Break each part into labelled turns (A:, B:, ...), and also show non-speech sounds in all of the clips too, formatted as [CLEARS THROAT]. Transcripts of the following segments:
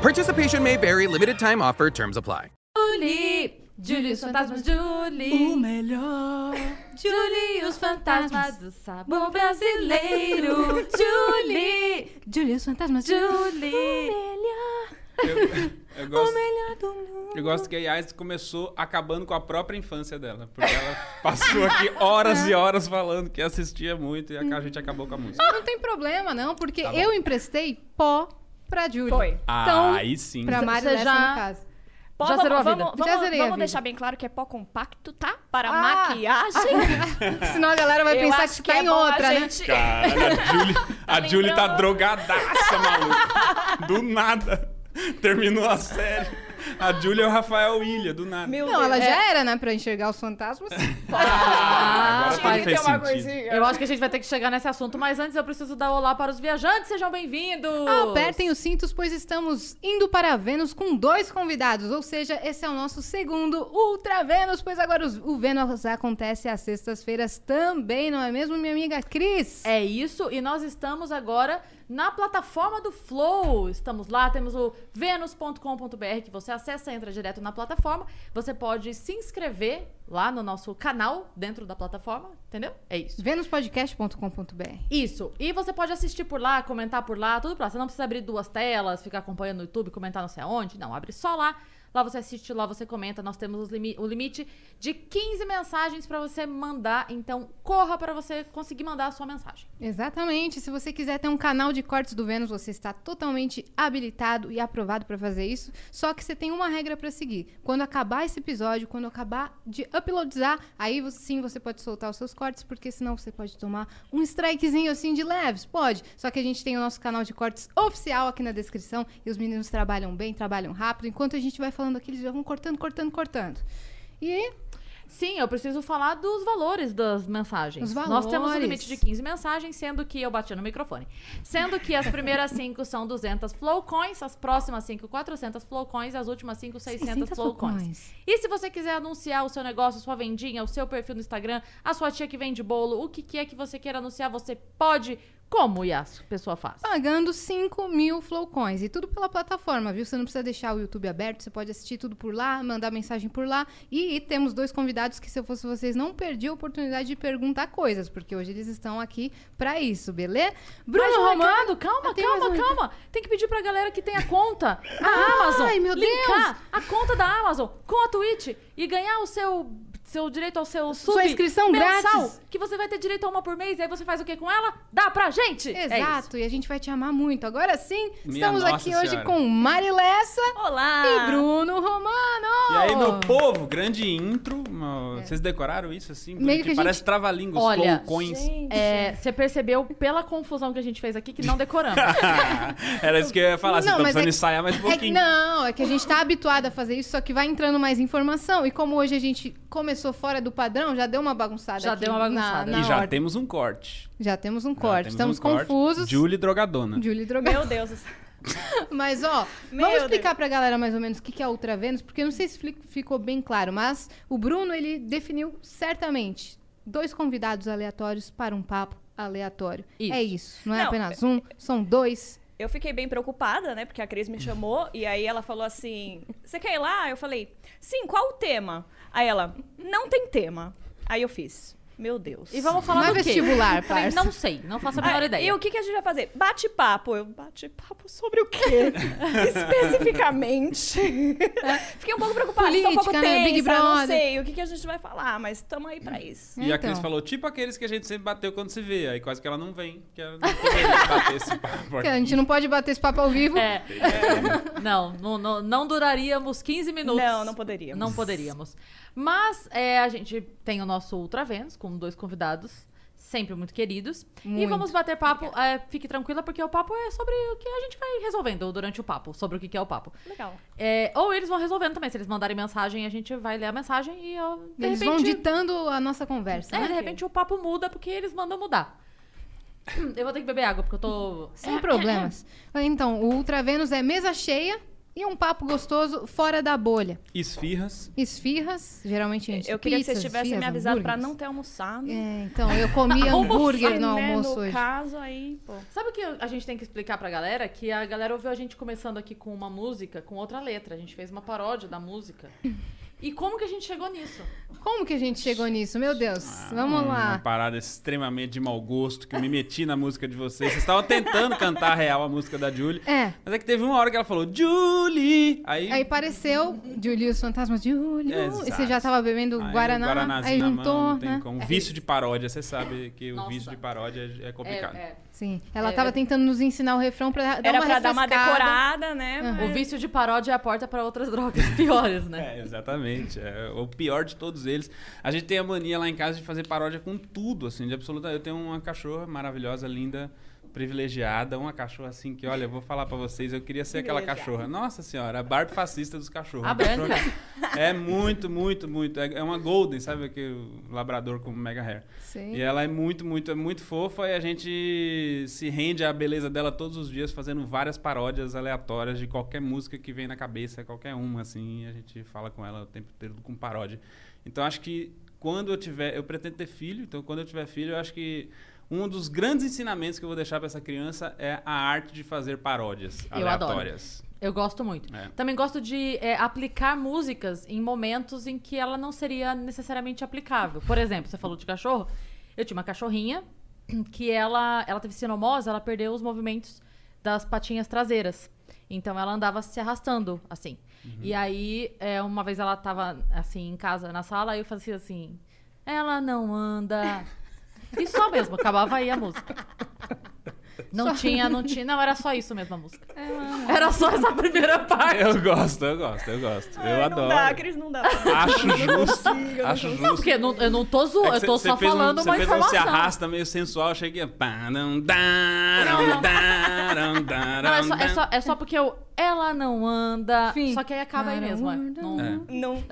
A: Participation may vary, limited time offer, terms apply.
B: Julie! Julie, os fantasmas, Julie!
C: O melhor.
B: Julie, os fantasmas do sabor brasileiro! Julie! Julie, os
C: Tá,
B: fantasmas, Julie!
D: Eu gosto,
C: é
B: melhor do mundo!
D: eu gosto que a Yas começou acabando com a própria infância dela. Porque ela passou aqui
C: [LAUGHS]
D: horas
C: É.
D: e horas falando que assistia muito e a gente acabou com a música.
C: Não tem problema, não, porque
D: Tá bom.
C: eu emprestei pó pra Júlia.
E: Foi.
C: Então,
D: aí sim.
C: Pra Mari
B: Você
C: Lessa,
B: já-
C: no caso.
E: Pó,
B: Já
E: vamos,
B: zerou a
E: vamos,
B: vida.
E: vamos-
C: Já zerei a
E: vamos
C: vida.
E: deixar bem claro que é pó compacto, tá? Para
C: Ah.
E: maquiagem.
C: Senão a galera [LAUGHS] vai
E: Eu
C: pensar
E: acho
C: que, tá
E: é
C: em
E: bom
C: outra,
E: a
C: né?
E: gente...
D: Caralho, Ah, a Julie, a Julie tá
E: lembrando?
D: drogadaça, maluco. Do nada. Terminou a série. A Julie é o Rafael Ilha, do nada.
E: Meu
C: Não, ela
E: Deus.
C: já era, né, pra enxergar os [LAUGHS] fantasmas.
D: Ah, agora
E: Tinha que
D: faz
E: ter uma
D: sentido.
E: coisinha.
B: Eu acho que a gente vai ter que chegar nesse assunto, mas antes eu preciso dar olá para os viajantes, sejam bem-vindos!
C: Ah, Apertem os cintos, pois estamos indo para Vênus com dois convidados. Ou seja, esse é o nosso segundo Ultra Vênus, pois agora os- o Vênus acontece às sextas-feiras também, não é mesmo, minha amiga Cris?
B: É isso, e nós estamos agora na plataforma do Flow. Estamos lá, temos o venus.com.br que você acessa, entra direto na plataforma. Você pode se inscrever lá no nosso canal dentro da plataforma, entendeu? É isso.
C: Venuspodcast.com.br
B: Isso. E você pode assistir por lá, comentar por lá, tudo por lá. Você não precisa abrir duas telas, ficar acompanhando no YouTube, comentar não sei aonde. Não, abre só lá. Lá você assiste, lá você comenta. Nós temos os limi- o limite de 15 mensagens para você mandar. Então, corra para você conseguir mandar a sua mensagem.
C: Exatamente. Se você quiser ter um canal de cortes do Vênus, você está totalmente habilitado e aprovado para fazer isso. Só que você tem uma regra para seguir. Quando acabar esse episódio, quando acabar de uploadizar, aí você- sim você pode soltar os seus cortes, porque senão você pode tomar um strikezinho assim de leves. Pode. Só que a gente tem o nosso canal de cortes oficial aqui na descrição e os meninos trabalham bem, trabalham rápido. Enquanto a gente vai falando aqui, eles já vão cortando, cortando, cortando. E
B: Sim, eu preciso falar dos valores das mensagens.
C: Os
B: Nós temos um
C: valores.
B: limite de 15 mensagens, sendo que eu bati no microfone. Sendo que as primeiras [LAUGHS] 5 são 200 flowcoins, as próximas 5, 400 flowcoins, as últimas 5, 600,
C: 600
B: flowcoins.
C: flowcoins.
B: E se você quiser anunciar o seu negócio, sua vendinha, o seu perfil no Instagram, a sua tia que vende bolo, o que, que é que você queira anunciar, você pode. Como, Yas, pessoa faz?
C: pagando 5 mil flowcoins. E tudo pela plataforma, viu? Você não precisa deixar o YouTube aberto, você pode assistir tudo por lá, mandar mensagem por lá. E, e temos dois convidados que, se eu fosse vocês, não perdi a oportunidade de perguntar coisas, porque hoje eles estão aqui pra isso, beleza? Bruno
B: Mais um
C: Romano.
B: recado, calma,
C: é Eu tenho
B: calma,
C: mais um
B: calma. Tem que pedir pra galera que tem a conta
C: [LAUGHS]
B: da Amazon.
C: Ai, meu
B: linkar a conta da Amazon com a Twitch e ganhar o seu, seu direito ao seu sub
C: Sua inscrição
B: mensal,
C: grátis.
B: que você vai ter direito a uma por mês. E aí você faz o que com ela? Dá pra gente. É isso.
C: Exato, e a gente vai te amar muito. Agora sim,
D: Minha
C: estamos
D: Nossa
C: aqui hoje
D: Senhora.
C: com Mari Lessa
E: Olá.
C: e Bruno Romano.
D: E aí, meu
C: Oh.
D: povo, grande intro. uma- Vocês decoraram isso assim?
C: É. Meio que a gente-
D: parece trava-línguas,
B: Olha,
D: flowcoins.
E: Gente.
B: É, você percebeu pela confusão que a gente fez aqui que não decoramos.
C: [LAUGHS]
D: Era isso que eu ia falar. Vocês
C: Não,
D: estão
C: mas
D: precisando
C: é que-
D: ensaiar mais um
C: É que,
D: pouquinho.
C: não, é que a gente tá habituado a fazer isso, só que vai entrando mais informação. E como hoje a gente começou fora do padrão, já deu uma bagunçada
B: Já
C: aqui
B: deu uma
C: na-
B: bagunçada.
C: Na,
D: e já
C: ordem.
D: temos um corte.
C: Já temos um
D: Já
C: corte.
D: temos
C: Estamos
D: um corte.
C: confusos.
D: Julie Drogadona.
C: Julie drogada.
B: [LAUGHS]
E: Meu Deus. do céu.
C: Mas, ó,
E: Meu
C: vamos
E: Deus.
C: explicar pra galera mais ou menos o que que é Ultra Vênus, porque eu não sei se fli- ficou bem claro, mas o Bruno, ele definiu certamente dois convidados aleatórios para um papo aleatório.
B: Isso.
C: É isso. Não é
E: Não,
C: apenas um, são dois.
E: Eu fiquei bem preocupada, né? Porque a Cris me chamou e aí ela falou assim: Você quer ir lá? Eu falei: Sim, qual o tema? Aí ela: Não tem tema. Aí eu fiz: Meu Deus.
B: E vamos falar
C: Não é
B: do quê?
C: vestibular, É,
B: Falei,
C: parça.
B: Não sei, não faço a menor
E: Aí,
B: ideia.
E: E o que, que a gente vai fazer? Bate-papo. Eu, bate-papo sobre o quê? [LAUGHS] Especificamente.
B: É.
E: Fiquei um pouco preocupada, estou um pouco
C: Política, né?
E: tensa,
C: Big
E: não
C: Brother.
E: sei o que, que a gente vai falar, mas estamos aí pra isso.
D: E a Cris
C: Então.
D: falou, tipo aqueles que a gente sempre bateu quando se vê. Aí quase que ela não vem, que ela não poderia [LAUGHS] bater esse papo.
B: [LAUGHS]
C: Porque a gente não pode bater esse papo ao vivo. [LAUGHS]
B: É. Não, não, não, não duraríamos 15 minutos.
E: Não, não poderíamos.
B: Não poderíamos. Mas é, a gente tem o nosso Ultra Vênus com dois convidados sempre muito queridos. E
C: Muito.
B: vamos bater papo. é, fique tranquila, porque o papo é sobre o que a gente vai resolvendo durante o papo, sobre o que que é o papo.
E: Legal.
B: É, ou eles vão resolvendo também. Se eles mandarem mensagem, a gente vai ler a mensagem e ó, de
C: Eles vão
B: repente.
C: ditando a nossa conversa.
B: é,
C: né?
B: de repente o papo muda porque eles mandam mudar. [COUGHS] Hum, Eu vou ter que beber água, porque eu
E: é,
B: tô.
C: Sem problemas. Então, o Ultra Vênus é mesa cheia e um papo gostoso fora da bolha.
D: Esfirras.
C: Esfirras, geralmente gente.
E: Eu queria que
C: pizzas,
E: vocês tivessem me
C: esfirras,
E: avisado pra
C: hambúrgueres.
E: não ter almoçado.
C: É, então, eu comi
E: [LAUGHS]
C: hambúrguer no
E: né,
C: almoço
E: no
C: hoje.
E: caso, aí, pô.
B: Sabe o que a gente tem que explicar pra galera? Que a galera ouviu a gente começando aqui com uma música, com outra letra. A gente fez uma paródia da música. E como que a gente chegou nisso?
C: Como que a gente chegou nisso? Meu Deus.
D: Ah,
C: Vamos
D: Uma
C: lá.
D: parada extremamente de mau gosto que eu me meti na música de vocês. Vocês estavam tentando cantar a real a música da Julie.
C: É.
D: Mas é que teve uma hora que ela falou, Julie! Aí,
C: Aí pareceu Julie e os fantasmas de Julio.
D: Exato.
C: E você já tava bebendo
D: aí
C: Guaraná.
D: Guaranazinho
C: aí
D: na
C: juntou,
D: mão, não tem
C: né?
D: como. Vício de paródia, você sabe que o
B: Nossa.
D: vício de paródia é- é
B: É,
D: complicado.
B: é,
C: Sim. Ela
B: É,
C: tava
B: eu-
C: tentando nos ensinar o refrão pra dar
E: Era
C: uma
E: pra dar uma
C: refrescada. Ah,
E: decorada, né?
C: Aham.
B: o vício de paródia é a porta pra outras drogas [LAUGHS] piores, né?
D: É, exatamente. É o pior de todos eles. A gente tem a mania lá em casa de fazer paródia com tudo, assim, de absoluta. Eu tenho uma cachorra maravilhosa, linda, privilegiada, uma cachorra assim que, olha, eu vou falar pra vocês, eu queria ser aquela
E: Privilegiada.
D: cachorra. Nossa senhora, a Barbie fascista dos cachorros.
B: A branca.
D: Cachorro- É muito, muito, muito. É é uma golden, sabe aquele labrador com mega hair.
C: Sim.
D: E ela é muito, muito, é muito fofa e a gente se rende à beleza dela todos os dias fazendo várias paródias aleatórias de qualquer música que vem na cabeça, qualquer uma, assim, e a gente fala com ela o tempo inteiro com paródia. Então acho que quando eu tiver, eu pretendo ter filho, então quando eu tiver filho, eu acho que um dos grandes ensinamentos que eu vou deixar pra essa criança é a arte de fazer paródias
B: Eu adoro.
D: aleatórias.
B: Eu gosto muito.
D: É.
B: Também gosto de é, aplicar músicas em momentos em que ela não seria necessariamente aplicável. Por exemplo, você falou de cachorro. Eu tinha uma cachorrinha [CLEARS THROAT] que ela, ela teve sinomose, ela perdeu os movimentos das patinhas traseiras. Então ela andava se arrastando, assim. E aí, é, uma vez ela tava, assim, em casa, na sala, aí eu fazia assim: ela não anda. E só mesmo, acabava aí a música. Não tinha, não tinha. Não, era só isso mesmo a música. Era só essa primeira parte.
D: Eu gosto, eu gosto, eu gosto.
E: Ai,
D: eu
E: não
D: adoro.
E: dá, Cris, não dá.
D: Acho justo. acho justo.
B: Não, porque não- eu não tô zoando,
D: É
B: eu
D: que
B: tô
D: cê- cê
B: só
D: fez um-
B: falando
D: cê
B: uma
D: fez
B: informação.
D: Um se arrasta meio sensual, cheguei. Não,
B: [LAUGHS] Não, é só,
D: Né?
B: é, só, é só porque eu. Ela não anda.
C: Fim.
B: Só que aí acaba aí
C: Ela
B: mesmo. É.
C: não anda.
B: Não-
D: É.
E: Não.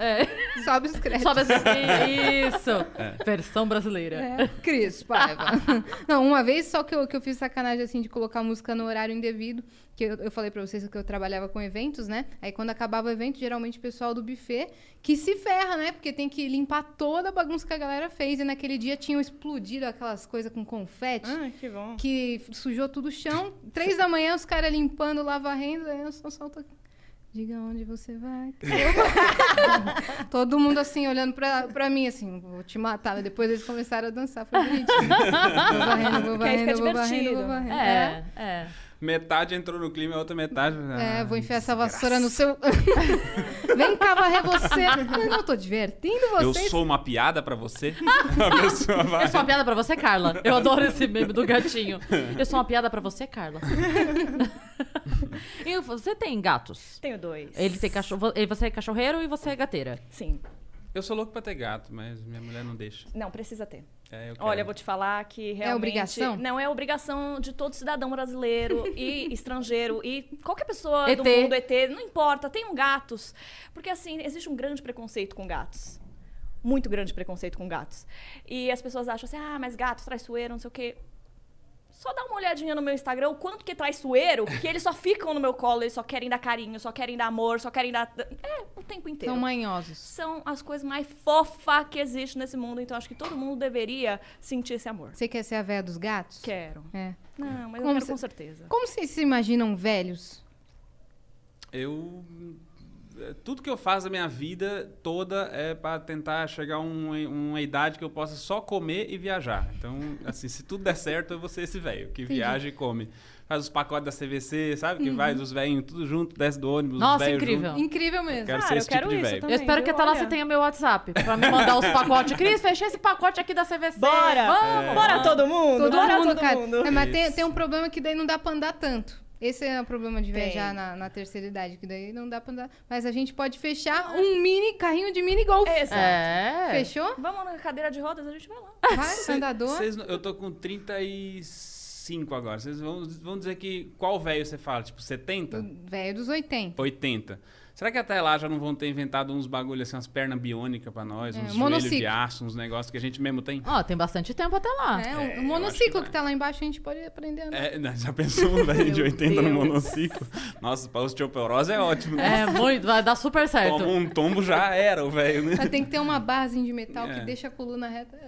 B: é.
C: Sobe os créditos.
B: Só
D: [LAUGHS]
B: pra assistir. Isso.
D: É.
B: Versão brasileira.
C: É, Cris Paiva. Não, uma vez só que eu, que eu fiz sacanagem assim de colocar música no horário indevido, que eu, eu falei pra vocês que eu trabalhava com eventos, né? Aí quando acabava o evento, geralmente o pessoal do buffet que se ferra, né? Porque tem que limpar toda a bagunça que a galera fez e naquele dia tinham explodido aquelas coisas com confete.
E: Ai, Ah, que bom.
C: Que sujou tudo o chão. Três da manhã, os caras limpando lá, varrendo. Aí eu só solto. Diga onde você
E: [LAUGHS]
C: vai. que eu vou." Todo mundo assim, olhando pra, pra mim, assim, vou te matar. Mas Depois eles começaram a dançar. Foi bonitinho. Vou varrendo, vou
E: Porque aí
C: varrendo,
E: fica
C: vou varrendo,
E: divertido.
C: vou varrendo.
B: É, é.
D: Metade entrou no clima, a outra metade. né?
C: É, vou enfiar essa vassoura no seu. [LAUGHS] Vem cá, varrer você. Eu não tô divertindo
D: Eu
C: vocês.
D: sou uma piada
B: [LAUGHS]
D: pra você? a pessoa vai.
B: Eu sou uma piada pra você, Carla. Eu adoro esse meme do gatinho. Eu sou uma piada pra você, Carla. [LAUGHS] e você tem gatos?
E: Tenho dois.
B: Ele tem cachorro. Você é cachorreiro e você é gateira.
E: Sim.
D: Eu sou louco pra ter gato, mas minha mulher não deixa.
E: Não, precisa ter.
D: É, eu quero.
E: Olha, eu vou te falar que realmente...
C: É obrigação?
E: Não, é obrigação de todo cidadão brasileiro
C: [LAUGHS]
E: e estrangeiro e qualquer pessoa do
B: ET.
E: mundo, ET, não importa, tenham gatos. Porque, assim, existe um grande preconceito com gatos. Muito grande preconceito com gatos. E as pessoas acham assim, ah, mas gato, traiçoeiro, não sei o quê. Só dá uma olhadinha no meu Instagram, o quanto que é traiçoeiro, que eles só ficam no meu colo, eles só querem dar carinho, só querem dar amor, só querem dar... É, o tempo inteiro
C: São manhosos.
E: são as coisas mais fofas que existem nesse mundo. Então acho que todo mundo deveria sentir esse amor.
C: Você quer ser a véia dos gatos?
E: Quero.
C: É.
E: Não, mas
C: Como
E: eu quero
C: você-
E: com certeza.
C: Como vocês se imaginam velhos?
D: Eu. eh, Tudo que eu faço da minha vida toda é pra tentar chegar a um- uma idade que eu possa só comer e viajar. Então, assim, se tudo der certo, eu vou ser esse velho que viaja e come. Faz os pacotes da CVC, sabe? Que vai os velhinhos tudo junto, desce do ônibus. os
B: Nossa,
D: velhos
B: incrível.
D: junto.
C: Incrível mesmo.
D: Quero
E: Cara,
D: ser
E: eu
D: esse
E: quero
D: tipo de
E: isso
D: velho.
B: Eu
E: também,
B: espero que
E: viu?
B: até lá
E: Olha.
B: você tenha meu WhatsApp pra me mandar os pacotes. Cris, fechei esse pacote aqui da CVC.
E: Bora!
B: Vamos!
E: Bora todo mundo!
C: Todo
E: Bora
C: mundo,
E: todo
C: cara.
E: mundo!
C: É, mas tem,
D: Isso.
C: tem um problema que daí não dá pra andar tanto. Esse é o problema de
E: Tem.
C: viajar na, na terceira idade, que daí não dá pra andar. Mas a gente pode fechar um mini carrinho de mini golf.
E: É, exato.
B: É.
C: Fechou?
E: [LAUGHS] Vamos na cadeira de rodas, a gente vai lá.
C: Vai, andador.
D: Vocês não- eu tô com 35 agora. Vocês vão, vão dizer que qual velho você fala? Tipo, 70?
C: Do Velho dos 80.
D: 80. Será que até lá já não vão ter inventado uns bagulho assim, umas pernas biônicas pra nós,
C: É,
D: uns joelhos
C: monociclo.
D: de aço, uns negócios que a gente mesmo tem?
B: Ó, tem bastante tempo até lá.
C: É,
D: É,
C: o-
D: eu
C: o monociclo
D: acho que
C: que, tá lá embaixo, a gente pode aprender a andar.
D: É, né, já pensou um velho de
E: Meu
D: 80 no
E: Deus.
D: monociclo? Nossa, pra osteoporose é ótimo, né?
B: É, muito, vai dar super certo.
D: Toma um tombo já era o velho,
C: [LAUGHS]
D: né?
C: Mas tem que ter uma barzinha de metal
D: É.
C: que deixa a coluna reta.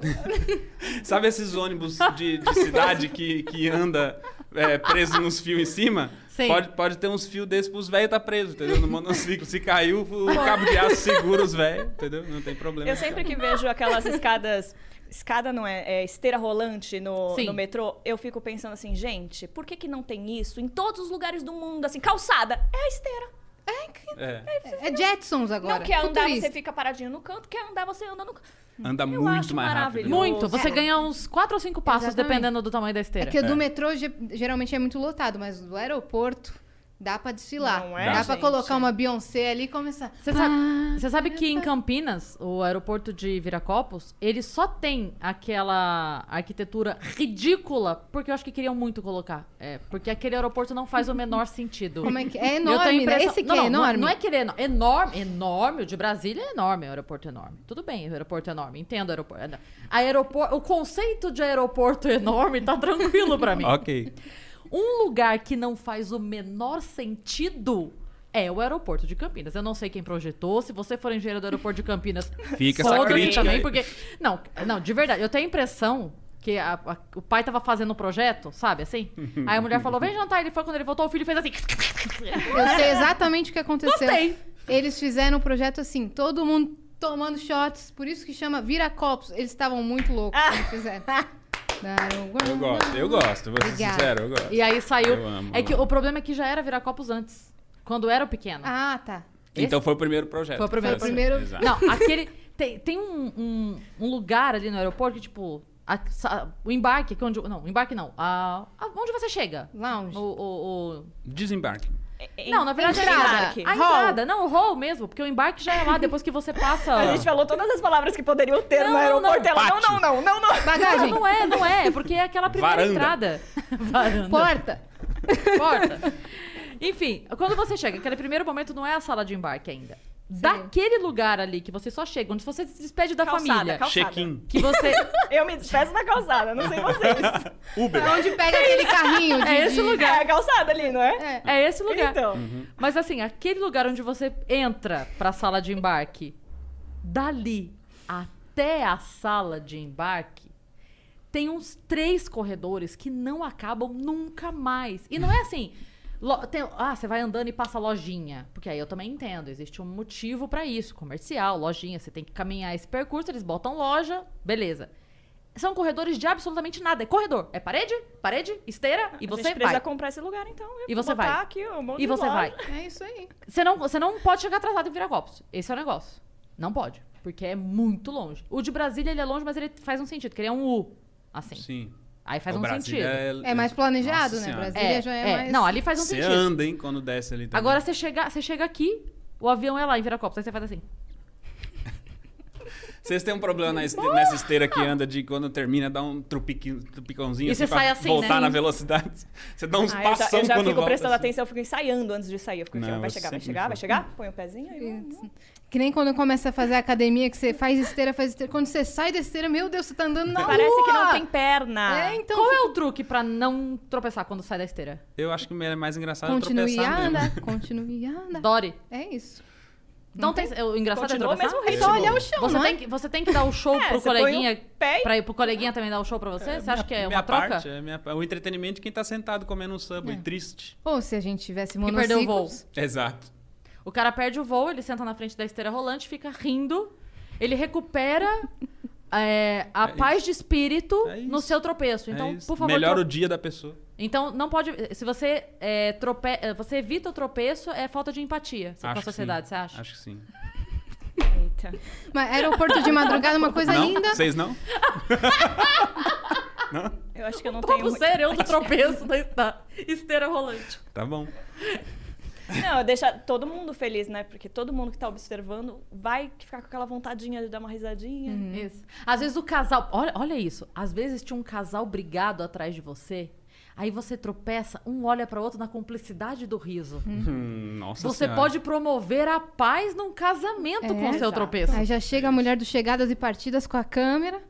D: Sabe esses ônibus de, de cidade que, que anda é, preso nos fios em cima?
B: Sim.
D: Pode, pode ter uns fios desses pros velhos tá preso, entendeu? No monociclo. Se caiu, o cabo de aço segura os velhos, entendeu? Não tem problema.
E: Eu sempre que vejo aquelas escadas. Escada não é, é esteira rolante no,
B: Sim.
E: no metrô, eu fico pensando assim, gente, por que, que não tem isso em todos os lugares do mundo? Assim, calçada é a esteira.
D: É.
C: É Jetsons agora.
E: não quer andar,
C: futurista.
E: você fica paradinho no canto, quer andar, você anda no canto.
D: Anda
E: Eu
D: muito
E: acho
D: mais rápido.
E: maravilhoso.
B: Muito. Você
E: É.
B: ganha uns 4 ou 5 passos,
C: Exatamente.
B: dependendo do tamanho da
C: É
B: esteira.
C: que o do
D: É.
C: metrô ge- geralmente é muito lotado, mas do aeroporto dá pra desfilar.
E: Não é,
C: dá
E: gente?
C: pra colocar uma Beyoncé ali e começar.
B: Você sabe, você sabe que em Campinas, o aeroporto de Viracopos, ele só tem aquela arquitetura ridícula, porque eu acho que queriam muito colocar. É, porque aquele aeroporto não faz o menor sentido.
C: Como é que
B: Eu
C: é? enorme,
B: tenho a
C: né?
B: impressão-
C: Esse aqui
B: não,
C: é
B: não, não-
C: enorme.
B: Não, é que ele é eno- enorme. Enorme, o de Brasília é enorme, é um aeroporto enorme. Tudo bem, o aeroporto é enorme, entendo o aeroporto. é- aeropor- o conceito de aeroporto [LAUGHS] enorme tá tranquilo pra mim.
D: [LAUGHS] Ok.
B: Um lugar que não faz o menor sentido é o aeroporto de Campinas. Eu não sei quem projetou. Se você for engenheiro do aeroporto de Campinas,
D: Fica essa
B: foda-se
D: crítica
B: também,
D: aí.
B: porque. Não, não, de verdade, eu tenho a impressão que a- a- o pai tava fazendo o projeto, sabe assim? Aí a mulher falou: vem jantar. Ele foi quando ele voltou, o filho fez assim.
C: Eu
B: [LAUGHS]
C: sei exatamente o que aconteceu.
B: Gostei.
C: Eles fizeram um projeto assim, todo mundo tomando shots, por isso que chama Vira Copos. Eles estavam muito loucos quando
B: Ah. [LAUGHS]
C: fizeram. Daram-
D: Eu gosto, eu gosto. Vou ser
C: Obrigada.
D: sincero, eu gosto.
B: E aí saiu.
D: Eu amo,
B: é que
D: amo.
B: o problema é que já era virar copos antes. Quando era o pequeno.
C: Ah, tá.
D: Então foi o primeiro projeto.
B: Foi o primeiro.
D: Essa,
C: Primeiro-
D: exato.
E: [LAUGHS]
B: Não, aquele. Tem, tem um, um, um lugar ali no aeroporto que, tipo. a- sa- o embarque, que é onde. Não, o embarque não. A, a- onde você chega?
C: Lounge.
B: O, o- o-
D: Desembarque.
E: é
B: Não, na verdade
E: Entrada.
B: é a entrada. A
C: Hall.
B: entrada. Não, o hall mesmo, porque o embarque já é lá depois que você passa.
E: [LAUGHS] A gente falou todas as palavras que poderiam ter
B: Ah. Não,
E: no
B: não, não.
E: aeroporto. Ela, Não,
D: Pátio.
E: não, não, não, não.
B: [LAUGHS] Não,
C: Bagagem,
B: não é, não é, é porque é aquela primeira
D: Varanda. [LAUGHS]
B: entrada. Varanda.
E: é
C: porta.
B: Porta. [LAUGHS] Enfim, quando você chega, aquele primeiro momento não é a sala de embarque ainda. Daquele lugar ali que você só chega, onde você se despede da
E: Calçada,
B: família.
E: calçada.
D: Check-in.
B: Que
E: [LAUGHS]
B: você.
E: Eu me despeço na calçada, não sei vocês.
D: Uber.
C: É onde pega aquele carrinho de...
B: É esse [LAUGHS]
C: de-
B: lugar.
E: É a calçada ali, não é?
C: É.
B: É esse lugar.
E: Então,
D: Uhum.
B: Mas assim, aquele lugar onde você entra pra sala de embarque, dali até a sala de embarque, tem uns três corredores que não acabam nunca mais. E não é assim. lo- tem- ah, você vai andando e passa lojinha. Porque aí eu também entendo, existe um motivo pra isso. Comercial, lojinha, você tem que caminhar esse percurso, eles botam loja, beleza. São corredores de absolutamente nada. É corredor. É parede, parede, esteira e
E: a
B: você
E: gente precisa
B: vai.
E: comprar esse lugar, então.
B: E você
E: botar
B: vai.
E: Aqui, um monte
B: E
E: de
B: você
E: loja.
B: vai.
D: Tá
C: É isso aí.
B: Você não, você não pode chegar atrasado em Viracopos. Esse é o negócio. Não pode. Porque é muito longe. O de Brasília, ele é longe, mas ele faz um sentido, que ele é um U. Assim.
D: Sim.
B: Aí faz
D: O
B: um
D: Brasília
B: sentido.
C: É mais planejado,
D: Nossa
C: né?
D: Senhora.
C: Brasília já é, mais...
B: Não, ali faz um
D: Você
B: sentido.
D: anda, né? hein, quando desce ali. também.
B: Agora você chega, você chega aqui, o avião é lá em Viracopos. Aí você faz assim.
D: Vocês têm um problema na este- nessa esteira que anda de quando termina, dá um trupiqui- trupicãozinho
B: E você
D: pra
B: sai assim,
D: voltar
B: né?
D: na velocidade. [LAUGHS] Você dá uns
E: Ah, eu já,
D: passão
E: eu já
D: quando
E: fico
D: volta,
E: prestando
D: assim.
E: atenção, eu fico ensaiando antes de sair. Eu fico, assim,
D: Não,
E: vai
D: eu
E: chegar, vai
D: sempre
E: chegar, vai
D: fui.
E: chegar? Põe o pezinho aí.
C: Que nem quando começa a fazer academia, que você faz esteira, faz esteira. Quando você sai da esteira, meu Deus, você tá andando na
E: Parece
C: lua.
E: que não tem perna.
C: É, então...
B: Qual é o truque pra não tropeçar quando sai da esteira?
D: Eu acho que é mais engraçado
C: Continue
D: tropeçar
C: a
D: mesmo. [LAUGHS]
C: andar, continue a andar.
B: Dore.
C: É isso.
B: Não, tem, o engraçado
E: Continua
B: é
E: o mesmo
B: tropeçar.
E: ritmo.
C: É só olhar o chão,
B: Você
C: não é?
B: tem, que, você tem que dar o show
E: É,
B: pro
E: você põe o
B: coleguinha.
E: pé e-
B: Pra ir pro coleguinha também dar o show pra você? você acha que é
D: minha
B: uma troca? É.
D: Parte, é minha pa- O entretenimento de quem tá sentado comendo um subway triste.
C: Ou se a gente tivesse
B: E perdeu o voo.
C: monociclos...
D: Exato.
B: O cara perde o voo, ele senta na frente da esteira rolante, fica rindo. Ele recupera [LAUGHS] é, a
D: É
B: paz de espírito
D: É isso.
B: no seu tropeço. Então,
D: é isso.
B: por favor.
D: Melhora
B: tro-
D: o dia da pessoa.
B: Então, não pode. Se você é, trope... eh, você evita o tropeço, é falta de empatia com a
D: Acho que
B: sociedade,
D: sim.
B: você acha?
D: Acho que sim.
E: Eita.
C: Mas aeroporto de madrugada é
D: [LAUGHS]
C: uma coisa
D: não?
C: linda.
D: Vocês não?
E: Eu acho que eu não
B: Como
E: tenho.
B: um ser eu do tropeço da esta- Esteira
D: [LAUGHS]
B: rolante.
D: Tá bom.
E: Não, deixa todo mundo feliz, né? Porque todo mundo que tá observando vai ficar com aquela vontadinha de dar uma
B: Uhum.
E: risadinha.
B: Isso. Às vezes o casal. Olha, olha isso. Às vezes tinha um casal brigado atrás de você. Aí você tropeça, um olha pra outro na cumplicidade do riso.
D: Hum, Nossa
B: Você
D: Senhora.
B: pode promover a paz num casamento
C: É,
B: com o seu
E: exato.
B: tropeço.
C: Aí já chega a mulher do Chegadas e Partidas com a câmera,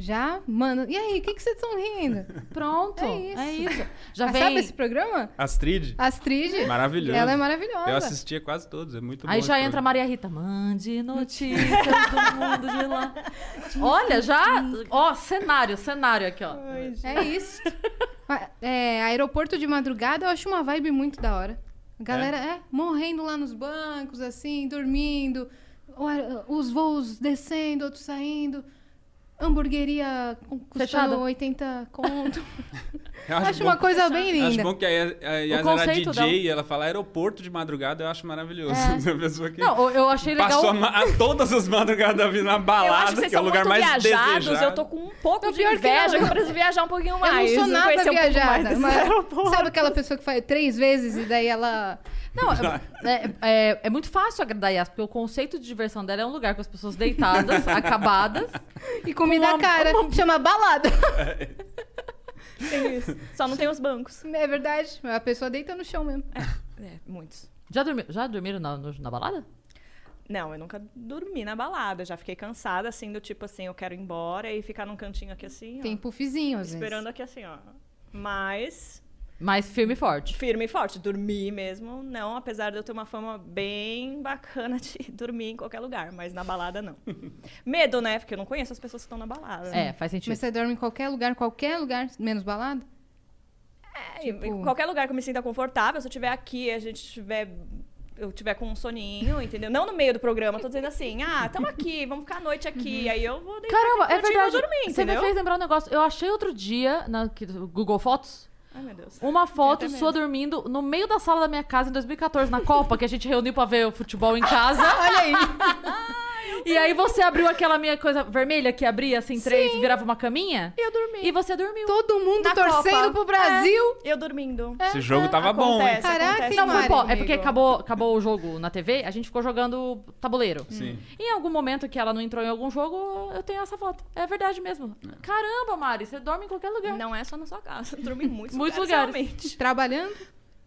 C: já manda. E aí, o que, que vocês estão rindo?
B: Pronto.
C: É
B: É
C: isso.
B: isso. Já
C: Ah,
B: vem.
C: Sabe esse programa?
D: Astrid?
C: Astrid.
D: Maravilhoso.
C: Ela é maravilhosa.
D: Eu assistia quase todos, é muito bom.
B: Aí
D: esse
B: já entra a
D: programa.
B: Maria Rita. Mande notícias do
C: [LAUGHS]
B: mundo de lá. Olha, já. Ó, cenário, cenário aqui, ó.
C: É [LAUGHS] isso. Mas, é, aeroporto de madrugada eu acho uma vibe muito da hora. A galera é morrendo lá nos bancos, assim, dormindo. O aer- Os voos descendo, outros saindo. Hamburgueria com- custando
B: Fechada.
C: 80 conto.
D: Eu
C: acho
D: bom-
C: uma coisa bem
D: Acho
C: linda.
D: bom que a, Yas- a Yas era
B: conceito
D: DJ
B: dela.
E: um-
D: e ela fala aeroporto de madrugada, eu acho maravilhoso.
C: É.
D: [LAUGHS] A pessoa que
B: Não, eu- eu achei legal.
D: passou a ma- a todas as madrugadas da vida na
E: Eu
D: balada,
E: acho que vocês
D: que é o
E: são
D: lugar
E: muito
D: mais
E: viajados,
D: desejado.
E: eu tô com um pouco
C: Não,
E: de
C: pior que
E: inveja,
C: não.
E: que eu preciso viajar um pouquinho mais.
C: eu não sou nada
E: conhecer um pouco mais
C: viajada.
E: desse
C: mas
E: [LAUGHS] aeroporto.
C: sabe aquela pessoa que faz três vezes e daí ela...
B: Não, é, é- é muito fácil agradar a Yas, porque o conceito de diversão dela é um lugar com as pessoas deitadas,
D: [LAUGHS]
B: acabadas.
C: E comida
B: Com uma-
C: cara. Chama balada. [LAUGHS]
E: Tem isso. Só não tem os bancos.
C: É verdade. A pessoa deita no chão mesmo.
E: É, muitos.
B: Já, dormi, já dormiram na, no- na balada?
E: Não, eu nunca dormi na balada. Já fiquei cansada, assim, do tipo assim, eu quero ir embora e ficar num cantinho aqui assim, ó,
C: Tem puffzinho, às vezes.
E: Esperando aqui assim, ó. Mas,
B: Mas firme e forte.
E: firme e forte. Dormir mesmo, não. Apesar de eu ter uma fama bem bacana de [LAUGHS] dormir em qualquer lugar. Mas na balada, [LAUGHS] não. Medo, né? Porque eu não conheço as pessoas que estão na balada.
B: É, faz sentido.
C: Mas você dorme em qualquer lugar, qualquer lugar, menos balada?
E: É,
C: Tipo-
E: em qualquer lugar que eu me sinta confortável, se eu estiver aqui, a gente tiver. Eu tiver com um soninho, entendeu? Não no meio do programa, tô dizendo assim, ah, estamos aqui, vamos ficar a noite aqui, aí eu vou deitar
B: Uhum. Caramba,
E: tá
B: é
E: aqui no cantinho e
B: verdade.
E: vou dormir,
B: Você me
E: entendeu?
B: fez lembrar um negócio. Eu achei outro dia, na que- no Google Fotos,
E: Ai, meu Deus.
B: uma foto
E: até
B: sua dormindo no meio da sala da minha casa em 2014, na Copa, que a gente reuniu pra ver o futebol em casa.
E: [LAUGHS]
B: Olha aí. e aí você abriu aquela minha coisa vermelha que abria assim, três, e virava uma caminha.
E: Eu dormi.
B: E você dormiu.
C: [LAUGHS] Todo mundo
E: Na
C: torcendo
E: Copa.
C: pro Brasil.
E: Eu dormindo.
B: É,
D: Esse jogo tava bom, hein?
E: É, acontece,
C: Caraca,
E: acontece.
C: hein,
E: Não,
C: Mari?
E: foi
B: Pô,
E: bom.
B: é porque acabou, acabou o jogo na TV, a gente ficou jogando tabuleiro. Hum.
D: Sim.
B: Em algum momento que ela não entrou em algum jogo, eu tenho essa foto. É verdade mesmo. Caramba, Mari, você dorme em qualquer lugar.
E: Não é só na sua casa, eu dormi em muitos,
B: Muitos
E: lugares,
B: lugares.
E: realmente.
C: Trabalhando.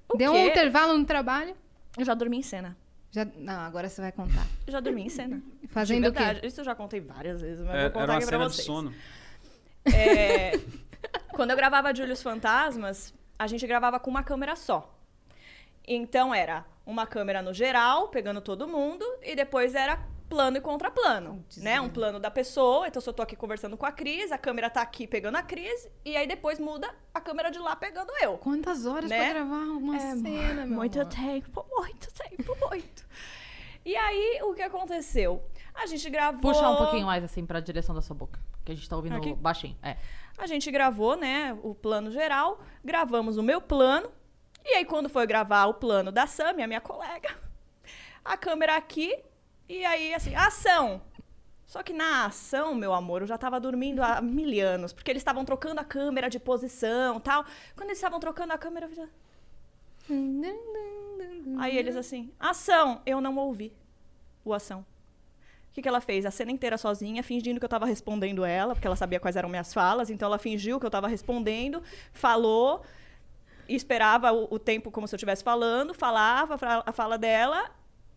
E: O
C: Deu um
E: quê?
C: intervalo no trabalho.
E: Eu já dormi em cena.
C: Já... Não, agora você vai contar.
E: Eu já dormi em cena.
C: Fazendo
E: De
C: o quê?
E: verdade. Isso eu já contei várias vezes, mas
D: É,
E: vou
D: era
E: contar
D: uma
E: aqui pra
D: cena de
E: vocês.
D: sono.
E: É, quando eu gravava Július Fantasmas, a gente gravava com uma câmera só. Então era uma câmera no geral, pegando todo mundo, e depois era plano e contraplano, né? Um plano da pessoa, então se eu tô aqui conversando com a Cris, a câmera tá aqui pegando a Cris, e aí depois muda a câmera de lá pegando eu.
C: Quantas horas
E: Né?
C: pra gravar uma cena, assim, meu
E: Muito
C: amor?
E: tempo, muito tempo, muito. E aí, o que aconteceu? A gente gravou...
B: Puxar um pouquinho mais assim pra direção da sua boca. Que a gente tá ouvindo
E: Aqui?
B: baixinho. É.
E: A gente gravou, né, o plano geral, gravamos o meu plano. E aí, quando foi gravar o plano da Sam, a minha colega, a câmera aqui, e aí, assim, ação! Só que na ação, meu amor, eu já tava dormindo há mil anos, porque eles estavam trocando a câmera de posição tal. Quando eles estavam trocando a câmera, eu já... aí eles assim, ação! Eu não ouvi o ação. O que, que ela fez? A cena inteira sozinha, fingindo que eu tava respondendo ela, porque ela sabia quais eram minhas falas, então ela fingiu que eu tava respondendo, falou, e esperava o, o tempo como se eu estivesse falando, falava fra- a fala dela,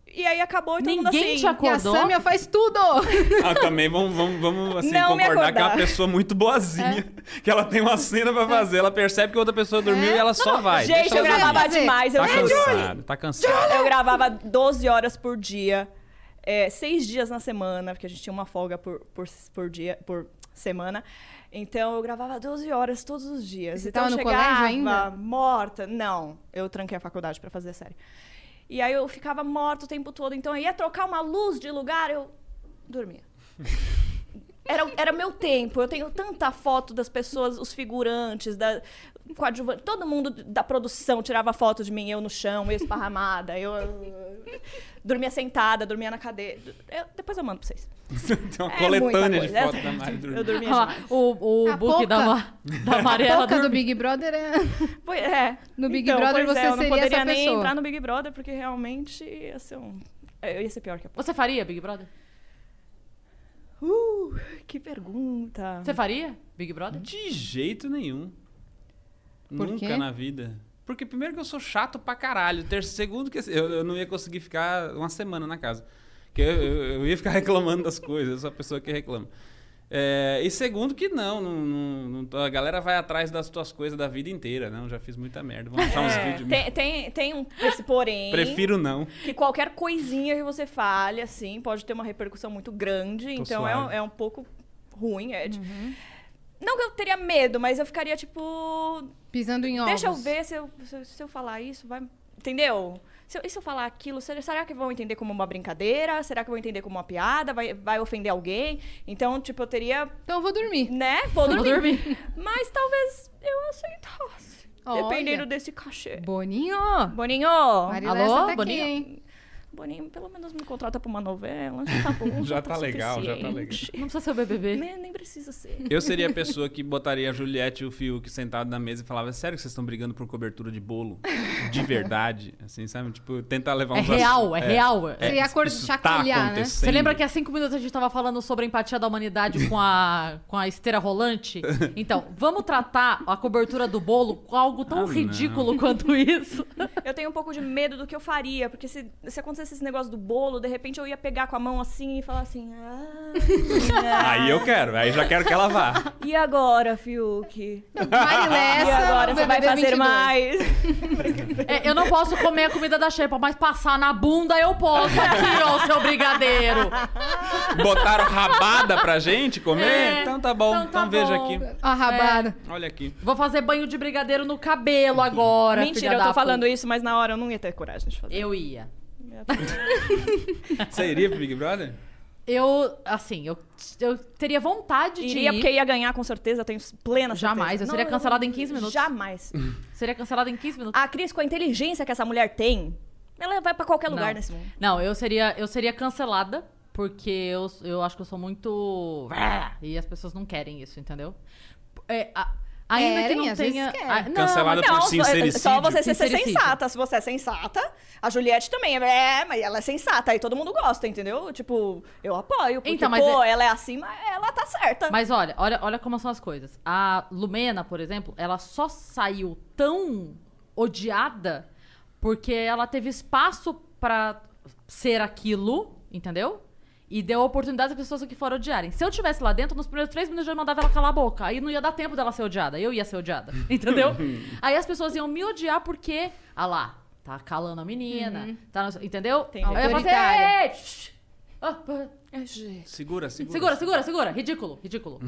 E: e aí acabou e todo mundo
B: Ninguém
E: assim.
B: te
C: E a
B: acordou?
C: Samia faz tudo!
D: Ah, também vamos, vamos, vamos assim,
E: Não
D: concordar
E: me
D: que é uma
E: acordar. É.
D: pessoa muito boazinha. Que ela tem uma cena pra fazer, ela percebe que outra pessoa dormiu e ela só vai.
E: Gente,
D: Deixa
E: eu
D: ela dormir.
E: gravava
C: fazer.
E: demais. Eu,
D: Tá cansado, tá cansado.
E: eu gravava 12 horas por dia, é, seis dias na semana, porque a gente tinha uma folga por, por, por dia, por semana. Então eu gravava 12 horas todos os dias.
C: E você
E: então
C: tava
E: eu
C: no
E: chegava
C: colégio ainda?
E: morta. Não, eu tranquei a faculdade pra fazer a série. E aí eu ficava morta o tempo todo. Então eu ia trocar uma luz de lugar, eu dormia. [LAUGHS] Era, era meu tempo. Eu tenho tanta foto das pessoas, os figurantes, da, coadjuvante. Todo mundo da produção tirava foto de mim, eu no chão, eu esparramada, eu [LAUGHS] eh, dormia sentada, dormia na cadeira. Eu- depois eu mando pra vocês.
D: [LAUGHS] Tem uma
E: É
D: coletânea
E: muita
D: de
E: coisa.
D: fotos da
E: [LAUGHS]
D: Mari dormindo.
E: Eu dormia
B: Ó, [LAUGHS]
E: demais.
B: o o
C: A
B: book da,
C: Poca.
B: Ma- da
C: [LAUGHS] A
B: Mariela
C: boca do
B: dormindo.
C: Big Brother é... [LAUGHS]
E: Pois é.
C: No Big
E: Então,
C: Brother
E: pois
C: você
E: é, eu não
C: seria
E: poderia
C: essa
E: nem
C: pessoa.
E: entrar no Big Brother, porque realmente ia ser um. Eu ia ser pior que a.
B: Você faria Big Brother?
E: Uh, que pergunta.
B: Você faria Big Brother?
D: De jeito nenhum.
C: Por
D: Nunca
C: quê?
D: na vida. Porque primeiro que eu sou chato pra caralho. Ter segundo que assim, eu, eu não ia conseguir ficar uma semana na casa. Porque eu, eu- eu ia ficar [LAUGHS] reclamando das coisas. Eu sou a pessoa que reclama. É, e segundo que não, não, não- não tô- a galera vai atrás das tuas coisas da vida inteira. Não, já fiz muita merda. Vamos achar uns
E: É,
D: vídeos.
E: tem, tem, tem um esse porém.
D: Prefiro não.
E: Que qualquer coisinha que você fale, assim, pode ter uma repercussão muito grande. então é um,
D: suave.
E: é um pouco ruim, Ed.
C: Uhum.
E: Não que eu teria medo, mas eu ficaria tipo.
C: Pisando em ovos.
E: Deixa eu ver se eu, se, eu- se eu falar isso, vai. Entendeu? Se eu, e se eu falar aquilo, será, será que vão entender como uma brincadeira? Será que vão entender como uma piada? Vai, vai ofender alguém? Então, tipo, eu teria.
C: Então eu vou dormir.
E: Né? Vou
B: Eu
E: dormir.
B: vou dormir.
E: Mas talvez eu aceitasse.
C: Olha.
E: Dependendo desse cachê.
C: Boninho!
E: Boninho!
C: Marilessa
B: Alô,
C: tá aqui,
B: Boninho?
C: hein?
E: Boninho, pelo menos me contrata pra uma novela. Já tá bom.
D: [LAUGHS] Já tá legal, já tá
E: suficiente. Né,
B: Não precisa ser o
C: Né?
B: BBB.
E: Nem, nem precisa ser.
D: Eu seria a pessoa que botaria a Juliette e o Fiuk sentado na mesa e falava: sério que vocês estão brigando por cobertura de bolo? De verdade? Assim, sabe? Tipo, tentar levar
B: É
D: uns
B: real, é,
D: assuntos-
B: real.
C: Você ia acordar-
D: tá
C: chacoalhar, né?
B: Você lembra que há cinco minutos a gente tava falando sobre a empatia da humanidade com a, [LAUGHS] com a esteira rolante? Então, vamos tratar a cobertura do bolo com algo tão
D: Ah, não.
B: ridículo quanto isso.
E: Eu tenho um pouco de medo do que eu faria, porque se, se acontecesse esse negócio do bolo, de repente eu ia pegar com a mão assim e falar assim. Ah,
D: Aí eu quero, aí já quero que ela vá.
E: e agora, Fiuk? e
C: Marilessa,
E: agora
C: no
E: você vai
C: BBB 22.
E: fazer mais?
B: É, eu não posso comer a comida da Xepa, mas passar na bunda eu posso aqui, ó, seu brigadeiro.
D: Botaram rabada pra gente comer?
B: É,
D: então tá bom,
B: então
D: então,
B: tá
D: veja
B: bom.
D: aqui.
C: Ó, A rabada.
D: Olha aqui.
B: Vou fazer banho de brigadeiro no cabelo agora. filha
E: Mentira, eu
B: da
E: tô falando
B: puta.
E: isso, mas na hora eu não ia ter coragem de fazer.
B: Eu ia.
D: Você iria pro Big Brother?
B: Eu, assim, eu, eu teria vontade
E: Iria
B: de ir.
E: porque ia ganhar com certeza, eu tenho plena certeza.
B: Jamais, eu
E: Não,
B: seria cancelada em 15 minutos. Uhum.
E: Jamais.
B: Seria cancelada em 15 minutos.
E: A Cris, com a inteligência que essa mulher tem, ela vai pra qualquer lugar
B: Não.
E: nesse mundo.
B: Não, eu seria, eu seria cancelada, porque eu, eu acho que eu sou muito. E as pessoas não querem isso, entendeu? É, a- ainda que
C: Querem,
B: não
C: às
B: tenha.
C: vezes querem.
B: a- não,
D: Cancelada
B: mas-
D: por
E: só-
D: sincericídio.
E: só você ser
B: Sincericídio.
E: sensata. Se você é sensata, a Juliette também é, mas ela é sensata. Aí todo mundo gosta, entendeu? Tipo, eu apoio. Porque,
B: Então, mas
E: pô, ela é assim, mas ela tá certa.
B: Mas olha, olha, olha como são as coisas. A Lumena, por exemplo, ela só saiu tão odiada porque ela teve espaço pra ser aquilo, entendeu? E deu oportunidade às pessoas que foram odiarem. Se eu tivesse lá dentro, nos primeiros três minutos eu já mandava ela calar a boca. Aí não ia dar tempo dela ser odiada. Eu ia ser odiada. Entendeu? Aí as pessoas iam me odiar porque. Ah lá, tá calando a menina. Tá, não- entendeu?
E: Entendi.
B: Aí eu ia fazer.
C: Autoritária.
B: "Ei, shh, ah, ah,
D: Segura, segura.
B: Segura, segura, segura. Ridículo,
D: [LAUGHS]
B: ridículo.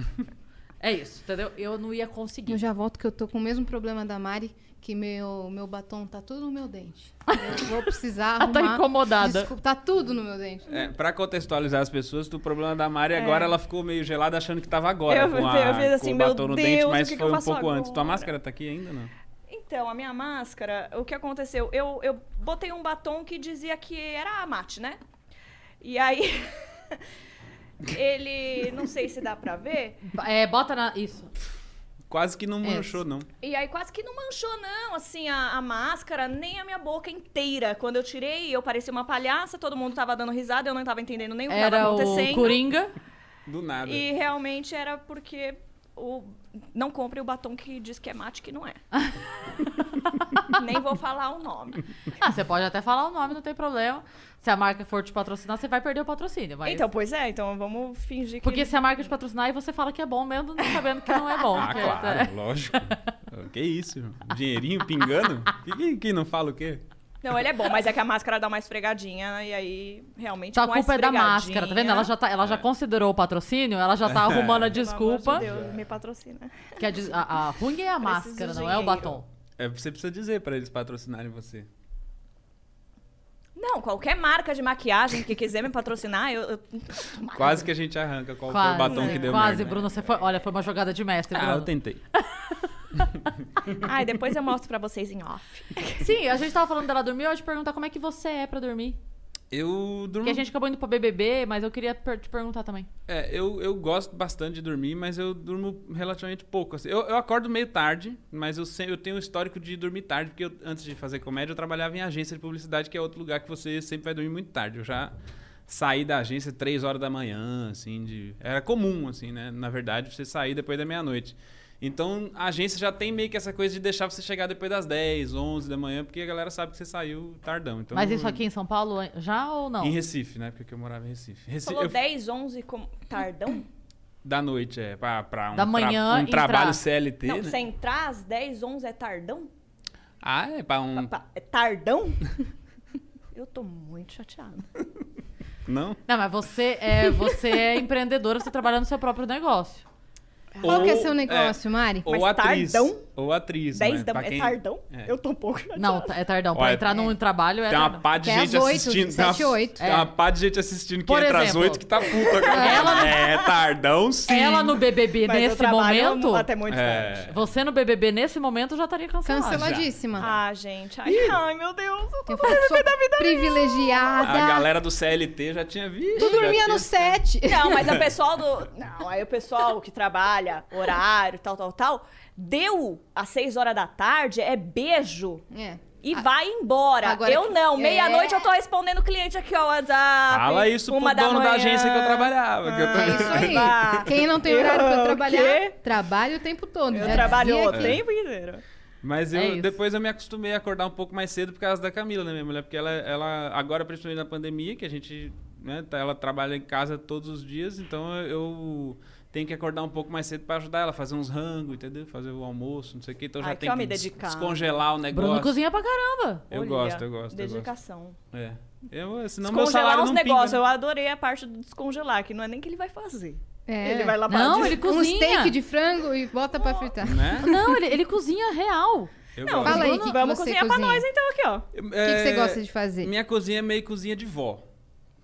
B: é isso, entendeu? Eu não ia conseguir.
C: Eu já volto que eu tô com o mesmo problema da Mari, que meu, meu batom tá tudo no meu dente. Eu vou
B: [LAUGHS]
C: precisar
B: Ela tá
C: arrumar.
B: incomodada.
C: Desculpa, tá tudo no meu dente.
D: É, pra contextualizar as pessoas, o problema da Mari agora, ela ficou meio gelada achando que tava agora.
E: É. Eu-
D: com a,
E: eu fiz assim,
D: com o
E: meu
D: batom no
E: Deus,
D: dente,
E: o
D: mas
E: que que
D: foi
E: eu
D: um
E: faço
D: pouco antes. Tua
E: agora?
D: máscara tá aqui ainda, não?
E: Então, a minha máscara, o que aconteceu? Eu, eu botei um batom que dizia que era mate, né? E aí. [LAUGHS] ele. Não sei se dá pra ver.
B: É, bota na. Isso.
D: Quase que não
B: É.
D: manchou, não.
E: E aí quase que não manchou, não, assim, a, a máscara, nem a minha boca inteira. Quando eu tirei, eu parecia uma palhaça, todo mundo tava dando risada, eu não tava entendendo nem o que tava
B: Era o
E: acontecendo. [LAUGHS]
B: Coringa.
D: Do nada.
E: E realmente era porque o... não compre o batom que diz que é mate, que não
B: [LAUGHS]
E: é. nem vou falar o nome.
B: Ah, você pode até falar o nome, não tem problema. Se a marca for te patrocinar, você vai perder o patrocínio. Mas...
E: Então, pois é, então vamos fingir que...
B: Porque se a marca te patrocinar e você fala que é bom, mesmo não sabendo que não é bom.
D: [LAUGHS] Ah,
B: porque-
D: claro, lógico. [LAUGHS] que isso? Dinheirinho pingando? Quem, quem não fala o quê?
E: Não, ele é bom, mas é que a máscara dá uma esfregadinha, e aí realmente
B: Então a
E: com
B: culpa é da
E: esfregadinha-
B: máscara, tá vendo? Ela já, tá- ela
D: É.
B: já considerou o patrocínio, ela já tá arrumando a
E: Pelo amor de
B: desculpa.
E: Deus, me patrocina.
B: que a, des- a, a ruim é a máscara,
E: de
B: não é o
E: dinheiro.
B: batom.
D: É, você precisa dizer pra eles patrocinarem você.
E: Não, qualquer marca de maquiagem que quiser me patrocinar, eu. [LAUGHS] eu-
D: Quase que a gente arranca qual foi o batom que deu
B: quase,
D: merda.
B: Bruno, você foi. Olha, foi uma jogada de mestre,
D: Ah,
B: Bruno.
D: eu tentei.
E: Ai, depois eu mostro pra vocês em off.
B: Sim, a gente tava falando dela dormir, eu ia te perguntar como é que você é pra dormir.
D: Eu durmo.
B: Porque a gente acabou indo pra BBB, mas eu queria per- te perguntar também.
D: É, eu, eu gosto bastante de dormir, mas eu durmo relativamente pouco. assim. Eu, eu acordo meio tarde, mas eu, sempre, eu tenho um histórico de dormir tarde, porque eu, antes de fazer comédia eu trabalhava em agência de publicidade, que é outro lugar que você sempre vai dormir muito tarde. Eu já saí da agência três horas da manhã, assim, de... era comum, assim, né? Na verdade, você sair depois da meia-noite. Então a agência já tem meio que essa coisa de deixar você chegar depois das 10, 11 da manhã, porque a galera sabe que você saiu tardão. Então,
B: mas isso aqui em São Paulo an- já ou não?
D: Em Recife, né? Porque eu morava em Recife. Recife
E: Falou
D: eu-
E: 10, 11, com... tardão?
D: da noite, é. Pra, pra um,
B: Da manhã,
D: tra- um
B: entrar.
D: trabalho CLT,
E: Não,
D: né?
E: você entrar às 10, 11 é tardão?
D: Ah, é pra um...
E: Papá, é tardão?
D: [LAUGHS]
E: eu tô muito chateada.
D: Não?
B: Não, mas você é, você é empreendedora, você trabalha no seu próprio negócio.
C: Qual que é
D: Ou-
C: seu negócio, Mari?
D: Ou
E: Mas
D: atriz.
E: tardão?
D: Ou atriz,
E: 10
D: né?
E: da
D: Pra
E: manhã.
D: quem-
E: É tardão?
D: É.
E: Eu tô um pouco chateada.
B: Não, é tardão. Pra
D: Olha,
B: entrar num trabalho é
D: Tem uma
B: tardão.
D: pá de
C: Até
D: gente
C: às oito,
D: assistindo.
C: sete,
D: tem uma,
C: oito.
D: tem uma pá de gente assistindo que
B: Por
D: entra às
B: exemplo.
D: 8 que tá puta. cara.
B: Ela-
D: É, tardão sim.
B: Ela no BBB
E: Mas eu
B: nesse
E: trabalho
B: momento.
E: até muito tarde.
D: É.
B: Você no BBB nesse momento já estaria cancelada.
C: Canceladíssima.
E: Ah, gente. Ai, ai, meu Deus. Eu tô
C: Eu falo que sou privilegiada.
D: A galera do CLT já tinha visto.
C: Tu dormia no
D: CLT.
C: set.
E: [LAUGHS] Não, mas o pessoal do. Não, aí o pessoal que trabalha, horário, tal, tal, tal, deu às seis horas da tarde, é beijo.
C: [LAUGHS] É.
E: E vai embora.
C: Agora
E: eu
C: que-
E: não.
C: É.
E: Meia-noite eu tô respondendo cliente aqui, ó, WhatsApp.
D: Fala isso pro
E: uma da
D: dono da,
E: manhã.
D: agência que eu trabalhava. que eu tô-
C: É isso aí.
E: Bah.
C: Quem não tem horário
E: Eu,
C: pra
E: o
C: trabalhar,
E: quê?
C: trabalha o tempo todo.
E: Eu
C: Já
E: trabalho
C: dizia
E: o
C: que-
E: tempo inteiro.
D: Mas eu-
B: É isso.
D: depois eu me acostumei a acordar um pouco mais cedo por causa da Camila, né, minha mulher? Porque ela, ela agora, principalmente na pandemia, que a gente, né, tá- ela trabalha em casa todos os dias, então eu tenho que acordar um pouco mais cedo pra ajudar ela a fazer uns rangos, entendeu? Fazer o almoço, não sei o quê. Então eu já
E: Ai, que
D: tenho que
E: homem
D: des-
E: dedicado.
D: descongelar o
B: Bruno
D: negócio.
B: cozinha pra caramba.
D: Eu
E: Olha,
D: gosto, eu gosto, eu gosto.
E: Dedicação.
D: É. Eu, senão meu
E: Descongelar
D: salário
E: os
D: não pinga.
E: negócios. Eu adorei a parte do descongelar, que não é nem que ele vai fazer.
C: É.
E: Ele vai lá pra
B: Não,
E: des-
B: ele
C: Um
B: cozinha.
C: steak de frango e bota pra fritar.
D: Né?
B: Não, ele, ele cozinha real.
D: Eu
E: Não,
D: gosto.
C: Fala aí,
E: Bruno,
C: que que
E: vamos
C: você
E: cozinhar pra
C: cozinha?
E: nós então aqui, ó.
D: O
C: O que, que você gosta de fazer?
D: Minha cozinha é meio cozinha de vó.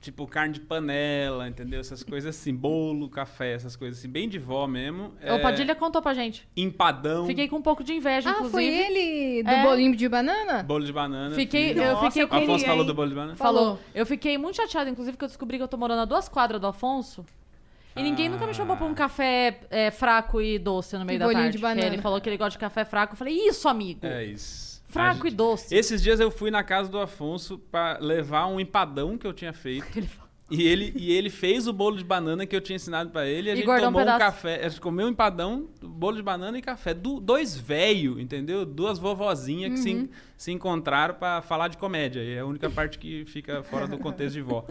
D: Tipo, carne de panela, entendeu? Essas coisas assim, bolo, café, essas coisas assim, bem de vó mesmo.
B: O Padilha contou pra gente.
D: Empadão,
B: Fiquei com um pouco de
C: Ah,
B: inveja,
C: foi
B: inclusive.
C: ele do
B: É.
C: bolinho de banana?
D: bolo de banana.
B: Fiquei,
D: fiz.
B: eu
E: Nossa,
B: fiquei
E: eu
D: O
B: com
E: queria,
D: Afonso falou
E: hein?
D: do bolo de banana?
B: Falou. Eu fiquei muito chateada, inclusive, que eu descobri que eu tô morando a duas quadras do Afonso. E ninguém nunca me chamou pra um café é, fraco e doce no meio
C: Ah. E
B: da
C: bolinho
B: tarde.
C: de
B: porque
C: banana.
B: Ele falou que ele gosta de café fraco. Eu falei, isso, amigo.
D: É isso.
B: Fraco
D: A gente-
B: e doce.
D: Esses dias eu fui na casa do Afonso pra levar um empadão que eu tinha feito.
B: [LAUGHS]
D: E ele, e ele fez o bolo de banana que eu tinha ensinado pra ele. E a
B: E
D: gente
B: guardou um
D: tomou um,
B: pedaço.
D: café. A gente comeu um empadão, bolo de banana e café. Du- dois velho, entendeu? Duas vovozinhas que se, en- se encontraram pra falar de comédia. E é a única parte que fica fora do contexto de vó.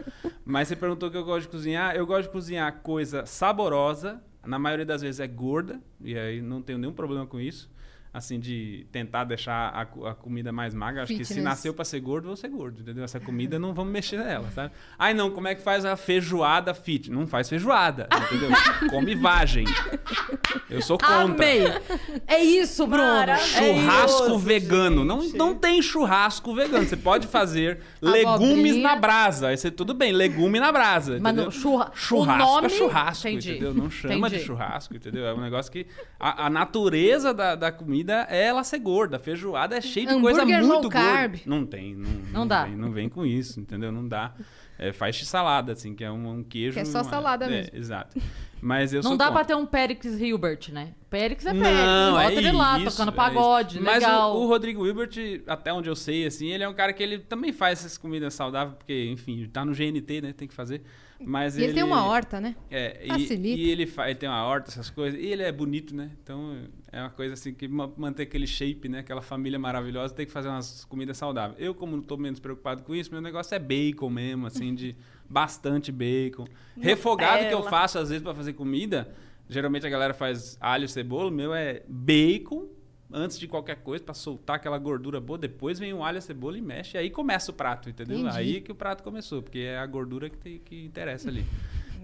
D: Mas você perguntou o que eu gosto de cozinhar. Eu gosto de cozinhar coisa saborosa. Na maioria das vezes é gorda. E aí não tenho nenhum problema com isso. Assim, de tentar deixar a, co- a comida mais magra. Acho que se
C: Fitness.
D: nasceu nasceu pra ser gordo, vou ser gordo, entendeu? Essa comida não vamos mexer nela, sabe? Ai, não, como é que faz a feijoada fit? Não faz feijoada, entendeu? Come vagem. Eu sou contra.
B: Amei. É isso, É Bruno.
E: Maravilhoso.
D: Churrasco
E: Maravilhoso,
D: vegano. Não,
E: gente.
D: não tem churrasco vegano. Você
B: [LAUGHS]
D: pode fazer legumes
C: Abobrinha.
D: na brasa. Aí você, tudo bem, legume na brasa.
B: Mas
D: entendeu?
B: não, churra-
D: Churrasco
B: o nome-
D: é churrasco,
B: Entendi.
D: entendeu? Não chama
B: Entendi.
D: de churrasco, entendeu? É um negócio que... A, a natureza da, da comida é ela ser gorda. Feijoada é cheia de coisa
C: Hambúrguer
D: muito
C: low
D: gorda.
C: carb.
D: Não tem. Não, não,
B: dá.
D: Vem, não vem com isso, entendeu? Não dá. É, faz salada, assim, que é um, um queijo...
C: Que é só
D: uma-
C: salada
D: é,
C: mesmo.
D: Exato. Mas eu
B: Não
D: sou
B: dá
D: contra.
B: pra ter um Périx Hilbert, né? Périx é Périx.
D: é Não,
B: bota
D: é
B: ele lá,
D: isso,
B: tocando
D: é
B: pagode,
D: isso. Mas
B: legal.
D: o, o Rodrigo Hilbert, até onde eu sei, assim, ele é um cara que ele também faz essas comidas saudáveis, porque, enfim, tá no GNT, né? Tem que fazer. Mas
C: E ele, tem uma horta, né?
D: É, e,
C: Facilita.
D: e ele, fa- ele tem uma horta, essas coisas. E ele é bonito, né? Então é uma coisa assim que ma- manter aquele shape, né? Aquela família maravilhosa, tem que fazer umas comidas saudáveis. Eu, como não tô menos preocupado com isso, meu negócio é bacon mesmo, assim,
C: [LAUGHS]
D: de bastante bacon. Refogado que eu
E: Nutella.
D: faço às vezes para fazer comida, geralmente a galera faz alho, cebola, o meu é bacon. Antes de qualquer coisa, para soltar aquela gordura boa, depois vem o alho, a cebola e mexe. Aí começa o prato, entendeu?
C: Entendi.
D: Aí que o prato começou, porque é a gordura que, tem- que
C: [LAUGHS]
D: interessa ali.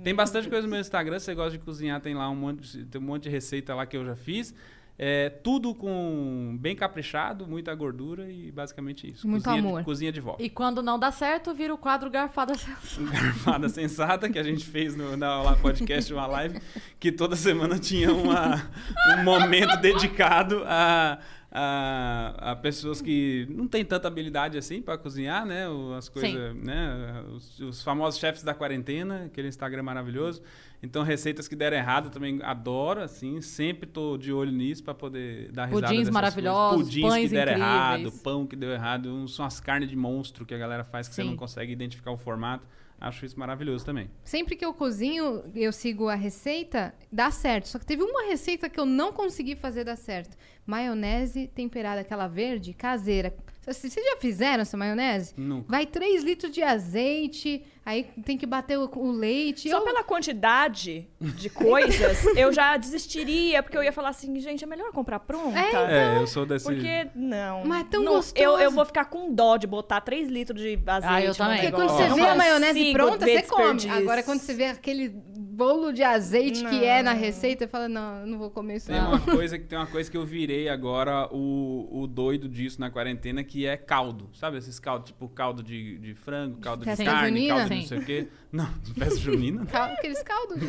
D: Tem bastante coisa no meu Instagram, se você gosta de cozinhar, tem lá um monte, de- tem um monte de receita lá que eu já fiz. É, tudo com bem caprichado, muita gordura e basicamente isso.
C: Muito
D: cozinha, de-
C: amor.
D: Cozinha de vó.
B: E quando não dá certo, vira o quadro Garfada Sensacional.
D: Garfada [LAUGHS] Sensata, que a gente fez no, na lá, podcast, uma live, que toda semana tinha uma, um momento dedicado a, a, a pessoas que não têm tanta habilidade assim para cozinhar, né? O- As coisas, né? Os, os famosos chefes da quarentena, aquele Instagram maravilhoso. Então, receitas que deram errado eu também adoro, assim. Sempre tô de olho nisso para poder dar risada.
B: Pudins
D: dessas coisas.
B: maravilhosos,
D: Pudins que
B: pães
D: deram
B: incríveis.
D: errado, pão que deu errado, uns- são as carnes de monstro que a galera faz que você
B: Sim.
D: não consegue identificar o formato. Acho isso maravilhoso também.
C: Sempre que eu cozinho, eu sigo a receita, dá certo. Só que teve uma receita que eu não consegui fazer dar certo. Maionese temperada, aquela verde, caseira. Vocês vocês já fizeram essa maionese?
D: Nunca.
C: Vai 3 litros de azeite, aí tem que bater o, o leite.
E: Só
C: Eu-
E: pela quantidade
C: [LAUGHS]
E: de coisas, eu já desistiria, porque eu ia falar assim, gente, é melhor comprar pronta.
C: É,
D: É, eu sou desse.
E: Ah, Porque não.
C: Mas é tão
E: não,
C: gostoso.
E: Eu, eu vou ficar com dó de botar 3 litros de azeite.
B: Ah, eu
E: no
B: também.
D: É
C: Porque
E: negócio.
C: quando você
E: Não
C: vê a maionese
E: consigo
C: pronta,
E: ver
C: você come.
E: desperdício.
C: Agora, quando você vê aquele bolo de azeite que é na receita, fala, não, eu não vou comer isso
D: Tem
C: não.
D: uma, coisa, que- tem uma coisa que eu virei agora o, o doido disso na quarentena, que é caldo. Sabe esses caldos, tipo caldo de, de frango, caldo de,
C: festa
D: carne,
C: junina?
D: caldo de não
B: Sim.
D: sei o quê. Não, de festa
C: [LAUGHS]
D: junina. [LAUGHS] não.
C: Cal- Aqueles caldos.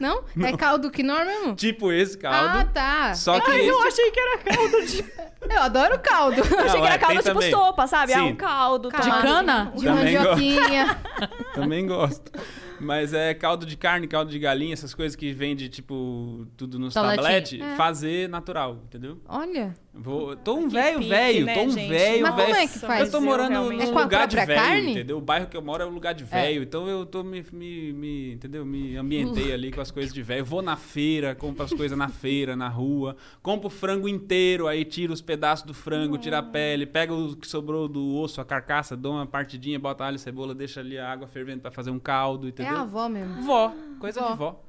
C: Não? É caldo quinor mesmo?
D: tipo esse
C: Ah,
D: caldo.
C: tá.
D: Só que.
E: Mas eu achei que era caldo de.
C: Eu adoro caldo.
E: Eu achei
D: Não,
E: que
D: é,
E: era caldo
D: tem
E: tipo
D: também.
E: sopa, sabe? Ah,
D: Sim.
E: um caldo.
C: Caldo.
E: tal.
B: De cana?
C: De
D: Também gosto.
C: mandioquinha.
D: [LAUGHS] Também gosto. Mas é caldo de carne, caldo de galinha, essas coisas que vende, tipo, tudo nos
B: Tabletinho.
D: tabletes, fazer natural, entendeu?
C: Olha. é
D: Vou, tô um
E: Que
D: velho,
E: pique,
D: velho,
E: né,
D: tô um
E: gente?
D: velho,
C: Mas
D: velho.
C: como é que faz?
D: Eu tô morando num
E: realmente-
C: É com a
D: lugar de
C: própria
D: velho,
C: carne?
D: entendeu? O bairro que eu moro é um lugar de velho, então eu tô me, me, me- entendeu? Me ambientei ali com as coisas de velho. Vou na feira, compro as coisas na feira, na rua, compro o frango inteiro, aí tiro os pedaços do frango, tiro a pele, pego o que sobrou do osso, a carcaça, dou uma partidinha, bota alho, cebola, deixa ali a água fervendo pra fazer um caldo,
C: É
D: entendeu?
C: a avó mesmo.
D: Vó, coisa
C: Vó.
D: de vó.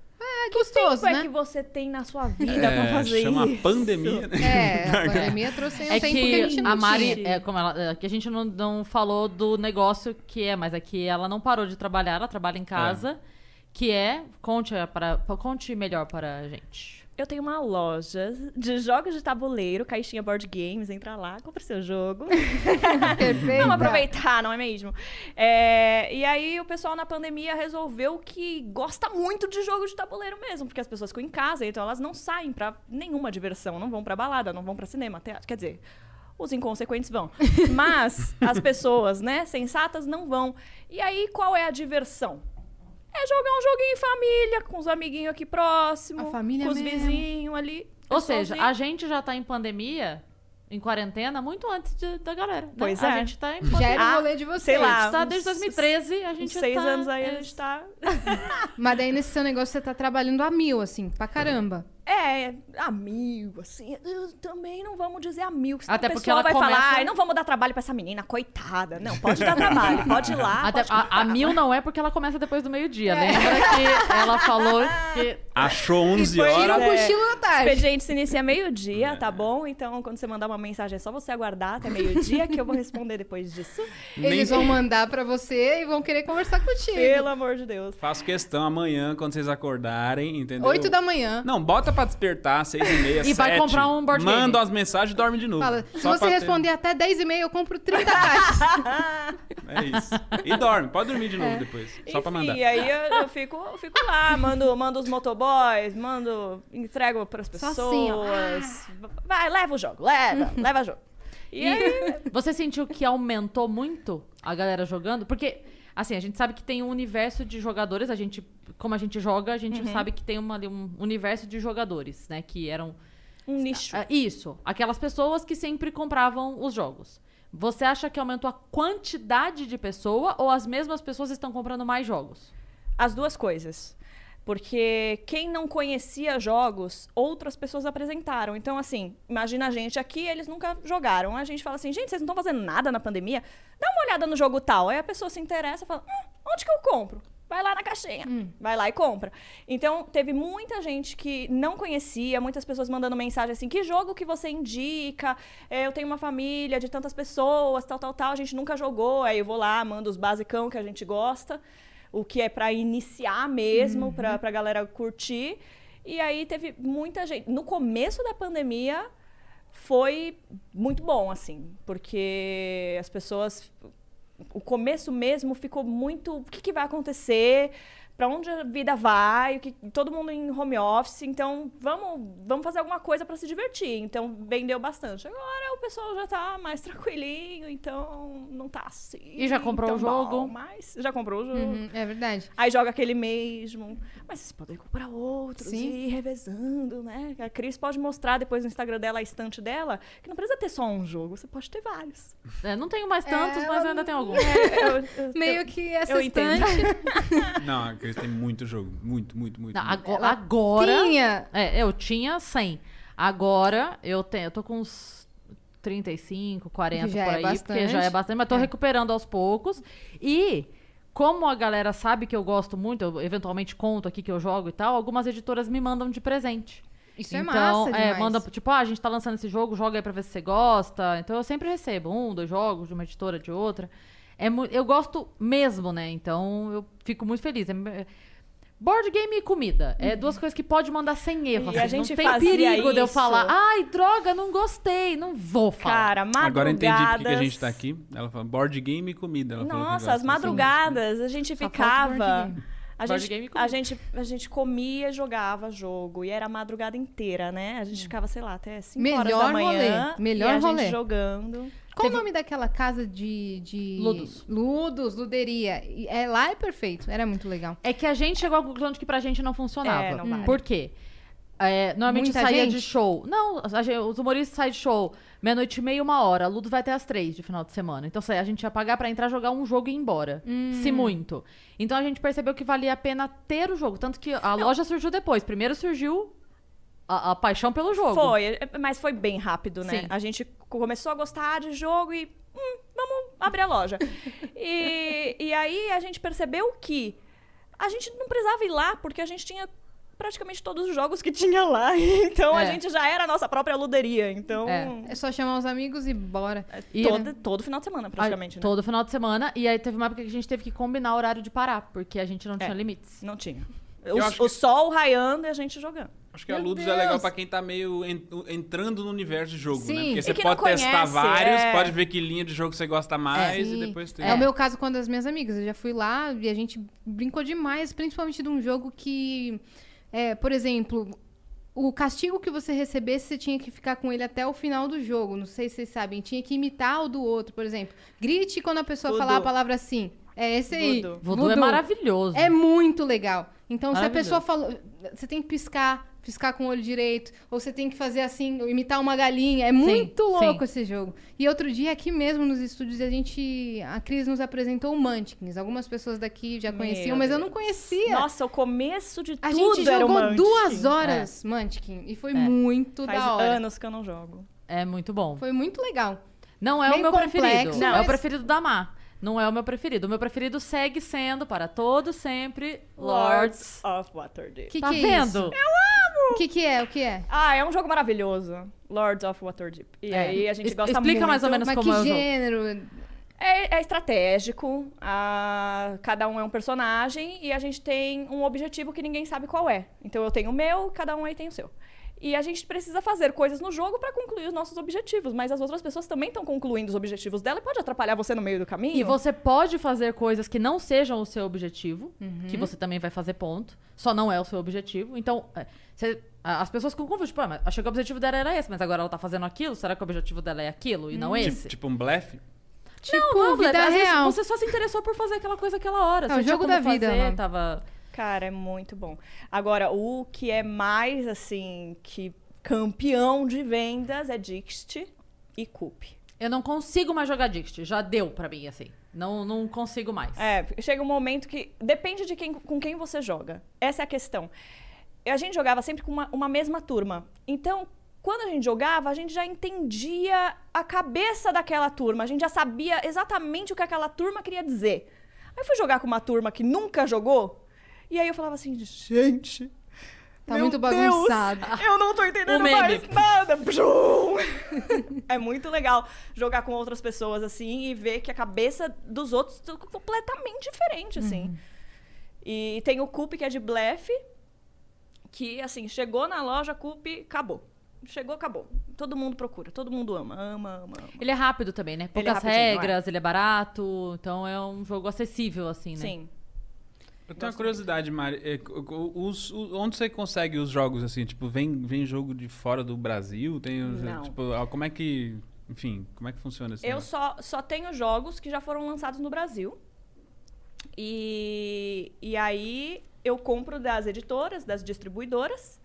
C: É gostoso,
E: Como é que
C: né?
E: você tem na sua vida pra
D: É,
E: fazer
D: chama
E: isso?
D: pandemia, né? [LAUGHS]
C: É, a pandemia trouxe aí um
B: É
C: tempo que a gente
B: que
C: não
B: a Mari,
C: tinha.
B: é, como ela, é, que a gente não, não falou do negócio que é, mas é que ela não parou de trabalhar, ela trabalha em casa, que é, conte, para, conte melhor para a gente.
E: Eu tenho uma loja de jogos de tabuleiro, caixinha board games, entra lá, compra seu jogo.
C: Perfeito.
E: Vamos aproveitar, não é mesmo? É, e aí o pessoal na pandemia resolveu que gosta muito de jogo de tabuleiro mesmo, porque as pessoas ficam em casa, então elas não saem pra nenhuma diversão, não vão pra balada, não vão pra cinema, teatro, quer dizer, os inconsequentes vão. Mas as pessoas, né, sensatas não vão. E aí qual é a diversão? É jogar um joguinho em família, com os amiguinhos aqui próximos,
C: A família
E: com os
C: mesmo.
E: vizinhos ali. É
B: Ou seja,
E: pessoalzinho.
B: a gente já tá em pandemia, em quarentena, muito antes de- da galera. né?
E: Pois
B: a
E: é.
B: gente tá em
C: Já
B: pandemia.
C: era o
E: Ah,
C: rolê de vocês.
E: sei lá.
B: tá
E: uns-
B: desde 2013, a gente
E: uns seis
B: tá-
E: anos aí
B: é,
E: a gente tá
C: Mas daí nesse seu negócio você tá trabalhando a mil, assim, pra caramba.
E: [LAUGHS] É, a mil, assim. eu Também não vamos dizer a mil. que senão
B: Até
E: o
B: porque
E: pessoal
B: ela
E: vai falar,
B: começa-
E: ai, não vamos dar trabalho pra essa menina, coitada. Não, pode dar
B: [LAUGHS]
E: trabalho, pode ir lá.
B: Até-
E: Ah, pode
B: a, a Mil não é porque ela começa depois do meio-dia. Lembra que ela falou que
D: Achou 11
E: foi-
D: horas.
C: Tira o
E: é.
C: cochilo da
E: O
C: tarde.
E: expediente se inicia meio-dia, tá bom? Então, quando você mandar uma mensagem, é só você aguardar até meio-dia, que eu vou responder depois disso. [LAUGHS]
C: Eles
D: Nem-
C: vão mandar pra você e vão querer conversar contigo.
E: Pelo amor de Deus.
D: Faço questão amanhã, quando vocês acordarem, entendeu?
C: Oito da manhã.
D: Não, bota pra despertar, seis e meia,
B: E vai
D: sete.
B: comprar um board game.
D: Manda as mensagens e dorme de novo.
C: Fala, se
D: Só
C: você
D: pra ter-
C: responder até 10 e meia, eu compro 30
E: [LAUGHS]
C: caixas.
D: É isso. E dorme, pode dormir de novo depois. Só pra
E: Enfim,
D: mandar.
E: aí eu, eu fico, eu fico lá, mando, mando os motoboys, mando, entrego pras
C: Só
E: pessoas.
C: assim, ó.
E: Vai, leva o jogo, leva,
C: [LAUGHS]
E: leva jogo. E aí,
B: É. Você sentiu que aumentou muito a galera jogando? Porque, assim, a gente sabe que tem um universo de jogadores, a gente, como a gente joga, a gente
C: Uhum.
B: sabe que tem uma, ali um universo de jogadores, né? Que eram.
E: um nicho.
B: Ah, isso, aquelas pessoas que sempre compravam os jogos. Você acha que aumentou a quantidade de pessoa ou as mesmas pessoas estão comprando mais jogos?
E: As duas coisas. Porque quem não conhecia jogos, outras pessoas apresentaram. Então, assim, imagina a gente aqui, eles nunca jogaram. A gente fala assim, gente, vocês não estão fazendo nada na pandemia? Dá uma olhada no jogo tal. Aí a pessoa se interessa e fala, hum, onde que eu compro? Vai lá na caixinha, vai lá e compra. Então, teve muita gente que não conhecia, muitas pessoas mandando mensagem assim, que jogo que você indica? É, Eu tenho uma família de tantas pessoas, tal, tal, tal, a gente nunca jogou. Aí eu vou lá, mando os basicão que a
B: Uhum.
E: gente gosta o que é pra iniciar mesmo, pra para galera curtir. E aí teve muita gente. No começo da pandemia foi muito bom, assim, porque as pessoas. O começo mesmo ficou muito. O que, que vai acontecer? Para onde a vida vai? O que, todo mundo em home office, então vamos, vamos fazer alguma coisa para se divertir. Então vendeu bastante. Agora o pessoal já tá mais [LAUGHS] tranquilinho, então não tá assim.
B: E já comprou
E: tão
B: o jogo?
E: mal, Mas já comprou o jogo.
C: Uhum, é verdade.
E: Aí joga aquele mesmo. Mas vocês podem comprar outros
C: Sim.
E: e ir revezando, né? A Cris pode mostrar depois no Instagram dela, a estante dela, que não precisa ter só um jogo, você pode ter [LAUGHS] vários.
B: É, não tenho mais tantos,
C: É,
B: mas
C: eu
B: eu ainda tenho alguns.
E: [LAUGHS] Eu- eu-
C: Meio que essa
E: eu
C: [LAUGHS]
E: entendo.
C: estante
D: Não, a Cris tem muito jogo. Muito, muito, muito.
B: Não,
D: muito.
B: ago- agora.
C: tinha.
B: É, eu tinha 100. Agora eu tenho, eu tô com uns 35, 40
C: Que já
B: por
C: é
B: aí, porque
C: bastante.
B: já é bastante, mas tô
C: É.
B: recuperando aos poucos. E como a galera sabe que eu gosto muito, eu eventualmente conto aqui que eu jogo e tal, algumas editoras me mandam de presente.
C: Isso é massa demais.
B: Então, manda tipo, ah, a gente tá lançando esse jogo, joga aí pra ver se você gosta. Então eu sempre recebo um, dois jogos de uma editora, de outra. É mu- eu gosto mesmo, né? Então eu fico muito feliz. É- é- Board game e comida.
C: Uhum.
B: É duas coisas que pode mandar sem erro.
E: E a
B: assim,
E: gente
B: não tem
E: fazia
B: perigo de eu
E: isso.
B: falar, ai, droga, não gostei, não vou falar.
E: Cara, madrugadas.
D: Agora eu entendi porque que a gente tá aqui. Ela fala board game e comida. Ela falou que
E: Nossa,
D: gosta. assim.
E: as madrugadas, a gente
C: Só falta o board
E: ficava.
C: game.
E: A
B: Board
E: gente,
B: game e comida.
E: a, gente, a gente comia e jogava jogo. E era a madrugada inteira, né? A gente ficava, sei lá, até 5 horas da
C: Melhor
E: manhã.
C: rolê, melhor
E: e a
C: rolê.
E: gente jogando.
C: Qual o nome daquela casa de, de...
B: Ludos.
C: Ludos, luderia. E É, lá é perfeito. Era muito legal.
B: É que a gente chegou à conclusão de que pra gente não funcionava.
E: É, não vale.
B: Por quê? É, normalmente
C: Muita
B: saía
C: gente?
B: de show. Não, a gen- os humoristas saem de show meia-noite e meia, uma hora. Ludo vai até às três de final de semana. Então sei, a gente ia pagar pra entrar, jogar um jogo e ir embora.
E: Hum.
B: Se muito. Então a gente percebeu que valia a pena ter o jogo. Tanto que a loja surgiu depois. Primeiro surgiu a, a paixão pelo jogo.
E: Foi, é, mas foi bem rápido, né?
B: Sim.
E: A gente começou a gostar de jogo e "Hum, vamos abrir
C: [LAUGHS]
E: a loja. e, e aí a gente percebeu que a gente não precisava ir lá porque a gente tinha praticamente todos os jogos que [LAUGHS] tinha lá. Então a
B: É.
E: gente já era a nossa própria luderia. Então
B: É.
C: É só chamar os amigos e é. bora.
B: E-
E: todo, todo final de semana
B: A-
E: praticamente, né?
B: Todo final de semana. E aí teve uma época que a gente teve que combinar o horário de parar, porque a gente não
E: É.
B: tinha limites.
E: Não tinha.
D: Eu acho
E: O, o sol raiando e a gente jogando.
D: Acho que a
C: Meu
D: Ludus é
C: Deus.
D: legal pra quem tá meio en- entrando no universo de jogo, né?
C: Sim.
D: Porque
C: E
D: você
E: que
D: pode
E: não
D: testar
E: conhece,
D: vários,
E: é.
D: pode ver que linha de jogo você gosta mais
C: Sim.
D: e depois tem. Tipo,
C: É. o meu caso com uma das minhas amigas. Eu já fui lá e a gente brincou demais, principalmente de um jogo que, é, por exemplo, o castigo que você recebesse, você tinha que ficar com ele até o final do jogo. Não sei se vocês sabem. Tinha que imitar o do outro, por exemplo. Grite quando a pessoa
E: Voodoo.
C: falar a palavra assim. É esse aí.
E: Voodoo.
B: Voodoo é maravilhoso.
C: É muito legal. Então, se a
B: Maravilhoso.
C: pessoa falou. Você tem que piscar, piscar com o olho direito, ou você tem que fazer assim, imitar uma galinha. É muito louco
B: sim.
C: esse jogo. E outro dia, aqui mesmo nos estúdios, a gente. A Cris nos apresentou o Munchkins. Algumas pessoas daqui já
E: Meu
C: conheciam, mas eu não
E: Deus.
C: conhecia.
E: Nossa, o começo de
C: é. a
E: tudo
C: gente
E: era
C: jogou
E: uma
C: duas
B: É.
E: antiga.
C: horas Munchkin. E foi muito
E: Faz
C: da hora.
E: anos que eu não jogo.
B: É muito bom.
C: Foi muito legal.
B: Não é o
C: Meio
B: meu
C: complexo,
B: preferido.
C: Não.
B: É o
C: mas-
B: preferido da Má. Não é o meu preferido. O meu preferido segue sendo, para todo sempre, Lords.
E: of Waterdeep.
C: O que,
B: tá
C: que é isso?
B: vendo?
C: O que, que é? O que é?
E: Ah, é um jogo maravilhoso. Lords of Waterdeep. E
B: É.
E: aí a gente
B: Es-
E: gosta
B: explica
E: muito.
B: mais ou menos
C: Mas
B: como é o
C: que
B: jogo.
C: gênero?
E: É, é estratégico. a- Cada um é um personagem e a gente tem um objetivo que ninguém sabe qual é. Então eu tenho o meu, cada um aí tem o seu. E a gente precisa fazer coisas no jogo pra concluir os nossos objetivos, mas as outras pessoas também estão concluindo os objetivos dela e pode atrapalhar você no meio do caminho.
B: E você pode fazer coisas que não sejam o seu objetivo,
C: Uhum.
B: que você também vai fazer ponto, só não é o seu objetivo. Então, é, cê- a- as pessoas ficam confusas. Tipo, ah, mas achei que o objetivo dela era esse, mas agora ela tá fazendo aquilo? Será que o objetivo dela é aquilo e não esse?
D: Tipo, tipo um blefe?
C: Hum, Tipo,
B: não,
C: vida
B: Blair, às vezes
C: real.
B: você só se interessou por fazer aquela coisa aquela hora.
C: É,
B: Você
C: o
B: tinha
C: jogo
B: como
C: da vida,
B: fazer,
C: né?
B: tava...
E: Cara, é muito bom. Agora, o que é mais, assim, que campeão de vendas é Dixit e Coop.
B: Eu não consigo mais jogar Dixit. Já deu pra mim, assim. Não, não consigo mais.
E: É, chega um momento que depende de quem, com quem você joga. Essa é a questão. A gente jogava sempre com uma, uma mesma turma. Então, quando a gente jogava, a gente já entendia a cabeça daquela turma. A gente já sabia exatamente o que aquela turma queria dizer. Aí eu fui jogar com uma turma que nunca jogou. E aí eu falava assim, gente.
C: Tá
E: meu
C: muito
E: Deus,
C: bagunçado.
E: eu não tô entendendo
B: O meme.
E: mais nada. Brum. [LAUGHS] é muito legal jogar com outras pessoas assim e ver que a cabeça dos outros tá
B: Uhum.
E: completamente diferente assim. E tem o Coop que é de blefe, Que, assim, chegou na loja, Coupe, acabou. Chegou, acabou. Todo mundo procura, todo mundo ama, ama, ama, ama.
B: Ele é rápido também, né?
E: Ele é
B: Poucas
E: rapidinho,
B: regras, ele é barato. Então é um jogo acessível, assim, né?
E: Sim.
D: Eu tenho uma curiosidade, Mari. é, co- co- os- o- onde você consegue os jogos assim? Tipo, vem, vem jogo de fora do Brasil? Tem, os-
E: Não.
D: tipo, ah, como é que. Enfim, como é que funciona esse
E: Eu
D: negócio?
E: só, só tenho jogos que já foram lançados no Brasil. E, e aí eu compro das editoras, das distribuidoras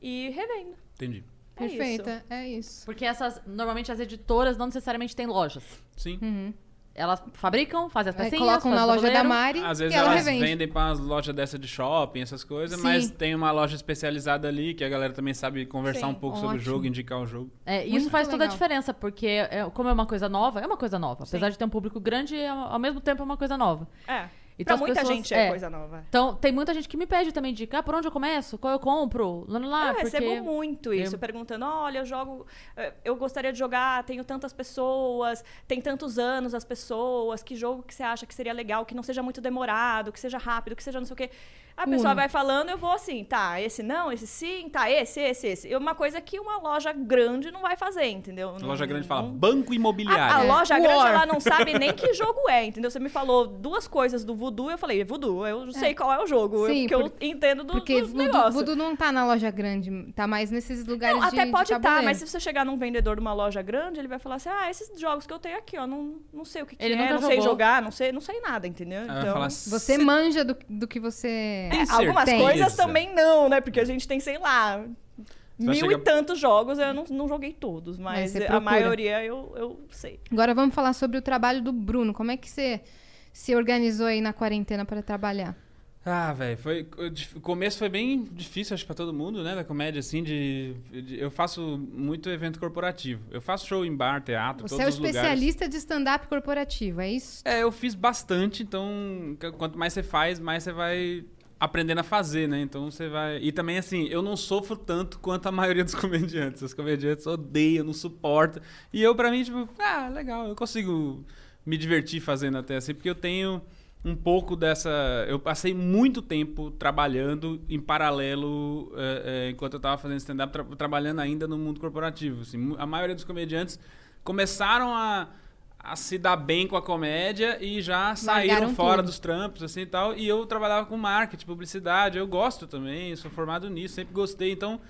E: e revendo.
D: Entendi.
E: É
C: Perfeita, é isso.
B: Porque essas, normalmente as editoras não necessariamente têm lojas.
D: Sim.
E: Uhum.
B: Elas fabricam, fazem
E: É,
B: as
C: Aí
B: pecinhas,
C: É, colocam na
B: fazem o
C: loja da
B: tabuleiro.
C: Mari
D: Às vezes
C: e ela
D: elas
C: revende.
D: vendem para as lojas dessa de shopping, essas coisas,
C: Sim.
D: mas tem uma loja especializada ali que a galera também sabe conversar
E: Sim,
D: um pouco sobre o
C: ótimo.
D: jogo, indicar o jogo.
B: É, e
C: Muito
B: isso faz toda a
C: legal.
B: diferença, porque é, como é uma coisa nova, é uma coisa nova. Apesar de ter um público grande, é, ao mesmo tempo é uma coisa nova.
E: É.
B: Então,
E: pra
B: as
E: muita
B: pessoas-
E: gente é,
B: é.
E: coisa nova.
B: Então, tem muita gente que me pede também dica, ah, por onde eu começo? Qual eu compro? Lá, lá,
C: Ah,
B: lá,
E: eu
B: porque...
E: recebo muito isso,
B: eu-
E: perguntando: olha, eu jogo. eh, Eu gostaria de jogar, tenho tantas pessoas, tem tantos anos as pessoas, que jogo que você acha que seria legal, que não seja muito demorado, que seja rápido, que seja não sei o quê. A pessoa
C: Uno.
E: vai falando, eu vou assim, tá, esse não, esse sim, tá, esse, esse, esse. É uma coisa que uma loja grande não vai fazer, entendeu?
D: A loja
E: Não-
D: grande fala
E: não-
D: banco
E: A, a
D: imobiliário.
E: loja
C: É. War.
E: grande, ela não sabe nem que jogo é, entendeu? Você me falou duas coisas do voodoo, eu falei, voodoo, eu não sei qual é o jogo, eu-
C: Sim,
E: porque
C: por-
E: eu entendo do,
C: Porque
E: dos
C: voodoo,
E: negócios.
C: voodoo não tá na loja grande, tá mais nesses lugares
E: Não,
C: de
E: até
C: de
E: pode estar,
C: tabuleiro.
E: mas se você chegar num vendedor de uma loja grande, ele vai falar assim: ah, esses jogos que eu tenho aqui, ó, não, não sei o que, que
B: Ele
E: é,
B: nunca
E: não sei
B: jogou.
E: jogar, não sei, não sei nada, entendeu? Então, é,
D: Ela vai falar,
C: então.
D: assim,
C: Você manja do, do que você...
D: Tem
E: algumas
D: certeza?
E: coisas também não, né? Porque a gente tem, sei lá, mil
D: chega-
E: e tantos jogos, eu não, não joguei todos,
C: Mas
E: mas,
C: você procura.
E: a maioria eu, eu sei.
C: Agora vamos falar sobre o trabalho do Bruno. Como é que você se organizou aí na quarentena para trabalhar?
D: Ah, velho, foi. o dif- O começo foi bem difícil, acho, pra todo mundo, né? Da comédia, assim, de, de- Eu faço muito evento corporativo. Eu faço show em bar, teatro,
C: Você
D: todos
C: é o
D: os lugares.
C: especialista de stand-up corporativo, é isso?
D: É, eu fiz bastante, então qu- quanto mais você faz, mais você vai aprendendo a fazer, né? Então você vai. E também, assim, eu não sofro tanto quanto a maioria dos [LAUGHS] comediantes. Os comediantes odeiam, não suportam. E eu, pra mim, tipo, ah, legal, eu consigo me divertir fazendo até assim, porque eu tenho um pouco dessa. Eu passei muito tempo trabalhando em paralelo, é, é, enquanto eu tava fazendo stand-up, tra- trabalhando ainda no mundo corporativo. assim. Mu- a maioria dos comediantes começaram a, a se dar bem com a comédia e já saíram fora
C: tudo.
D: dos trampos, assim e tal. E eu trabalhava com marketing, publicidade, eu gosto também, sou formado nisso, sempre gostei. Então.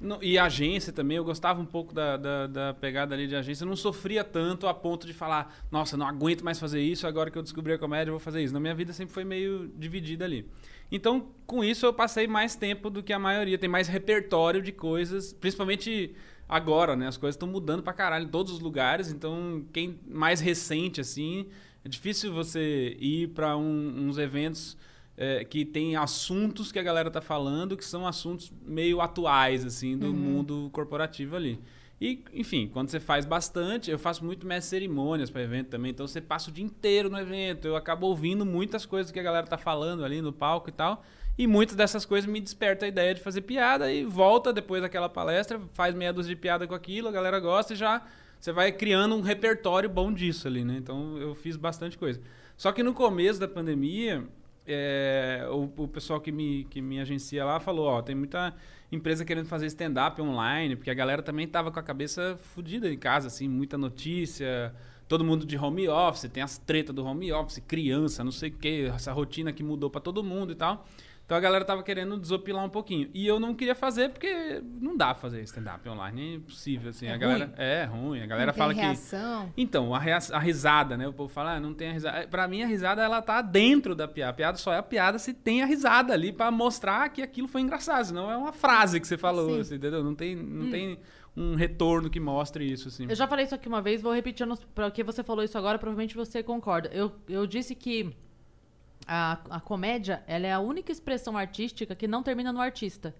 D: No- e agência também, eu gostava um pouco da, da, da pegada ali de agência. Eu não sofria tanto a ponto de falar, nossa, não aguento mais fazer isso, agora que eu descobri a comédia, eu vou fazer isso. Na minha vida sempre foi meio dividida ali. Então, com isso, eu passei mais tempo do que a maioria. Tem mais repertório de coisas, principalmente agora, né? As coisas estão mudando pra caralho em todos os lugares. Então, quem mais recente, assim, é difícil você ir pra um- uns eventos é, que tem assuntos que a galera tá falando que são assuntos meio atuais, assim, do mundo corporativo ali. E, enfim, quando você faz bastante, eu faço muito mais cerimônias para evento também, então você passa o dia inteiro no evento, eu acabo ouvindo muitas coisas que a galera tá falando ali no palco e tal, e muitas dessas coisas me desperta a ideia de fazer piada e volta depois daquela palestra, faz meia dúzia de piada com aquilo, a galera gosta e já você vai criando um repertório bom disso ali, né? Então eu fiz bastante coisa. Só que no começo da pandemia, é, o, o pessoal que me, que me agencia lá falou, ó, tem muita empresa querendo fazer stand-up online, porque a galera também tava com a cabeça fodida em casa, assim, muita notícia, todo mundo de home office, tem as tretas do home office, criança, não sei o quê, essa rotina que mudou pra todo mundo e tal. Então a galera tava querendo desopilar um pouquinho. E eu não queria fazer porque não dá pra fazer stand-up online, é impossível, assim. a galera é ruim, a galera
C: Não tem
D: fala que
C: reação.
D: então, a, rea- a risada, né? O povo fala, ah, não tem a risada. É, Pra mim, a risada, ela tá dentro da piada. A piada só é a piada se tem a risada ali pra mostrar que aquilo foi engraçado. Senão é uma frase que você falou, assim, entendeu? Não tem, não tem um retorno que mostre isso, assim.
B: Hum. Eu já falei isso aqui uma vez, vou repetir, no- porque você falou isso agora, provavelmente você concorda. Eu, eu disse que a, a comédia, ela é a única expressão artística que não termina no artista.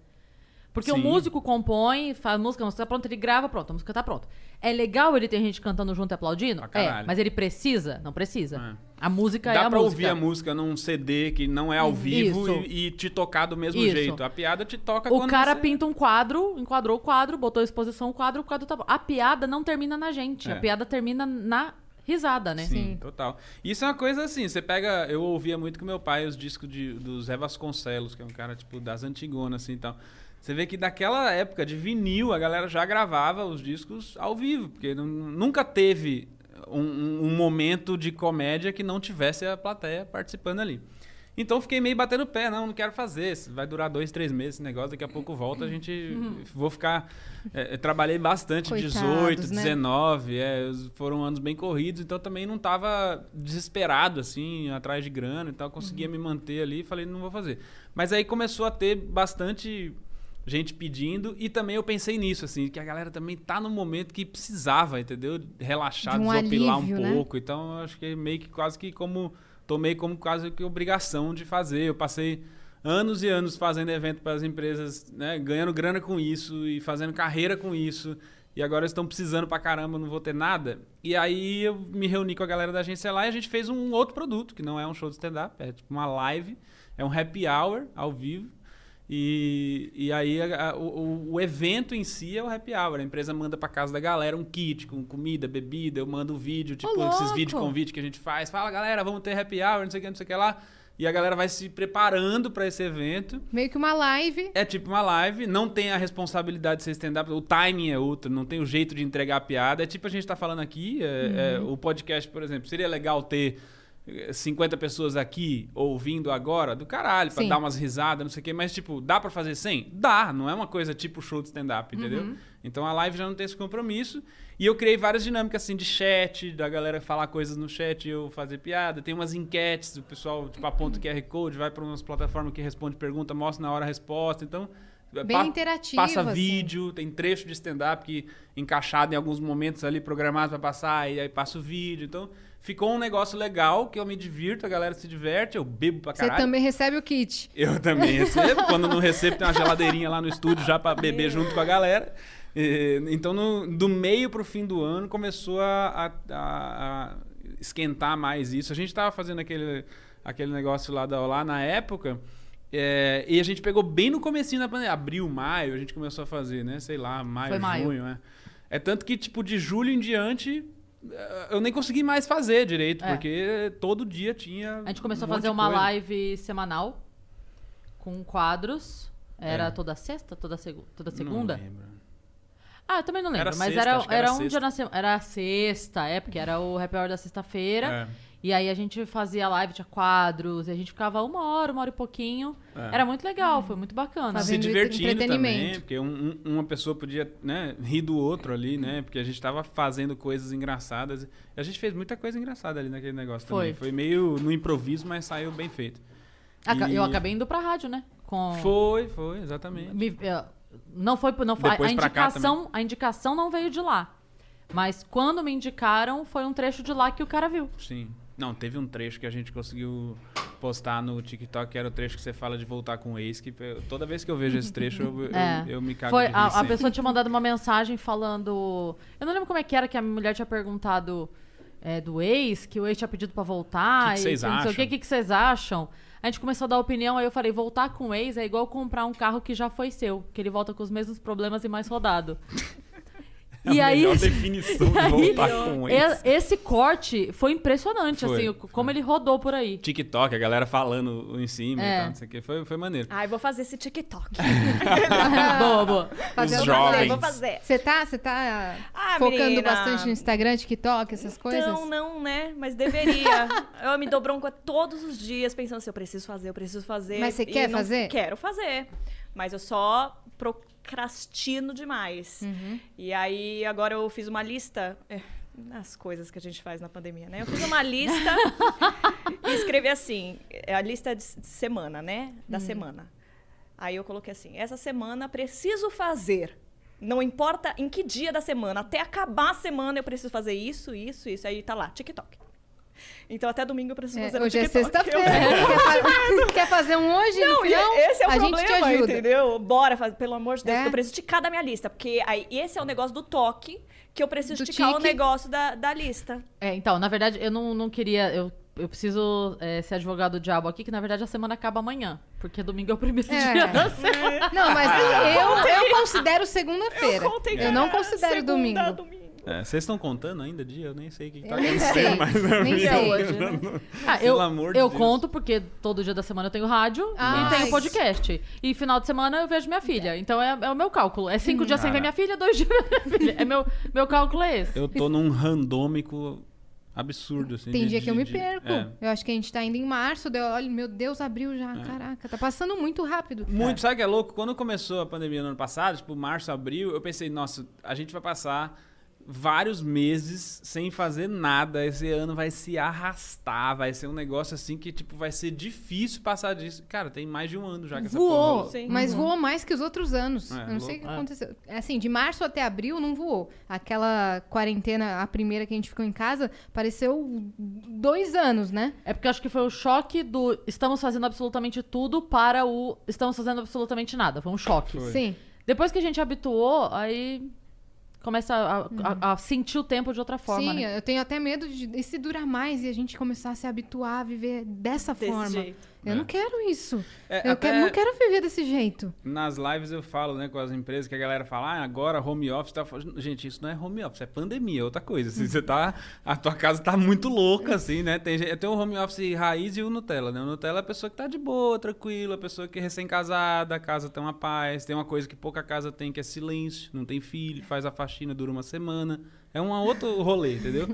B: Porque o
D: Sim.
B: músico compõe, faz música, a música tá pronta, ele grava, pronto, a música tá pronta. É legal ele ter gente cantando junto e aplaudindo?
D: Pra
B: É,
D: caralho.
B: mas ele precisa? Não precisa. A música é
D: Dá
B: a
D: pra
B: música. Hum,
D: ouvir a música num CD que não é ao vivo
B: Isso.
D: e, e te tocar do mesmo
B: Isso.
D: jeito. A piada te toca
B: O
D: quando
B: cara
D: você...
B: pinta um quadro, enquadrou o quadro, botou a exposição, o quadro, o quadro tá bom. A piada não termina na gente,
D: É.
B: a piada termina na risada, né?
D: Sim, total. Isso é uma coisa assim, você pega. Eu ouvia muito com meu pai os discos de, do Zé Vasconcelos, que é um cara, tipo, das antigonas, assim e tal. Você vê que daquela época de vinil, a galera já gravava os discos ao vivo, porque nu- nunca teve um, um- um momento de comédia que não tivesse a plateia participando ali. Então fiquei meio batendo o pé, não, não quero fazer. isso Vai durar dois, três meses esse negócio, daqui a pouco
C: [LAUGHS]
D: volta, a gente. Vou ficar. é, eu trabalhei bastante,
C: Coitados,
D: 18,
C: né?
D: 19. 19, é, os- foram anos bem corridos, então também não tava desesperado, assim, atrás de grana e tal,
C: Uhum.
D: conseguia me manter ali e falei, não vou fazer. Mas aí começou a ter bastante gente pedindo e também eu pensei nisso, assim, que a galera também tá no momento que precisava, entendeu? Relaxar,
C: De um
D: desopilar
C: alívio,
D: um
C: né?
D: pouco, então eu acho que meio que quase que como, tomei como quase que obrigação de fazer, eu passei... Anos e anos fazendo evento para as empresas, né, ganhando grana com isso e fazendo carreira com isso e agora estão precisando pra caramba, eu não vou ter nada. E aí eu me reuni com a galera da agência lá e a gente fez um outro produto, que não é um show de stand-up, é tipo uma live, é um happy hour ao vivo. E, e aí a- a- o- o, o evento em si é o happy hour. A empresa manda pra casa da galera um kit com comida, bebida, eu mando um vídeo, tipo esses
C: louco!
D: vídeos convite que a gente faz. Fala, galera, vamos ter happy hour, não sei o que, não sei o que lá. E a galera vai se preparando pra esse evento.
C: Meio que uma live.
D: É tipo uma live, não tem a responsabilidade de ser stand-up, o timing é outro, não tem o jeito de entregar a piada. É tipo a gente tá falando aqui, é- é,
C: Uhum.
D: o podcast, por exemplo, seria legal ter eh, 50 pessoas aqui ouvindo agora, do caralho, pra
C: Sim.
D: dar umas risadas, não sei o quê, mas tipo, dá pra fazer 100? Dá, não é uma coisa tipo show de stand-up, entendeu?
C: Uhum.
D: Então a live já não tem esse compromisso. E eu criei várias dinâmicas assim de chat, da galera falar coisas no chat e eu fazer piada. Tem umas enquetes, o pessoal tipo,
C: Uhum.
D: aponta o QR Code, vai pra umas plataformas que responde pergunta, mostra na hora a resposta. Então.
C: Bem interativo,
D: Passa
C: assim.
D: vídeo, tem trecho de stand-up que encaixado em alguns momentos ali, programado pra passar, e aí passa o vídeo. Então, ficou um negócio legal que eu me divirto, a galera se diverte, eu bebo pra
C: Você
D: caralho.
C: também recebe o kit.
D: Eu também recebo. Quando não recebo, tem uma geladeirinha lá no estúdio já pra beber junto com a galera. Eh, Então, no- do meio pro fim do ano, começou a, a- a- a esquentar mais isso. A gente tava fazendo aquele, aquele negócio lá da Olá na época. eh, e a gente pegou bem no comecinho da pandemia. Abril, maio, a gente começou a fazer, né? Sei lá, maio,
B: Foi maio.
D: junho. né? É tanto que, tipo, de julho em diante... eh, Eu nem consegui mais fazer direito,
B: É.
D: porque todo dia tinha.
B: A gente começou
D: um
B: a
D: monte
B: fazer
D: de
B: uma
D: coisa.
B: live semanal com quadros. Era
D: É.
B: toda sexta, toda, segu toda
D: Não
B: segunda?
D: lembro.
B: Ah, eu também não lembro,
D: Era
B: mas
D: sexta,
B: era,
D: acho que
B: era,
D: era
B: um
D: sexta.
B: dia na semana. Era sexta, é, porque era o happy hour da sexta-feira.
D: É.
B: E aí a gente fazia live, tinha quadros, e a gente ficava uma hora, uma hora e pouquinho.
D: É.
B: Era muito legal, foi muito bacana.
C: Tá
D: se
C: vendo?
D: divertindo também,
C: Entretenimento.
D: porque um- um- uma pessoa podia né, rir do outro ali, né? Porque a gente tava fazendo coisas engraçadas. A gente fez muita coisa engraçada ali naquele negócio
B: Foi.
D: também. Foi meio no improviso, mas saiu bem feito.
B: Aca-
D: E-
B: Eu acabei indo pra rádio, né? Com...
D: Foi, foi, exatamente.
B: me- eh, não foi, por- não foi a
D: Depois pra cá
B: indicação, a indicação não veio de lá. Mas quando me indicaram, foi um trecho de lá que o cara viu.
D: Sim. Não, teve um trecho que a gente conseguiu postar no TikTok, que era o trecho que você fala de voltar com o ex, que eu- toda vez que eu vejo esse trecho, eu, eu-
B: [LAUGHS] É.
D: eu me cago
B: Foi,
D: um de rir
B: a, a
D: sempre.
B: pessoa tinha mandado uma mensagem falando. Eu não lembro como é que era que a mulher tinha perguntado é, do ex, que o ex tinha pedido pra voltar.
D: Que que
B: e
D: vocês
B: não sei o que,
D: acham?
B: que, que vocês acham? A gente começou a dar opinião, aí eu falei, voltar com o ex é igual comprar um carro que já foi seu, que ele volta com os mesmos problemas e mais rodado.
D: [LAUGHS] É
B: e
D: a
B: aí,
D: melhor definição
B: [LAUGHS]
D: de
B: aí-
D: voltar com o ex.
B: e- esse corte foi impressionante,
D: Foi,
B: assim, o- como ele rodou por
D: [LAUGHS]
B: aí. [LAUGHS]
D: TikTok, a galera falando em cima
B: É.
D: e tal, não sei o que. Foi, foi maneiro.
C: Ah,
E: Ai, vou fazer esse TikTok.
B: boa, boa.
C: Fazer
D: Os
C: o
D: [LAUGHS] jovens.
E: Vou fazer.
C: Você tá, você tá
E: É. Ah,
C: focando
E: menina.
C: bastante no Instagram, TikTok, essas coisas?
E: Então, não, né?
C: [LAUGHS]
E: Mas deveria. eu me dou bronca todos os dias pensando assim, eu preciso fazer, eu preciso fazer.
C: Mas você
E: E
C: quer
E: não
C: fazer?
E: Quero fazer. Mas eu só procrastino demais.
C: Uhum.
E: E aí, agora eu fiz uma lista. é, As coisas que a gente faz na pandemia, né? Eu fiz uma lista
C: [LAUGHS]
E: e escrevi assim: é a lista de s- de semana, né? Da
C: Uhum.
E: semana. Aí eu coloquei assim: essa semana preciso fazer. Não importa em que dia da semana, até acabar a semana eu preciso fazer isso, isso, isso. Aí tá lá, TikTok. Então até domingo eu preciso
C: É,
E: fazer no
C: hoje é
E: TikTok.
C: sexta-feira.
E: Eu-
C: Quer, fa- [LAUGHS]
E: [LAUGHS]
C: quer fazer um hoje? no
E: Não, e
C: final?
E: esse é o
C: a
E: problema,
C: gente te ajuda.
E: entendeu? Bora, faz- pelo amor de Deus,
C: É.
E: que eu preciso ticar da minha lista. Porque aí, esse é o negócio do toque, que eu preciso
C: Do
E: ticar o
C: tique.
E: negócio da, da lista.
B: É, então, na verdade, eu não, não queria. Eu, eu preciso é, ser advogado do diabo aqui, que na verdade a semana acaba amanhã. Porque domingo é o primeiro
C: É.
B: dia da semana.
E: Ah,
C: Não, mas eu, eu considero segunda-feira.
E: Contem que
C: Eu não
E: é
C: considero
E: segunda,
C: domingo.
E: domingo.
D: É, Vocês estão contando ainda dia? Eu nem sei o que, que tá
C: Eu nem
D: acontecendo.
C: sei.
D: mas
C: Nem
E: Até
C: sei.
E: hoje, né?
B: Ah,
D: Pelo
B: eu
D: amor de
B: eu
D: Deus.
B: conto porque todo dia da semana eu tenho rádio
C: Ah,
B: e tenho
C: isso.
B: podcast. E final de semana eu vejo minha filha. Então é, é o meu cálculo. É cinco dias sem ver
D: Cara.
B: minha filha, dois [LAUGHS] dias sem ver minha filha. É meu, meu cálculo é esse.
D: [LAUGHS] Eu tô num randômico absurdo, assim.
C: Tem
D: de-
C: dia que eu
D: de-
C: me
D: de-
C: perco.
D: é.
C: Eu acho que a gente tá indo em março, deu, olha, meu Deus, abril já, caraca, tá passando muito rápido.
D: Muito, sabe o que é louco? Quando começou a pandemia no ano passado, tipo, março, abril, eu pensei, nossa, a gente vai passar vários meses sem fazer nada. Esse ano vai se arrastar, vai ser um negócio assim que, tipo, vai ser difícil passar disso. Cara, tem mais de um ano já que essa porra
C: Voou,
D: rolou.
E: É. Sim.
C: mas voou mais que os outros anos.
D: É,
C: eu não sei o
D: louco.
C: que aconteceu. Assim, de março até abril não voou. Aquela quarentena, a primeira que a gente ficou em casa, pareceu dois anos, né?
B: É porque eu acho que foi o choque do estamos fazendo absolutamente tudo para o estamos fazendo absolutamente nada. Foi um choque.
D: Foi.
C: Sim.
B: Depois que a gente habituou, aí começa a, a- a sentir o tempo de outra forma.
C: Uhum. Sim, é.
B: né?
C: eu tenho até medo de e se durar mais e a gente começar a se habituar a viver dessa
E: Desse
C: forma.
E: jeito.
C: Eu não quero isso.
D: É,
C: eu
D: até-
C: quero- não quero viver desse jeito.
D: Nas lives eu falo, né, com as empresas que a galera fala, ah, agora home office tá. fa-" Gente, isso não é home office, é pandemia, é outra coisa. Assim, você tá. A tua casa tá muito louca, assim, né? Tem, gen- tem o home office raiz e o Nutella, né? O Nutella é a pessoa que tá de boa, tranquila, a pessoa que é recém-casada, a casa tem uma paz, tem uma coisa que pouca casa tem, que é silêncio, não tem filho, faz a faxina, dura uma semana. É um outro rolê, entendeu?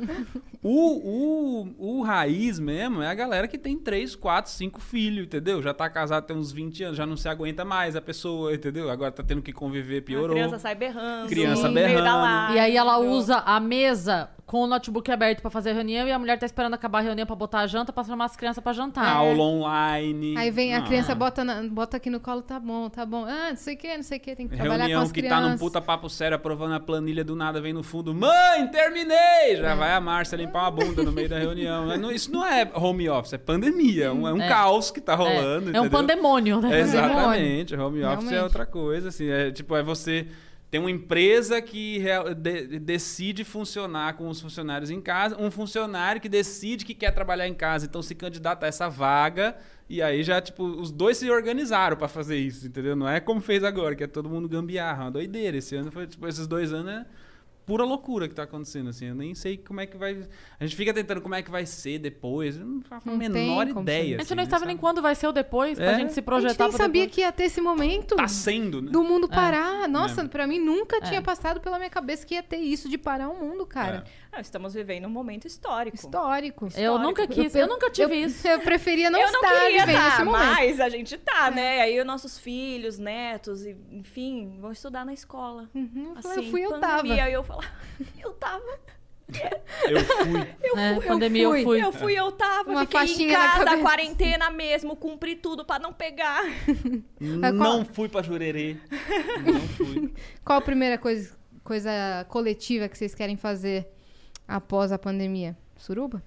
D: O, o, o raiz mesmo é a galera que tem 3, 4, 5 filhos, entendeu? Já tá casado tem uns 20 anos, já não se aguenta mais a pessoa, entendeu? Agora tá tendo que conviver, piorou.
E: A criança sai berrando.
D: Criança
E: no meio da
D: berrando.
E: live,
B: E aí ela
E: entendeu?
B: usa a mesa com o notebook aberto pra fazer a reunião e a mulher tá esperando acabar a reunião pra botar a janta, pra chamar as crianças pra jantar.
D: Aula online. Ah,
C: Aí vem a
D: Não. é.
C: criança, bota, na- bota aqui no colo, tá bom, tá bom. Ah, não sei o que, não sei o que, tem que trabalhar
D: Reunião
C: com as
D: que
C: crianças.
D: tá num puta papo sério, aprovando a planilha do nada, vem no fundo, mãe, terminei!
C: É.
D: Já vai a Márcia limpar uma bunda no meio da reunião. Mas não- Isso não é home office, é pandemia, é um, é um
B: É.
D: caos que tá
B: É,
D: rolando.
B: é, um
D: entendeu? É,
B: pandemônio, né?
D: Exatamente, home office
C: Tá
D: é
C: Realmente.
D: outra coisa, assim, é tipo, é você tem uma empresa que rea- de- decide funcionar com os funcionários em casa, um funcionário que decide que quer trabalhar em casa, então se candidata a essa vaga, e aí já, tipo, os dois se organizaram pra fazer isso, entendeu? Não é como fez agora, que é todo mundo gambiarra, uma doideira. Esse ano foi, tipo, esses dois anos é pura loucura que tá acontecendo, assim. Eu nem sei como é que vai. A gente fica tentando como é que vai ser depois, eu não faço a
C: Não tem
D: menor
C: como
D: ideia.
C: saber.
B: A gente
D: assim,
B: não
D: né,
B: sabe
D: sabe?
B: nem quando vai ser o depois, pra
D: É.
B: gente se
C: A
B: projetar.
C: gente nem
B: pra
C: sabia
B: depois.
C: que ia ter esse momento
D: Tá sendo, né?
C: do mundo parar. Nossa,
D: É.
C: pra mim nunca tinha passado pela minha cabeça que ia ter isso de parar o mundo, cara.
D: É.
E: Ah, estamos vivendo um momento histórico.
C: Histórico.
B: Eu
E: Histórico.
B: nunca quis, eu, nunca tive
C: eu,
B: isso.
C: [LAUGHS] Eu preferia não
E: eu não
C: estar
E: queria
C: vivendo
E: tá,
C: esse momento. É.
E: mas a gente tá, né? Aí os nossos filhos, netos, e- enfim, vão estudar na escola.
C: Uhum, eu falei,
E: Assim,
C: eu fui, eu
E: pandemia.
C: tava.
E: Aí eu falava, [LAUGHS] eu tava,
D: Eu fui.
E: eu
B: É,
E: fui,
B: pandemia, eu
E: eu
B: fui.
E: fui, eu fui, eu tava.
C: Uma
E: fiquei em
C: faixinha na
E: casa,
C: cabeça.
E: quarentena mesmo, cumpri tudo pra não pegar.
C: Mas qual-
D: Não fui pra Jurerê. Não fui.
C: Qual a primeira coisa, coisa coletiva que vocês querem fazer após a pandemia? Suruba?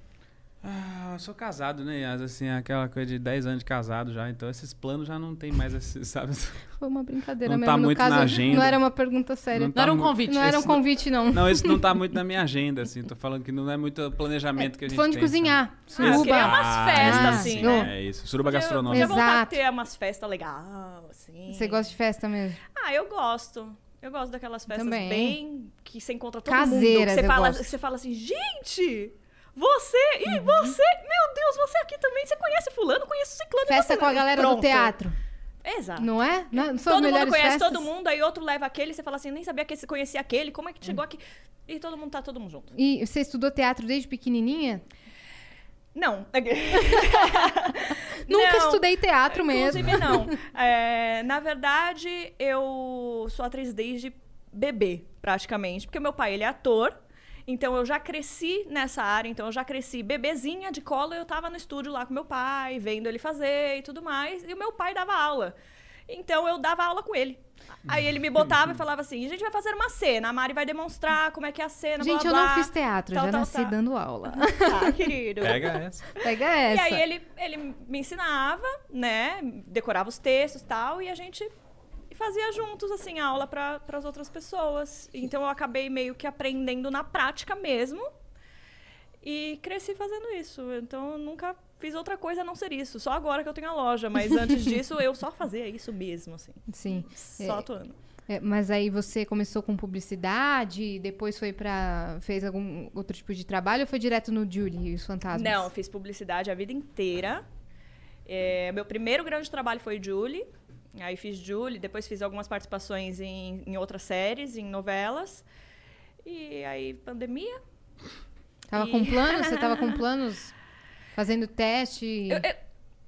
D: Ah, eu sou casado, né? Yas? Assim, aquela coisa de 10 anos de casado já. Então, esses planos já não tem mais, esse, [LAUGHS] sabe?
C: Foi uma brincadeira
D: Não
C: mesmo.
D: tá
C: no
D: muito
C: caso,
D: na agenda.
C: não era uma pergunta séria.
D: Não
C: Não,
D: tá
B: Não era um
D: muito-
B: convite.
C: era um
D: esse não-
C: convite, não.
D: Não, isso não tá muito na minha agenda, assim. Tô falando que não é muito planejamento que a
C: Tô
D: gente
C: falando de
D: tem, sabe?
C: cozinhar.
E: Ah,
C: Suruba.
E: queria umas festas,
D: Ah,
E: assim,
D: sim,
C: né?
D: É isso. Suruba
E: Eu,
D: gastronômica.
E: eu vontade
C: Exato.
E: de ter umas festas legais, assim.
C: Você gosta de festa mesmo?
E: Ah, eu gosto. Eu gosto daquelas festas
C: Também.
E: bem que você encontra todo mundo.
C: Caseiras,
E: que Você
C: eu
E: fala,
C: gosto. Uhum.
E: que você fala assim, gente, você e você, meu Deus, você aqui também, você conhece fulano, conhece ciclano. e
C: Festa
E: você
C: com a
E: não."
C: galera
E: Pronto.
C: do teatro,
E: Exato.
C: não é? Não, não são as
E: Todo mundo
C: melhores
E: conhece
C: festas?
E: todo mundo, aí outro leva aquele, você fala assim, nem sabia que você conhecia aquele, como é que
C: Hum.
E: chegou aqui? E todo mundo tá todo mundo junto.
C: E você estudou teatro desde pequenininha?
E: Não.
C: [LAUGHS] Nunca
E: Não.
C: estudei teatro mesmo.
E: Inclusive, não.
C: [LAUGHS]
E: É, na verdade, eu sou atriz desde bebê, praticamente. Porque meu pai, ele é ator. Então, eu já cresci nessa área. Então, eu já cresci bebezinha de cola. Eu tava no estúdio lá com meu pai, vendo ele fazer e tudo mais. E o meu pai dava aula. Então, eu dava aula com ele. Aí ele me botava e falava assim, a gente vai fazer uma cena, a Mari vai demonstrar como é que é a cena, blá,
C: Gente, eu
E: blá,
C: não fiz teatro,
E: tal,
C: já
E: tal,
C: nasci
E: tal. [LAUGHS]
C: dando aula.
E: Tá, querido.
D: Pega essa.
C: Pega essa.
E: E aí ele, ele me ensinava, né? Decorava os textos e tal, e a gente fazia juntos, assim, aula para as outras pessoas. Então eu acabei meio que aprendendo na prática mesmo. E cresci fazendo isso. Então eu nunca fiz outra coisa a não ser isso. Só agora que eu tenho a loja, mas
C: [LAUGHS]
E: antes disso eu só fazia isso mesmo, assim.
C: Sim.
E: Só atuando.
C: É, mas aí você começou com publicidade, depois foi para fez algum outro tipo de trabalho ou foi direto no Julie e os fantasmas?
E: Não, fiz publicidade a vida inteira. É, meu primeiro grande trabalho foi Julie. Aí fiz Julie, depois fiz algumas participações em, em outras séries, em novelas. E aí, pandemia.
C: Tava com planos? Você tava
E: [LAUGHS]
C: com planos? Fazendo teste?
E: Eu- eu-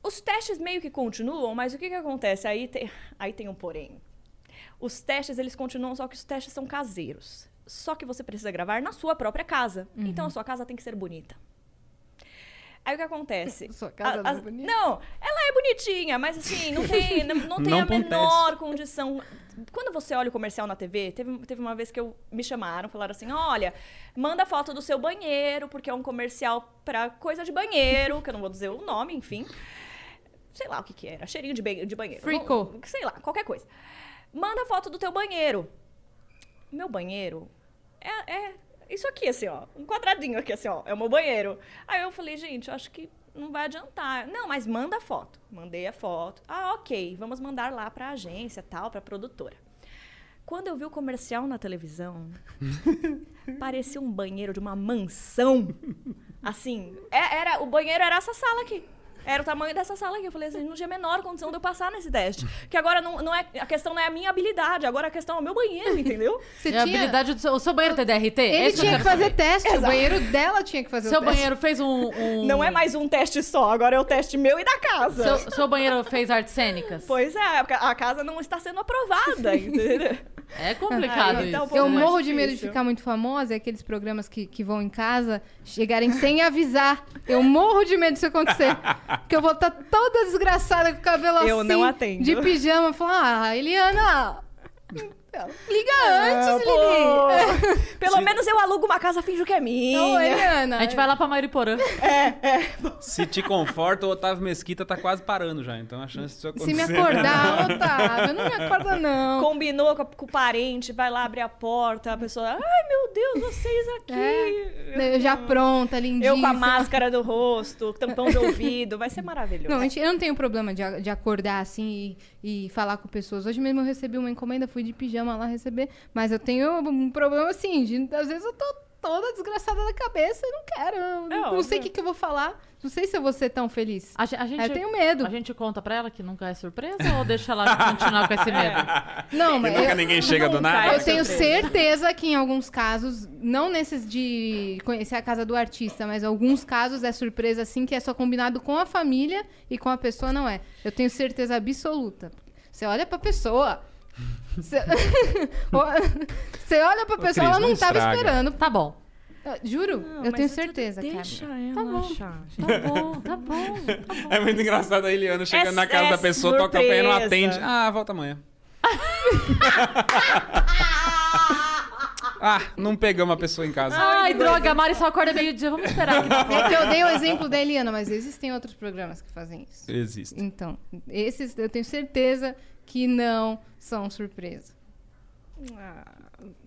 E: os testes meio que continuam, mas o que, que acontece? Aí, tem- aí tem um porém. Os testes, eles continuam, só que os testes são caseiros. Só que você precisa gravar na sua própria casa.
C: Uhum.
E: Então, a sua casa tem que ser bonita. Aí o que
C: [LAUGHS]
E: acontece?
C: Sua casa não é bonita?
E: Não, ela é bonitinha, mas assim, não tem, não, não tem
D: Não
E: a
D: pra um
E: menor condição. Quando você olha o comercial na TV, teve, teve uma vez que eu, me chamaram, falaram assim: olha, manda foto do seu banheiro, porque é um comercial pra coisa de banheiro, que eu não vou dizer o nome, enfim. Sei lá o que que era, cheirinho de, ba- de banheiro.
C: Fricô.
E: Não- Sei lá, qualquer coisa. Manda foto do teu banheiro. Meu banheiro é, é isso aqui, assim, ó. Um quadradinho aqui, assim, ó. É o meu banheiro. Aí eu falei, gente, eu acho que não vai adiantar. Não, mas manda a foto. Mandei a foto. Ah, ok. Vamos mandar lá pra agência, tal, pra produtora. Quando eu vi o comercial na televisão, parecia um banheiro de uma mansão. Assim, é- era, o banheiro era essa sala aqui. Era o tamanho dessa sala aqui. Eu falei assim, não tinha a menor condição de eu passar nesse teste. Porque agora não, não é, a questão não é a minha habilidade, agora a questão é o meu banheiro, entendeu?
C: Você
B: É a habilidade do seu, o seu banheiro tem DRT? É
C: Ele
B: isso eu
C: tinha que
B: quero saber.
C: fazer teste. O banheiro dela tinha que fazer
B: Seu
C: o teste.
B: banheiro fez um. um-
E: Não é mais um teste só, agora é o teste meu e da casa.
B: Seu, seu banheiro fez artes cênicas?
E: Pois é, porque a casa não está sendo aprovada, entendeu?
B: É complicado
E: Ah, então,
B: isso.
E: pô,
C: Eu
E: é
C: morro de
E: difícil.
C: medo de ficar muito famosa, é aqueles programas que, que vão em casa chegarem sem avisar. Eu morro de medo disso acontecer. Porque eu vou estar toda desgraçada com o cabelo
E: Eu
C: assim,
E: não atendo.
C: de pijama, falar, ah, Eliana, liga [LAUGHS]
E: Ah,
C: antes, Lili.
E: pô. Pelo menos eu alugo uma casa, finjo que é
C: Não,
E: minha.
C: Eliana.
B: A gente vai lá pra Mariporã.
D: Se te conforta, o Otávio Mesquita tá quase parando já. Então a chance disso
C: Se
D: acontecer...
C: me acordar, Otávio, não me acorda não.
E: Combinou com, a- com o parente, vai lá abrir a porta, a pessoa, ai meu Deus, vocês aqui.
C: É. Né, Eu já pronta, lindíssima.
E: Eu com a máscara do rosto, tampão de ouvido, vai ser maravilhoso.
C: Não, gente, eu não tenho problema de, a- de acordar assim e, e falar com pessoas. Hoje mesmo eu recebi uma encomenda, fui de pijama lá receber, mas eu tenho um problema assim, de, às vezes eu tô toda desgraçada da cabeça e não quero. eu
E: É
C: não sei
E: óbvio.
C: o que, que eu vou falar. Não sei se eu vou ser tão feliz.
B: A, ge- a gente,
C: eu tenho medo.
B: A gente conta pra ela que nunca é surpresa ou deixa ela continuar com esse
D: [LAUGHS]
B: medo?
C: Não, mas.
D: Nunca
C: eu-
D: ninguém chega do
E: Nunca,
D: nada.
E: é
C: Eu tenho
E: surpresa.
C: certeza que em alguns casos, não nesses de conhecer a casa do artista, mas alguns casos é surpresa assim que é só combinado com a família e com a pessoa não é. Eu tenho certeza absoluta. Você olha pra pessoa. Você [LAUGHS] você olha pra
D: Ô, Cris,
C: pessoa, ela
D: não
C: não estava
D: estraga.
C: esperando.
B: Tá bom.
C: Eu- Juro, eu tenho certeza, cara.
E: Deixa ela
B: Tá bom. Tá bom, tá bom. Tá bom.
D: É muito engraçado a Eliana chegando
E: É-
D: na casa
E: é
D: da pessoa, toca o pé e não
E: surpresa.
D: atende. Ah,
B: [LAUGHS]
D: volta amanhã. ah, não pegamos a pessoa em casa.
B: Ai, droga, a Mari só acorda meio-dia. Vamos esperar aqui. tá bom?
C: É que eu dei o exemplo da Eliana, mas existem outros programas que fazem isso.
D: Existe.
C: Então, esses eu tenho certeza que não são surpresa.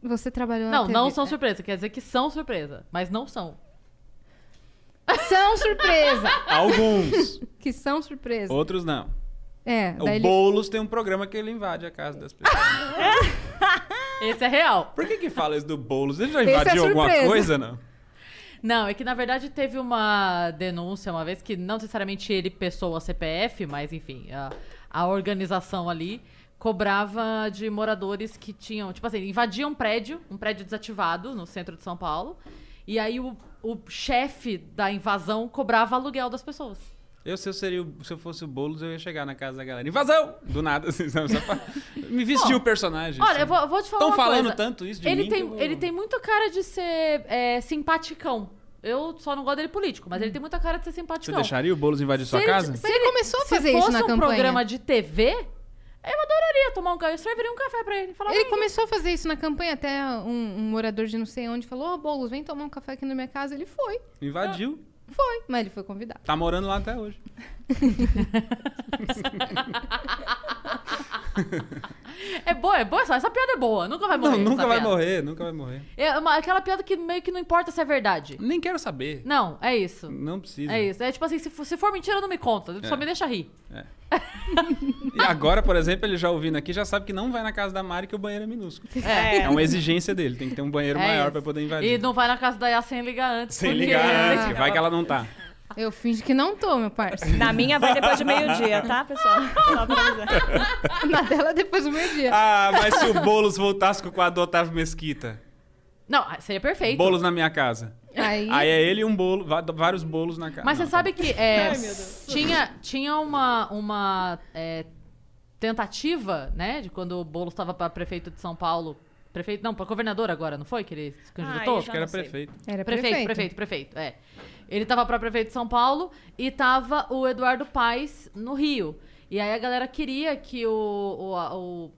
C: Você trabalhou na
B: Ah. Não, não
C: TV,
B: são
C: né?
B: surpresa. Quer dizer que são surpresa, mas não são.
C: [LAUGHS] São surpresa!
D: Alguns,
C: Que são surpresa.
D: outros não.
C: É,
D: O
C: daí ele-
D: Boulos tem um programa que ele invade a casa das pessoas.
B: Esse é real.
D: Por que que fala isso do Boulos? Ele já
C: Esse é
D: invadiu alguma
C: surpresa.
D: coisa, não?
B: Não, é que na verdade teve uma denúncia uma vez que não necessariamente ele pessoa CPF, mas enfim, a, a organização ali cobrava de moradores que tinham, tipo assim, invadiam um prédio, um prédio desativado no centro de São Paulo, e aí o, o chefe da invasão cobrava aluguel das pessoas.
D: Eu, se eu, seria o- se eu fosse o Boulos, eu ia chegar na casa da galera. Invasão! Do nada, assim, sabe? Só pra... Me vestiu o personagem.
B: Olha,
D: assim.
B: eu vou, eu vou te falar
D: Tão
B: uma
D: falando
B: coisa.
D: tanto isso de
B: ele
D: mim
B: Tem,
D: que eu-
B: Ele tem muito cara de ser é, simpaticão. Eu só não gosto dele político,
D: Hum.
B: mas ele tem muita cara de ser
D: Você
B: simpaticão.
D: deixaria o Boulos invadir sua
B: ele-
D: casa?
B: se
C: Mas ele começou a
B: se
C: fazer isso
B: fosse
C: na
B: um
C: campanha.
B: programa de TV, eu adoraria tomar um café. Eu serviria um café pra ele. Falar,
C: Ele
B: "Vem".
C: começou a fazer isso na campanha, até um, um morador de não sei onde falou, ô Boulos, vem tomar um café aqui na minha casa. Ele foi,
D: Invadiu.
C: foi, mas ele foi convidado.
D: Tá morando lá até hoje.
B: É boa, é boa essa, essa piada é boa. Nunca vai morrer.
D: Não, nunca
B: essa
D: vai
B: piada.
D: morrer, nunca vai morrer.
B: É uma- aquela piada que meio que não importa se é verdade.
D: Nem quero saber.
B: Não, é isso.
D: Não precisa.
B: É isso. É tipo assim, se for, se for mentira, não me conta. Só
D: É.
B: me deixa rir.
D: E agora, por exemplo, ele já ouvindo aqui, já sabe que não vai na casa da Mari que o banheiro é minúsculo.
E: É.
D: É uma exigência dele, tem que ter um banheiro
B: É
D: maior
B: isso.
D: pra poder invadir.
B: E não vai na casa da Yas sem ligar antes.
D: Sem
B: porque-
D: ligar
B: [LAUGHS]
D: antes,
C: Ah.
D: que vai que ela não tá.
C: Eu finge que não tô, meu
D: [LAUGHS]
C: parceiro.
E: Na minha vai depois de meio-dia, tá, pessoal? Só pra avisar.
C: Na dela depois do meio-dia.
D: Ah, mas se o Boulos voltasse com o quadro do Otávio Mesquita.
B: Não, ah, seria perfeito.
D: Bolos na minha casa.
C: Aí,
D: Aí é ele e um bolo, va- vários bolos na casa.
B: Mas
D: Não,
B: você
D: tá
B: sabe que é,
E: Ai, meu Deus.
B: tinha, tinha uma, uma é, tentativa, né? De quando o Boulos estava para prefeito de São Paulo. Prefeito, não, para governador agora, não foi? Que ele se candidatou?
E: eu
D: bom.
E: já
D: Que era
E: Não sei.
D: é prefeito.
C: era
B: Prefeito, prefeito, prefeito, é. Ele tava pra prefeito de São Paulo e tava o Eduardo Paes no Rio. E aí a galera queria que o, o, a- o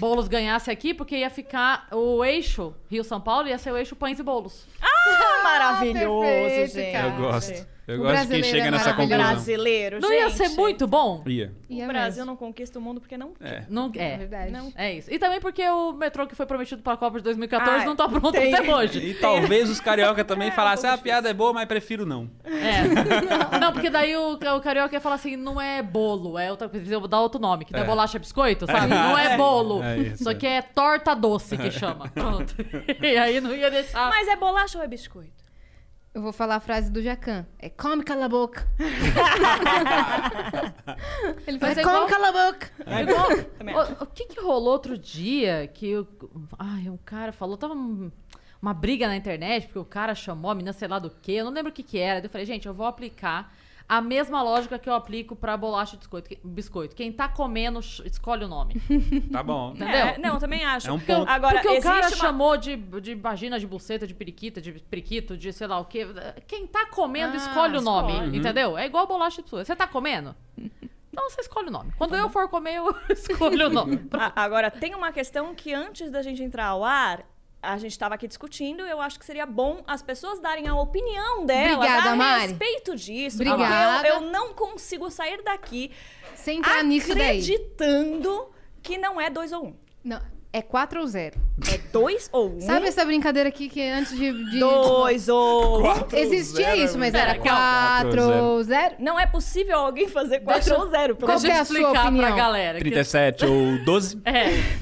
B: Boulos ganhasse aqui, porque ia ficar o eixo Rio-São Paulo, ia ser o eixo Pães e Boulos.
E: Ah, maravilhoso,
C: perfeito,
E: gente.
C: cara.
D: Eu gosto. Eu
C: O
D: gosto de quem
C: brasileiro
D: chega
C: é
D: nessa
C: maravilhoso.
D: conclusão.
E: Brasileiro,
B: Não
E: gente.
B: ia ser muito bom?
D: Ia.
C: E é
E: O Brasil
C: mesmo.
E: não conquista o mundo porque não
D: É.
B: Não,
C: É
B: é.
C: verdade.
E: Não.
B: É isso. E também porque o metrô que foi prometido pra Copa de 2014
E: Ah,
B: não tá pronto
E: tem.
B: até
E: [LAUGHS]
B: hoje.
D: E talvez os carioca também
E: É, um
D: falassem, ah, a
E: pouco
D: piada é boa, mas prefiro não.
B: É. Não, porque daí o, o carioca ia falar assim: não é bolo, é outra coisa, eu vou dar outro nome, que não é,
D: É.
B: bolacha é biscoito, sabe? Não é
D: É.
B: bolo.
D: É isso,
B: só
D: é.
B: que é torta doce que
D: [LAUGHS]
B: chama. Pronto. [LAUGHS] E aí não ia deixar.
E: Mas é bolacha ou é biscoito?
C: Eu vou falar a frase do Jacan. É come cala a boca. [LAUGHS] Ele faz
B: Mas é
C: é come
B: igual-
C: cala a boca.
E: É bom.
B: O, o que que rolou outro dia que o, ai, um cara falou, tava um- uma briga na internet, porque o cara chamou a menina sei lá do quê, eu não lembro o que que era. Daí Eu falei, gente, eu vou aplicar a mesma lógica que eu aplico pra bolacha e biscoito. Que- biscoito. Quem tá comendo, ch- escolhe o nome.
D: Tá bom.
B: Entendeu?
E: É, não, eu também acho.
D: É um ponto.
E: [LAUGHS] Agora,
B: Porque o cara
E: existe uma-
B: chamou de, de vagina, de buceta, de periquita, de periquito, de sei lá o quê. Quem tá comendo
C: Ah,
B: escolhe o nome,
C: escolhe.
E: Uhum.
B: entendeu? É igual bolacha de sua. Você tá
E: [LAUGHS]
B: comendo? Então você escolhe o nome.
E: Tá
B: Quando eu for comer, eu [LAUGHS] escolho o nome.
E: A- Agora, tem uma questão que antes da gente entrar ao ar, a gente estava aqui discutindo, eu acho que seria bom as pessoas darem a opinião delas
C: Obrigada,
E: a
C: Mari.
E: respeito disso.
C: Obrigada.
E: Porque eu, eu não consigo sair daqui
C: Sem entrar nisso daí.
E: acreditando que não é dois ou um.
C: Não, é 4 ou 0.
E: É dois ou um.
C: Sabe essa brincadeira aqui que antes de... de...
E: Dois ou um.
C: Existia
D: zero,
C: isso, mas é
B: amigo.
C: era
B: Pera,
D: calma.
C: 4 ou 0.
E: Não é possível alguém fazer quatro
B: Deixa-
E: ou zero. Pelo
C: Qual
E: menos.
B: Então Deixa
C: que é
B: eu
C: a sua
B: explicar pra
C: opinião?
B: galera. que-
D: 37 ou 12?
B: É,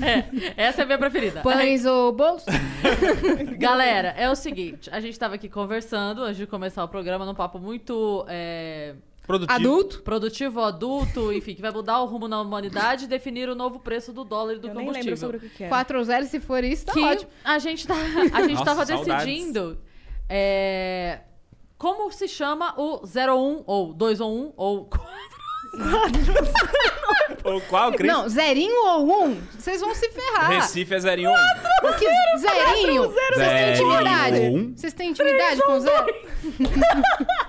B: é. Essa é a minha preferida.
C: Pães ou
D: [LAUGHS]
C: bolos?
B: Galera, é o seguinte. A gente tava aqui conversando antes de começar o programa num papo muito... é,
D: Produtivo.
C: Adulto?
B: Produtivo, adulto, enfim, que vai mudar o rumo na humanidade e definir o novo preço do dólar e do
E: Eu nem
B: combustível.
E: lembro sobre o que, que é.
C: 4 ou 0, se for isso, tá
B: que
C: ótimo.
B: a gente, tá, a gente
D: Nossa,
B: tava
D: saudades.
B: decidindo é, como se chama o 01 ou 2 ou 1 ou
D: Ou qual, Cris?
C: Não, zerinho ou um, vocês vão se ferrar.
D: Recife é 01.
C: Porque zerinho, vocês têm
D: Zero
C: intimidade.
D: ou um.
C: Vocês têm intimidade com zero?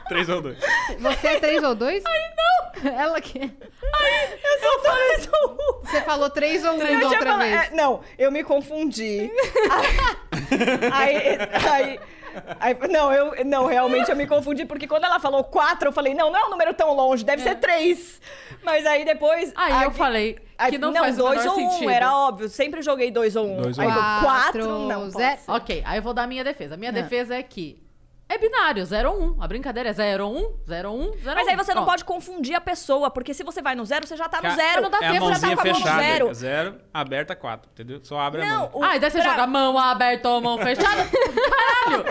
D: 3 ou 2.
C: Você é três ou dois? Ai, não! [LAUGHS] Ela que.
E: [LAUGHS] Eu só falei dois ou um.
C: Você falou três ou
E: Eu
C: um
E: tinha
C: outra
E: falado-
C: vez.
E: é, não, eu
B: [LAUGHS]
E: me confundi. aí, aí, aí- não, eu, não, realmente eu me confundi, porque quando ela falou quatro, eu falei, não, não é um número tão longe, deve ser três. Mas aí depois...
B: Aí eu
E: aqui-
B: falei que
E: aí-
B: não, faz o
E: dois
B: menor
E: ou
B: sentido.
E: um, era óbvio. Sempre joguei dois ou um.
D: Dois ou
E: aí
D: um.
E: eu, quatro,
C: Quatro,
E: não
C: zero.
E: pode ser.
B: Ok, aí eu vou dar a minha defesa. A minha
C: Ah.
B: defesa é que é binário, 0 ou 1. A brincadeira é 0 ou 1, 0 ou 1, 0
E: Mas aí você não pode confundir a pessoa, porque se você vai no zero, você já tá no zero.
B: não dá
D: é a
B: tempo, já
D: mãozinha
B: tá com a mão
D: fechada.
E: zero.
D: Zero, aberta 4, entendeu? Só abre a
E: Não,
D: mão.
E: o-
B: Ah, e daí você
E: pra-
B: joga a mão aberta ou a mão fechada?
E: [LAUGHS]
B: Caralho!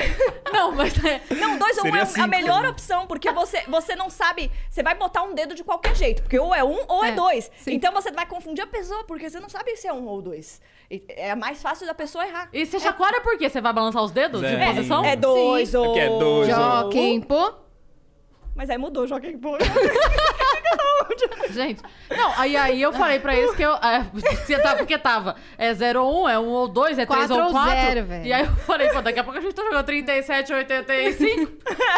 B: Não, mas é...
E: Não, dois ou um
D: Seria
E: é a
D: cinco,
E: melhor
D: né?
E: opção, porque você, você não sabe. Você vai botar um dedo de qualquer jeito, porque ou é um ou é,
C: É,
E: dois.
C: sim.
E: Então você vai confundir a pessoa, porque você não sabe se é um ou dois. E é mais fácil da pessoa errar.
B: E você chacoalha por quê? Você vai balançar os dedos
D: Zero.
B: de posição?
D: É,
E: É dois
C: Sim.
E: ou. um.
D: Aqui é dois ou-
C: Joquem, pô.
E: Mas aí mudou, joguei boa.
B: Gente, não, aí, aí eu falei pra eles que eu. É, você tá, porque tava. É 0 ou 1, é 1 ou 2, é 3
C: Quatro
B: ou
C: ou
B: 4.
C: zero, velho.
B: e aí eu falei, pô, daqui a pouco a gente tá jogando 37, 85.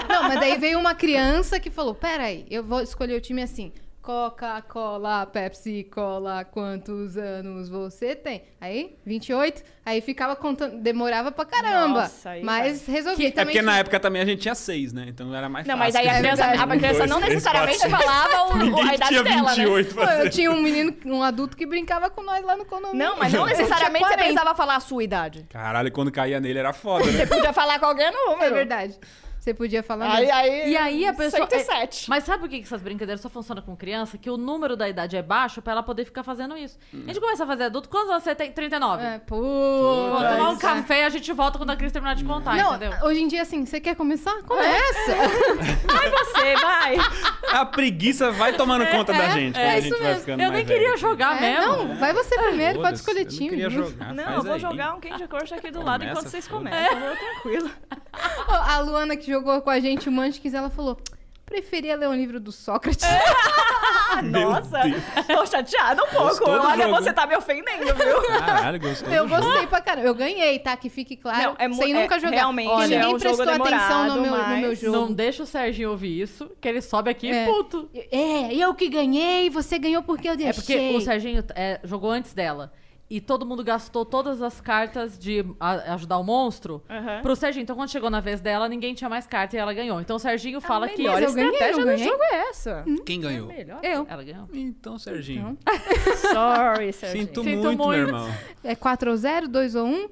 C: Não, mas daí veio uma criança que falou: peraí, eu vou escolher o time assim. Coca-Cola, Pepsi, Cola, quantos anos você tem? Aí, 28. Aí ficava contando, demorava pra caramba.
E: Nossa, aí
C: mas resolvi
D: É
C: também.
D: porque na época também a gente tinha seis, né? Então era mais
E: [LAUGHS] Não,
D: fácil.
E: mas
D: [LAUGHS]
E: aí a
C: É
E: criança,
C: verdade.
E: a criança não
F: dois, três, quatro,
E: necessariamente falava [LAUGHS] o- o- a idade dela, né?
F: pra
C: Pô, eu tinha um menino, um adulto que brincava com nós lá no condomínio.
E: Não, mas não
C: Eu tinha
E: necessariamente você
C: 40.
E: precisava falar a sua idade.
D: Caralho, quando caía nele era foda, né?
E: Você podia falar qualquer número.
C: É verdade. Você podia falar.
E: Aí,
C: mesmo.
E: aí,
B: E aí a pessoa.
E: 107.
B: é- mas sabe por que que essas brincadeiras só funcionam com criança? Que o número da idade é baixo pra ela poder ficar fazendo isso. A gente começa a fazer adulto, quantos anos você tem? 39.
C: É, pô.
B: Vou tomar um café a gente volta quando a Cris terminar de contar,
E: Ah,
C: Não,
B: entendeu?
C: hoje em dia, assim, você quer começar?
E: É?
C: Começa! É,
E: Vai você, vai.
D: A preguiça vai tomando conta da gente. quando a gente
C: isso
D: vai
C: mesmo.
D: ficando
B: Eu
D: mais
B: nem queria
D: velho.
E: Ah,
B: jogar
C: É,
B: mesmo.
C: não, vai você primeiro, pode
D: Foda-se,
C: escolher
D: eu
C: time.
D: Não queria jogar.
E: Não, eu
D: faz
E: vou
D: aí.
E: jogar um Candy Crush aqui do lado
D: Começa,
E: enquanto vocês
D: foda-se.
E: comentam. Eu tranquilo.
C: A Luana, que jogou com a gente o Munchkins, ela falou: preferia ler um livro do Sócrates.
E: Ah,
D: Meu
E: nossa.
D: Deus.
E: Tô chateada um pouco.
D: Gostou do
E: Olha,
D: jogo?
E: você tá me ofendendo, viu? [LAUGHS]
D: Caralho,
C: [LAUGHS]
D: gostou.
C: Eu
D: do
C: gostei pra caramba. Eu ganhei, tá? Que fique claro.
E: Não, é mu-
C: sem
E: é-
C: nunca jogar.
E: realmente,
C: Porque
E: olha, é
C: ninguém
E: um jogo
C: prestou atenção no
E: demorado,
C: meu, no meu
E: mas-
C: jogo.
B: Não deixa o Serginho ouvir isso, que ele sobe aqui
C: É.
B: e puto.
C: É, eu que ganhei, você ganhou porque eu
B: É
C: deixei.
B: porque o Serginho é, jogou antes dela. E todo mundo gastou todas as cartas de a- ajudar o monstro
E: Aham.
B: pro Serginho. Então, quando chegou na vez dela, ninguém tinha mais carta e ela ganhou. Então, o Serginho fala que,
E: Mas
B: olha,
C: Ah, eu ganhei, eu
E: estratégia do
C: ganhei.
E: jogo é
C: [LAUGHS]
E: essa.
D: jogo. Quem ganhou?
C: Eu.
B: ela ganhou.
D: Então, Serginho.
E: Sorry, Serginho.
D: Sinto,
B: Sinto
D: muito,
B: muito.
D: meu irmão.
C: É 4 ou 0, 2 ou 1,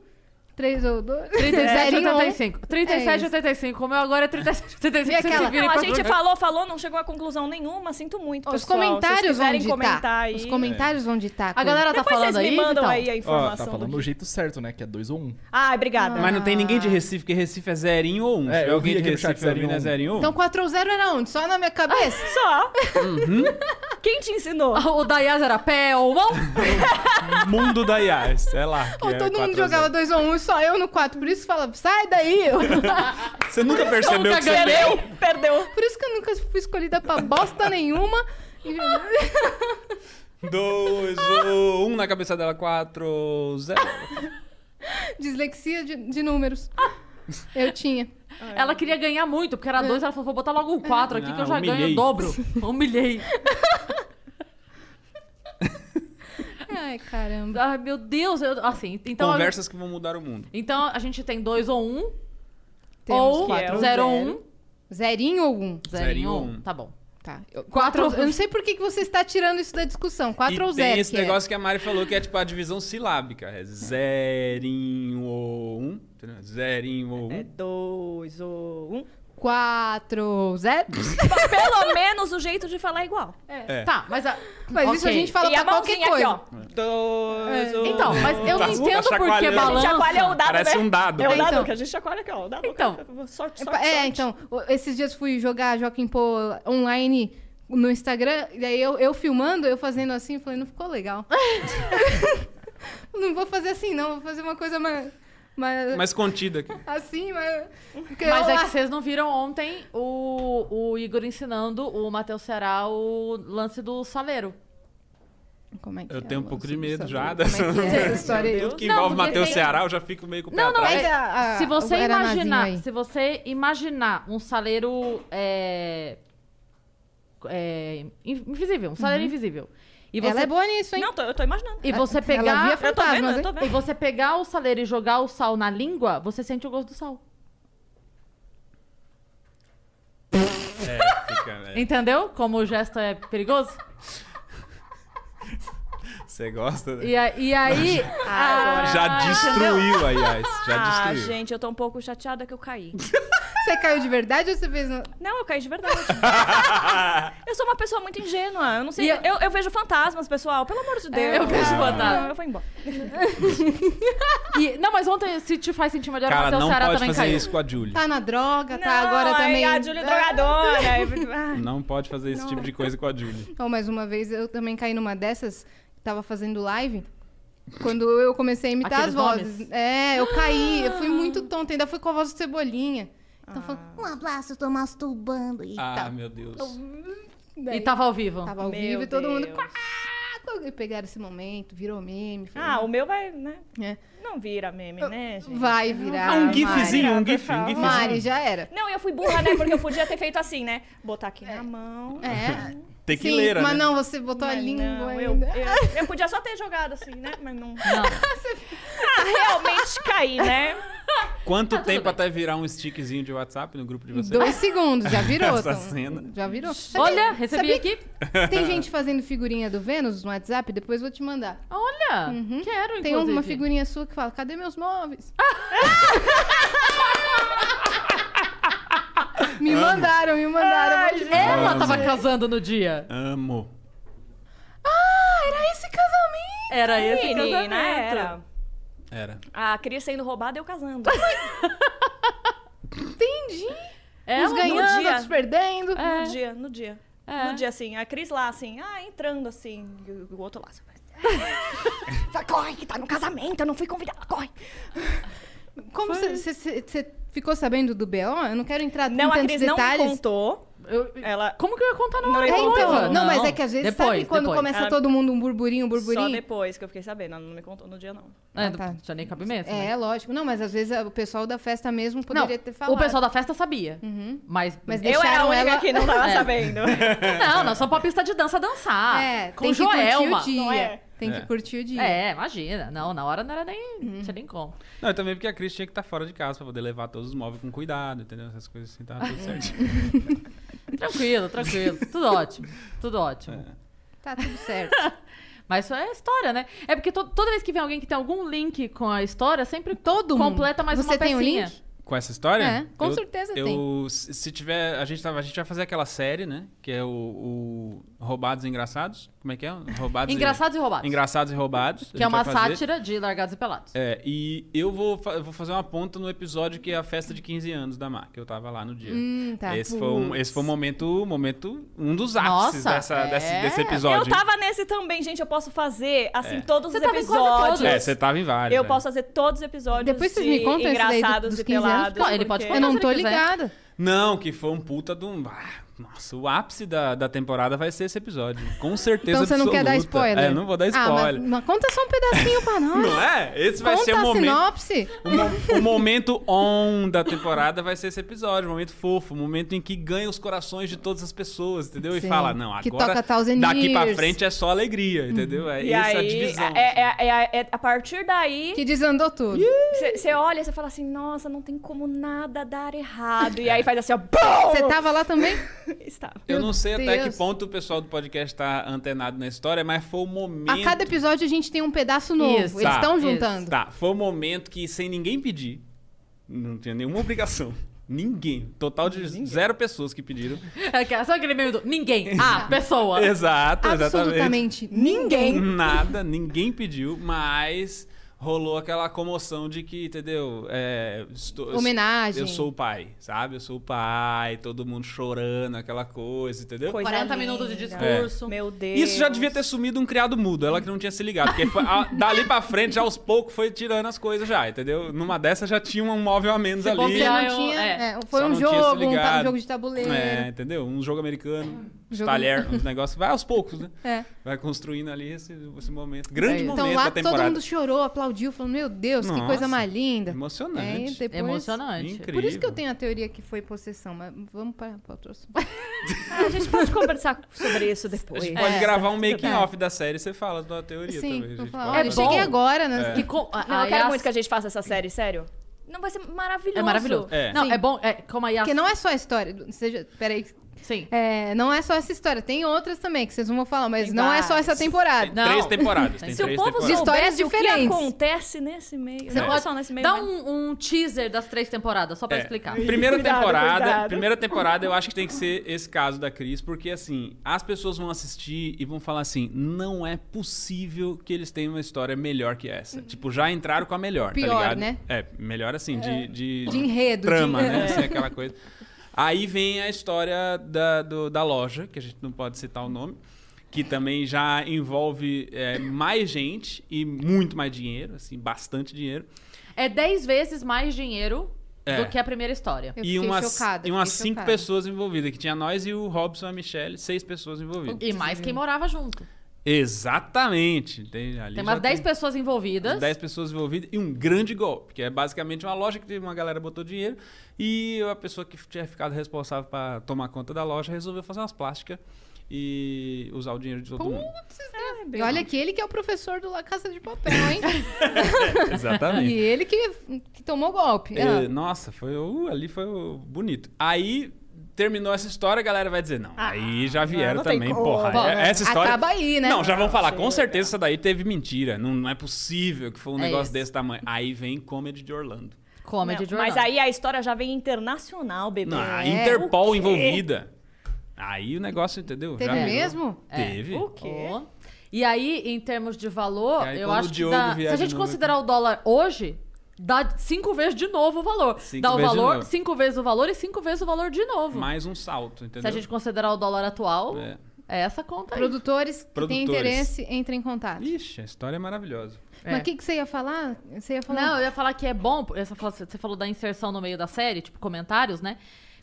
C: 3 ou 2.
B: 37
C: [LAUGHS]
E: tá
C: zero ou um.
B: 85. 37
C: isso.
B: 85. O meu agora é 37 85.
C: E
B: Vocês se
C: aquela-
B: virem
E: Não, a
B: pra-
D: né?
E: gente falou, falou, não chegou a conclusão nenhuma. Sinto muito,
C: Os
E: pessoal.
C: comentários
E: Vocês
C: vão
E: quiserem
C: ditar.
E: comentar aí.
C: Os comentários vão ditar.
B: A
C: coisa.
B: galera tá
E: Depois
B: falando
E: vocês
B: aí,
E: me mandam
C: então.
B: Vital?
E: aí a
F: Ó,
E: informação.
F: tá
E: do
F: falando
E: dia.
F: o jeito certo, né? Que é 2 ou 1. Um.
E: Ah, obrigada.
D: Mas não tem ninguém de Recife, porque Recife é zerinho ou um.
F: É,
D: Se
F: eu
D: alguém
F: vi
D: de
F: aqui no chat
D: Recife ouvindo é
F: zero
D: zerinho ou um.
C: Então 4 ou 0 era onde? Só na minha
D: [LAUGHS]
C: cabeça?
E: Só.
D: Uhum.
E: [LAUGHS] Quem te ensinou?
B: [LAUGHS] O Dayaz era pé ou mão?
D: Mundo da IAS, é lá. que
C: Ou
D: é
C: todo mundo
D: 4 a 0.
C: jogava 2 ou 1 um, e só eu no 4. Por isso fala, sai daí.
D: Você nunca percebeu
B: nunca
D: que você
B: ganhei.
D: perdeu?
E: Perdeu.
C: [LAUGHS] Por isso que eu nunca fui escolhida pra bosta nenhuma. [LAUGHS] E-
D: Dois, ou um na cabeça dela, quatro, zero.
C: Dislexia de, de números. Eu tinha.
B: Ela queria ganhar muito, porque era dois,
C: É.
B: ela falou, vou botar logo um quatro aqui que eu
D: Ah,
B: já ganho
D: humilhei.
B: o
C: [LAUGHS]
B: dobro. Humilhei.
C: Ai, caramba.
B: Ai, meu Deus. eu- assim, então...
D: Conversas que vão mudar o mundo.
B: Então, a gente tem dois ou um,
C: Temos
B: ou
E: quatro.
B: zero,
E: Zero.
B: ou um.
C: Zerinho ou um?
B: Zero e
D: ou
B: um.
D: um.
B: Tá bom.
C: Tá. Eu,
B: Quatro
C: quatro,
B: ou-
C: eu não sei por que que você está tirando isso da discussão.
D: e
C: 4 ou é?
D: tem
C: 0.
D: esse negócio que a Mari falou, que é tipo a divisão silábica. É zerinho ou um. entendeu? Zerinho ou
E: É
D: um.
E: dois ou um.
C: 4 ou 0.
E: Pelo menos o jeito de falar é igual.
D: É.
B: Tá, mas a...
C: Mas isso a
B: Ok.
C: gente fala
E: e a
C: pra qualquer
E: mãozinha
C: coisa.
E: aqui, ó. Dois ou
B: Então, mas eu
D: Tá-
B: não entendo
D: tá
B: por que
D: chacoalhando.
E: A gente chacoalha o
B: balança.
E: dado,
D: Parece
E: né?
D: um dado.
E: É o
C: É,
E: dado
C: então.
E: que a gente chacoalha aqui, ó. O dado.
B: Então.
E: Sorte, sorte,
C: É,
E: sorte.
C: é, então, o- esses dias fui jogar Joaquim Pô online no Instagram, e daí eu, eu filmando, eu fazendo assim, falei, não ficou legal. não vou fazer assim, não, vou fazer uma coisa mais. mais
D: Mas contida aqui.
C: Assim, mas. porque
B: Mas
C: eu
B: é
C: lá-
B: que vocês não viram ontem o, o Igor ensinando o Matheus Ceará o lance do saleiro.
C: Como é que
D: Eu
C: é
D: tenho um
C: o
D: pouco de
C: lance do
D: medo já
C: sabor?
D: dessa.
C: Como é que é essa história aí?
D: [LAUGHS] Tudo que
B: Não,
D: envolve
B: porque
D: Matheus
B: tem-
D: Ceará, eu já fico meio com o pé
B: Não, não,
D: atrás.
B: é-
C: a- a-
B: se você
C: Ah, o guaranazinho
B: imaginar,
C: aí.
B: se você imaginar um saleiro é, é, in- invisível, um saleiro invisível. E você,
C: Uhum. Ela é boa nisso, hein?
E: Não, tô- eu tô imaginando.
B: e você
C: Ela
B: pegar
C: via
E: Eu tô vendo,
C: fantasmas,
E: eu tô
C: hein?
B: e
E: vendo.
B: você pegar o saleiro e jogar o sal na língua, você sente o gosto do sal.
D: É, fica,
B: [LAUGHS]
D: é.
B: Entendeu? Como o gesto é perigoso?
D: Você gosta, né?
B: E, a- e aí a-
D: Já destruiu, aliás. Já
E: Ah,
D: destruiu.
E: gente, eu tô um pouco chateada que eu caí.
C: Você caiu de verdade ou você fez. no-
E: [LAUGHS] Não, eu caí de verdade. eu sou uma pessoa muito ingênua. Eu não sei.
B: E
E: Eu...
B: eu-
E: eu vejo fantasmas, pessoal. Pelo amor de Deus.
B: eu vejo fantasma.
E: Não, Eu vou embora.
B: E- não, mas ontem, se te faz sentir melhor,
D: Cara,
B: Matheus
D: não
B: Ceará
D: pode
B: também
D: fazer
B: caiu.
D: isso com a Julie.
C: Tá na droga, tá
E: Não,
C: agora
E: aí
C: também.
E: A Júlia é
C: Ah.
E: drogadora.
D: [LAUGHS]
E: Ai,
D: Não pode fazer esse tipo de coisa com a Julie.
C: Então, mais uma vez, eu também caí numa dessas, tava fazendo live. Quando eu comecei a imitar
B: Aqueles
C: as vozes.
B: nomes?
C: É, eu caí, eu
E: Ah.
C: fui muito tonta, ainda fui com a voz do Cebolinha. Então, eu falei,
G: Um abraço, eu tô masturbando. E
D: Ah, meu Deus.
B: E tava ao vivo.
C: tava ao
E: Meu
C: vivo e todo mundo.
E: Deus.
C: "Quá!" E pegaram esse momento, virou meme. foi-
E: Ah, o meu vai, né?
C: É.
E: Não vira meme, né, gente?
C: Vai virar.
D: Ah, um
C: Mari.
D: gifzinho, um gif, um
E: Mari,
D: gifzinho.
C: Mari, já era.
D: [LAUGHS]
E: Não, eu fui burra, né? Porque eu podia ter feito assim, né? Botar aqui na mão.
C: É.
D: Tequileira,
C: Sim, mas
D: né?
C: não, você botou a
E: Mas
C: língua
E: não, eu,
C: ainda.
E: eu, eu podia só ter jogado assim, né? Mas não. [LAUGHS] Ah,
B: Não.
E: Realmente caí, né?
D: Quanto
B: Ah, tudo
D: tempo
B: bem.
D: até virar um stickzinho de WhatsApp no grupo de vocês?
C: Dois segundos, já virou.
D: Essa
C: Tom.
D: cena.
C: Já virou.
B: Olha, recebi
C: sabia
B: aqui.
C: Tem gente fazendo figurinha do Vênus no WhatsApp, depois vou te mandar.
B: Olha, quero, inclusive.
C: Uhum. Tem uma figurinha sua que fala, cadê meus
E: [LAUGHS]
C: móveis? me mandaram, me mandaram. vou te mandar.
B: Ela
D: Vamos.
B: tava casando no dia.
D: Amo.
C: ah, era esse casamento!
B: Era esse o casamento.
E: Menina, né? era.
D: Era.
E: A Cris sendo roubada,
C: [LAUGHS]
E: eu casando.
C: Entendi.
B: Ela
C: Uns
B: no
C: ganhando,
E: dia.
C: outros perdendo.
E: No dia, no dia.
B: É.
E: No dia, assim, a Cris lá, assim, ah, entrando, assim, e o o outro lá. assim, Fala, corre, que tá no casamento, eu não fui convidada, corre.
C: Como você ficou sabendo do B.O.? Eu não quero entrar
E: Não,
C: em
E: a
C: tantos
E: Cris não me
C: detalhes.
E: contou.
B: Eu-
E: Ela-
B: Como que eu ia contar na
E: Não,
B: hora?
E: eu
B: da
C: É, então,
B: noiva?
C: não, mas é que às vezes
B: depois,
C: sabe quando
B: depois.
C: começa
E: Ah,
C: todo mundo um burburinho, um
E: Só
C: burburinho?
E: depois que eu fiquei sabendo, ela não me contou no dia, não.
B: É,
C: Ah, tá.
B: não tinha nem cabimento. né?
C: É, lógico. Não, mas às vezes ah, o pessoal da festa mesmo
B: Não,
C: poderia ter falado. Uhum.
B: o pessoal da festa sabia. Mas,
C: Mas
B: eu...
E: Eu era a
C: Deixaram
E: única
C: ela-
E: que
C: [LAUGHS]
E: não tava
B: É.
E: sabendo.
B: Não, nós somos pra pista de dança dançar.
C: É,
B: tá com
C: tem que
B: Joelma.
C: curtir o
E: não
C: dia.
E: é?
C: Tem
D: É.
C: que curtir o dia.
B: É, imagina. Não, na hora não era nem.
C: Uhum.
B: Não tinha nem como.
D: Não, e também porque a Cris tinha que estar fora de casa pra poder levar todos os móveis com cuidado, entendeu? Essas coisas assim, tava tudo certinho.
B: Tranquilo, tranquilo. Tudo ótimo. Tudo ótimo.
C: Tá tudo certo.
B: Mas isso é história, né? É porque to- toda vez que vem alguém que tem algum link com a história, sempre
C: [LAUGHS] Todo mundo.
B: completa mais
C: Você
B: uma
C: tem um
B: pecinha.
C: link?
D: Com essa história?
C: É, com certeza
D: eu,
C: tem.
D: Se se tiver, a gente, tava, a gente vai fazer aquela série, né? Que é o, o Roubados e Engraçados. Como é que é? Roubados
B: Engraçados e roubados.
D: Engraçados e Roubados. A
B: Que
D: gente
B: é uma
D: vai fazer.
B: sátira de largados e pelados.
D: É, e eu vou, fa- eu vou fazer uma ponta no episódio que é a festa de 15 anos da Mar, que eu tava lá no dia.
C: Hum, tá.
D: Esse foi, um,
C: Putz.
D: esse foi um momento, momento, um dos
B: Nossa,
D: ápices dessa, desse,
B: é.
D: desse
E: Eu
D: episódio.
E: tava nesse também, gente. Eu posso fazer, assim, todos
B: Você
E: os
B: tava em quase
E: episódios.
B: todos.
D: É, você tava em vários.
E: Eu
D: é.
E: posso fazer todos os episódios.
C: Depois vocês
E: de
C: me contam esse daí do-
E: engraçados
C: dos
E: e
C: 15 anos.
E: pelados.
B: Não, ele pode
E: porque-
C: Eu não tô
B: Se quiser.
C: ligada.
D: Não, que foi um puta de um. ah, Nossa, o ápice da, da temporada vai ser esse episódio. Com certeza
C: Então você não quer dar
D: absoluta.
C: spoiler?
D: É, não vou dar
C: Ah,
D: spoiler.
C: mas, mas conta só um pedacinho
D: [LAUGHS]
C: pra nós.
D: Não é? Esse vai
C: Conta
D: ser o
C: a
D: momento.
C: sinopse.
D: O, mo- o momento on da temporada vai ser esse episódio, o momento fofo, o momento em que ganha os corações de todas as pessoas, entendeu?
C: Sim.
D: E fala, não,
C: Que
D: agora
C: toca Thousand
D: daqui pra
C: Years. Hum.
D: frente é só alegria, entendeu? É
E: E
D: essa
E: aí,
D: a divisão.
E: É, é- é- é- a partir daí,
C: Que desandou tudo.
E: você olha e você fala assim, nossa, não tem como nada dar errado. E aí faz assim, ó,
C: Você
E: BUM!
C: tava lá
D: [LAUGHS]
C: também?
E: [LAUGHS] Estava.
D: Eu
C: Meu
D: não sei até
C: Deus.
D: que ponto o pessoal do podcast tá antenado na história, mas foi o momento.
C: A cada episódio a gente tem um pedaço novo.
B: Isso.
C: Eles
D: Tá,
C: estão
B: isso.
C: juntando.
D: Tá, foi um momento que sem ninguém pedir, não tinha nenhuma obrigação. Ninguém. Total de zero pessoas que pediram.
B: [LAUGHS] É que- Sabe aquele meme do ninguém? Ah, pessoa.
D: Exato, tá, exatamente.
C: Absolutamente ninguém.
D: [LAUGHS] Nada, ninguém pediu, mas rolou aquela comoção de que, entendeu? É, estou-
C: Homenagem.
D: Eu sou o pai, sabe? Eu sou o pai, todo mundo chorando, aquela coisa, entendeu?
E: Coisa
B: 40
E: linda.
B: minutos de discurso.
E: Meu Deus.
D: Isso já devia ter sumido um criado mudo, ela que não tinha se ligado. Porque foi-
C: [LAUGHS]
D: a- dali pra frente, já aos poucos, foi tirando as coisas já, entendeu? Numa dessa já tinha um móvel a menos ali.
C: Você
B: bobear,
C: não
B: eu-
C: tinha.
B: é.
C: é, foi
D: Só
C: um
D: não tinha se
C: jogo, um, ta-
D: ligado.
C: um jogo de tabuleiro.
D: É, entendeu? Um jogo americano, uns
C: Um Jogo-
D: talher, uns negócios. Vai aos poucos, né?
C: É.
D: Vai construindo ali esse, esse momento. Grande
B: Então,
D: momento
C: Então lá
D: um da temporada.
C: todo mundo chorou, aplaudiu, falou: Meu Deus, que coisa
D: Nossa,
C: mais linda. É, e
D: Emocionante.
C: depois...
B: Emocionante.
D: Incrível.
C: Por isso que eu tenho a teoria que foi possessão, mas vamos para para o próximo.
E: Ah, a gente pode conversar sobre isso
D: A
E: depois.
D: gente pode
C: É.
D: gravar um making off da série e você fala da teoria
C: Sim,
D: também. a
C: vou
D: gente
C: falar.
D: pode
C: Olha,
B: É
C: eu
D: fazer.
B: bom. é.
C: cheguei agora, né?
B: Que com- a-
E: Não,
B: a-
E: eu quero
B: as-
E: muito que a gente faça essa série, sério. Não vai ser maravilhoso.
B: É maravilhoso.
D: É.
B: Não,
C: Sim.
B: é bom. É, como a Yas...
C: Porque não é só a história. do- Seja, peraí.
B: Sim.
C: É, não é só essa história, tem outras também que vocês não vão falar, mas
E: Tem
C: não é só
E: várias.
C: essa temporada.
B: Não.
D: Três temporadas. Tem
B: Se o
D: três
B: povo
D: temporadas.
C: De histórias
E: soubesse O
C: diferentes.
E: que acontece nesse meio.
D: Você
E: não
D: pode
E: só nesse meio. né?
B: Dá
E: mas-
B: um, um teaser das três temporadas, só pra
D: É.
B: explicar.
D: Primeira
E: [LAUGHS] Cuidado,
D: temporada,
E: cuidado.
D: primeira temporada eu acho que tem que ser esse caso da Cris, porque assim, as pessoas vão assistir e vão falar assim: não é possível que eles tenham uma história melhor que essa. Tipo, já entraram com a melhor, tá
C: Pior,
D: ligado?
C: né?
D: É, melhor assim, de, de,
C: De enredo,
D: Trama,
C: de-
D: né?
C: É.
D: Assim, aquela coisa. Aí vem a história da, do- da loja, que a gente não pode citar o nome. Que também já envolve é, mais gente e muito mais dinheiro, assim, bastante dinheiro.
B: É 10 vezes mais dinheiro
D: É.
B: do que a primeira história.
C: Eu
D: e
C: fiquei
D: umas,
C: chocada,
D: e umas
C: fiquei
D: cinco
C: chocada.
D: pessoas envolvidas, que tinha nós e o Robson e a Michelle, seis pessoas envolvidas.
B: E mais quem morava junto.
D: Exatamente. Tem, ali
B: Tem
D: já
B: umas 10
D: tem
B: pessoas envolvidas.
D: umas dez pessoas envolvidas e um grande golpe, que é basicamente uma loja que teve uma galera botou dinheiro e a pessoa que tinha ficado responsável para tomar conta da loja resolveu fazer umas plásticas e usar o dinheiro de todo mundo.
E: Ai,
C: E
E: bem.
C: olha que ele que é o professor do La Casa de Papel, hein? [LAUGHS] e
D: Exatamente.
C: ele que, que tomou golpe.
D: É,
C: Ah.
D: nossa, foi o- ali foi o bonito. Aí terminou essa história, a galera vai dizer, não, aí já vieram
E: não tem
D: também,
E: como.
D: porra.
C: Bom,
D: é- essa história.
C: acaba aí, né?
D: Não, já vão falar, com certeza essa daí teve mentira. Não, não é possível que foi um
B: É
D: negócio
B: isso.
D: desse tamanho. Aí vem Comedy de Orlando.
B: Comedy
E: Não,
B: de
E: Mas
B: Orlando.
E: aí a história já vem internacional, bebê.
D: Não, a
C: É,
E: o
D: Interpol
E: quê?
D: envolvida. Aí o negócio, entendeu?
C: Teve
D: Já virou.
C: mesmo?
B: É.
D: Teve.
E: O quê?
B: Ó. E aí, em termos de valor,
D: E aí,
B: eu
D: quando o
B: acho que
D: Diogo
B: dá- se
D: vier
B: a
D: de
B: gente
D: novo
B: considerar o dólar hoje, dá cinco vezes de novo o valor.
D: Cinco
B: dá o
D: vezes de
B: valor,
D: novo.
B: cinco vezes o valor e cinco vezes o valor de novo.
D: Mais um salto, entendeu?
B: se a gente considerar o dólar atual, é,
D: É.
B: essa conta aí.
C: Produtores que têm
D: Produtores.
C: interesse, entrem em contato.
D: Ixi, a história é maravilhosa.
B: É.
C: Mas o que, que você ia falar? Você ia falar...
B: Não, eu ia falar que é bom. essa fala- Você falou da inserção no meio da série, tipo comentários, né?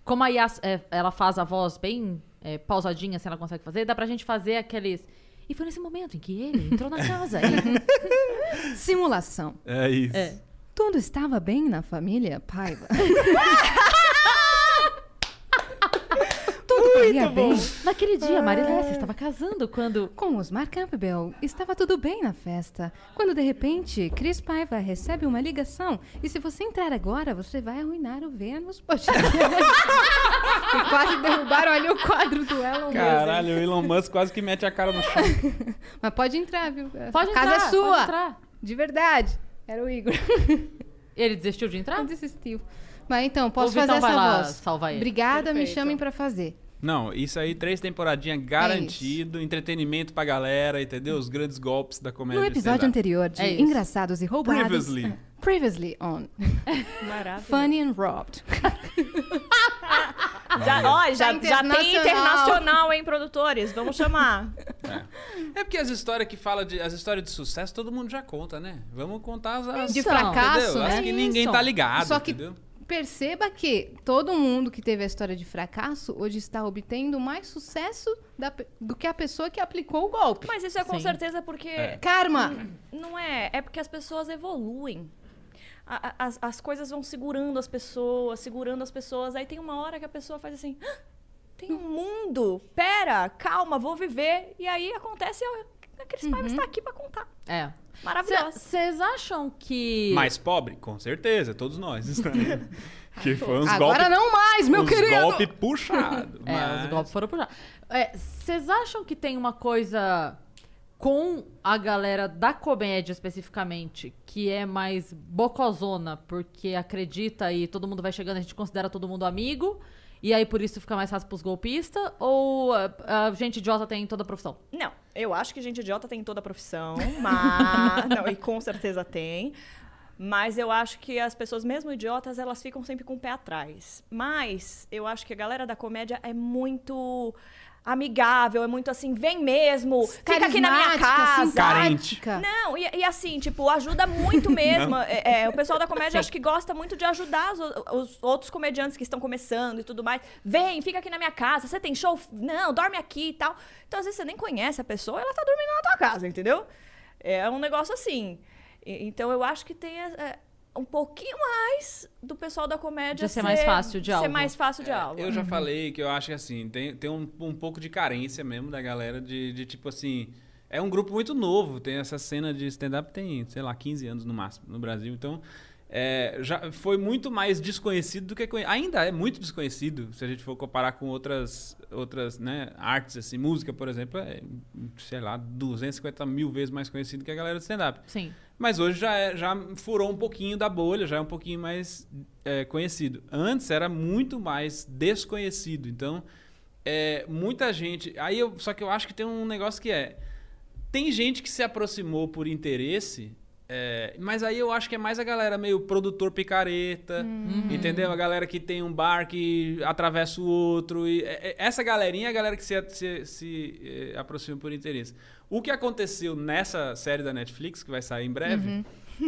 B: Como a Yas, é, ela faz a voz bem é, pausadinha, se ela consegue fazer, dá pra gente fazer aqueles. E foi nesse momento em que ele entrou na casa. e-
C: Simulação.
D: É isso.
B: É.
C: Tudo estava bem na família [LAUGHS] Paiva. Tudo corria bem.
B: Naquele dia, Marilessa estava casando quando.
C: Com Osmar Campbell, estava tudo bem na festa. Quando de repente, Cris Paiva recebe uma ligação. E se você entrar agora, você vai arruinar o Vênus [LAUGHS] Podcast. e quase derrubaram ali o quadro do Elon Musk.
D: Caralho, o Elon Musk quase que mete a cara no chão.
C: Mas pode entrar, viu? A
B: Pode
C: casa
B: entrar,
C: é sua.
B: Pode entrar.
C: De verdade. Era o Igor.
B: Ele desistiu de entrar?
C: Ele desistiu. Mas então, posso
B: Ô, Vitão,
C: fazer essa
B: vai lá
C: voz.
B: salvar ele.
C: Obrigada, me
E: Perfeito.
C: chamem pra fazer.
D: Não, isso aí, três temporadinhas garantido,
C: É
D: entretenimento pra galera, entendeu? Os grandes golpes da comédia.
C: No episódio
D: stand-up.
C: anterior É. de
B: É isso.
C: Engraçados e Roubados.
D: Previously.
C: Previously on.
E: Maravilhoso.
C: Funny and Robbed.
E: Já, ó, já, já tem
C: internacional.
E: internacional, hein, produtores? Vamos chamar.
D: É porque as histórias que fala de. As histórias de sucesso, todo mundo já conta, né? Vamos contar as. as
C: É De
B: Isso,
C: fracasso,
D: entendeu?
C: né?
D: As que ninguém tá ligado,
C: Só que
D: entendeu?
C: perceba que todo mundo que teve a história de fracasso hoje está obtendo mais sucesso da pe- do que a pessoa que aplicou o golpe.
E: Mas isso é com
B: Sim.
E: certeza porque
D: É.
C: Karma!
E: Não é, é porque as pessoas evoluem. A- a- as, as coisas vão segurando as pessoas, segurando as pessoas. Aí tem uma hora que a pessoa faz assim: "Ah, tem um mundo, pera, calma, vou viver. E aí acontece, a, a Cris Paiva está tá aqui para contar.
B: É.
E: Maravilhosa.
B: Vocês acham que.
D: Mais pobre? Com certeza, todos
C: [LAUGHS]
D: nós. estamos. que foi uns
C: Agora
D: golpes.
C: não mais, meu
D: uns
C: querido!
D: golpe puxado.
B: É,
D: mas-
B: os golpes foram puxados. É, Vocês acham que tem uma coisa com a galera da comédia especificamente que é mais bocozona, porque acredita e todo mundo vai chegando, a gente considera todo mundo amigo, e aí por isso fica mais fácil pros golpistas? Ou a, a gente idiota tem em toda a profissão?
E: Não, eu acho que gente idiota tem em toda a profissão, [LAUGHS] mas. não, e com certeza tem. Mas eu acho que as pessoas, mesmo idiotas, elas ficam sempre com o pé atrás. Mas eu acho que a galera da comédia é muito amigável, é muito assim, vem mesmo, fica aqui na minha
C: Carismática,
E: casa.
C: simpática.
E: Não, e, e assim, tipo, [LAUGHS] ajuda muito mesmo. É, é, o pessoal da comédia acho que gosta muito de ajudar os, os outros comediantes que estão começando e tudo mais. Vem, fica aqui na minha casa, você tem show? Não, dorme aqui e tal. Então, às vezes, você nem conhece a pessoa, ela tá dormindo na tua casa, entendeu? É um negócio assim. E- então, eu acho que tem é, um pouquinho mais do pessoal da comédia
B: De ser mais fácil de
E: ser
B: algo.
E: mais fácil de algo.
D: Eu já falei que eu acho que assim, tem, tem um, um pouco de carência mesmo da galera de, de tipo assim. É um grupo muito novo, tem essa cena de stand-up tem, sei lá, 15 anos no máximo no Brasil. Então, é, já foi muito mais desconhecido do que conhe... ainda é muito desconhecido se a gente for comparar com outras outras né, artes assim, música por exemplo, é, sei lá, 250 mil vezes mais conhecido que a galera do stand-up.
B: Sim.
D: Mas hoje já, é- já furou um pouquinho da bolha, já é um pouquinho mais é, conhecido. Antes era muito mais desconhecido. Então, é, muita gente. Aí eu, só que eu acho que tem um negócio que é. Tem gente que se aproximou por interesse, é, mas aí eu acho que é mais a galera meio produtor picareta, entendeu? A galera que tem um bar que atravessa o outro. E, é, é, essa galerinha é a galera que se, se, se, é, aproxima por interesse. O que aconteceu nessa série da Netflix, que vai sair em breve,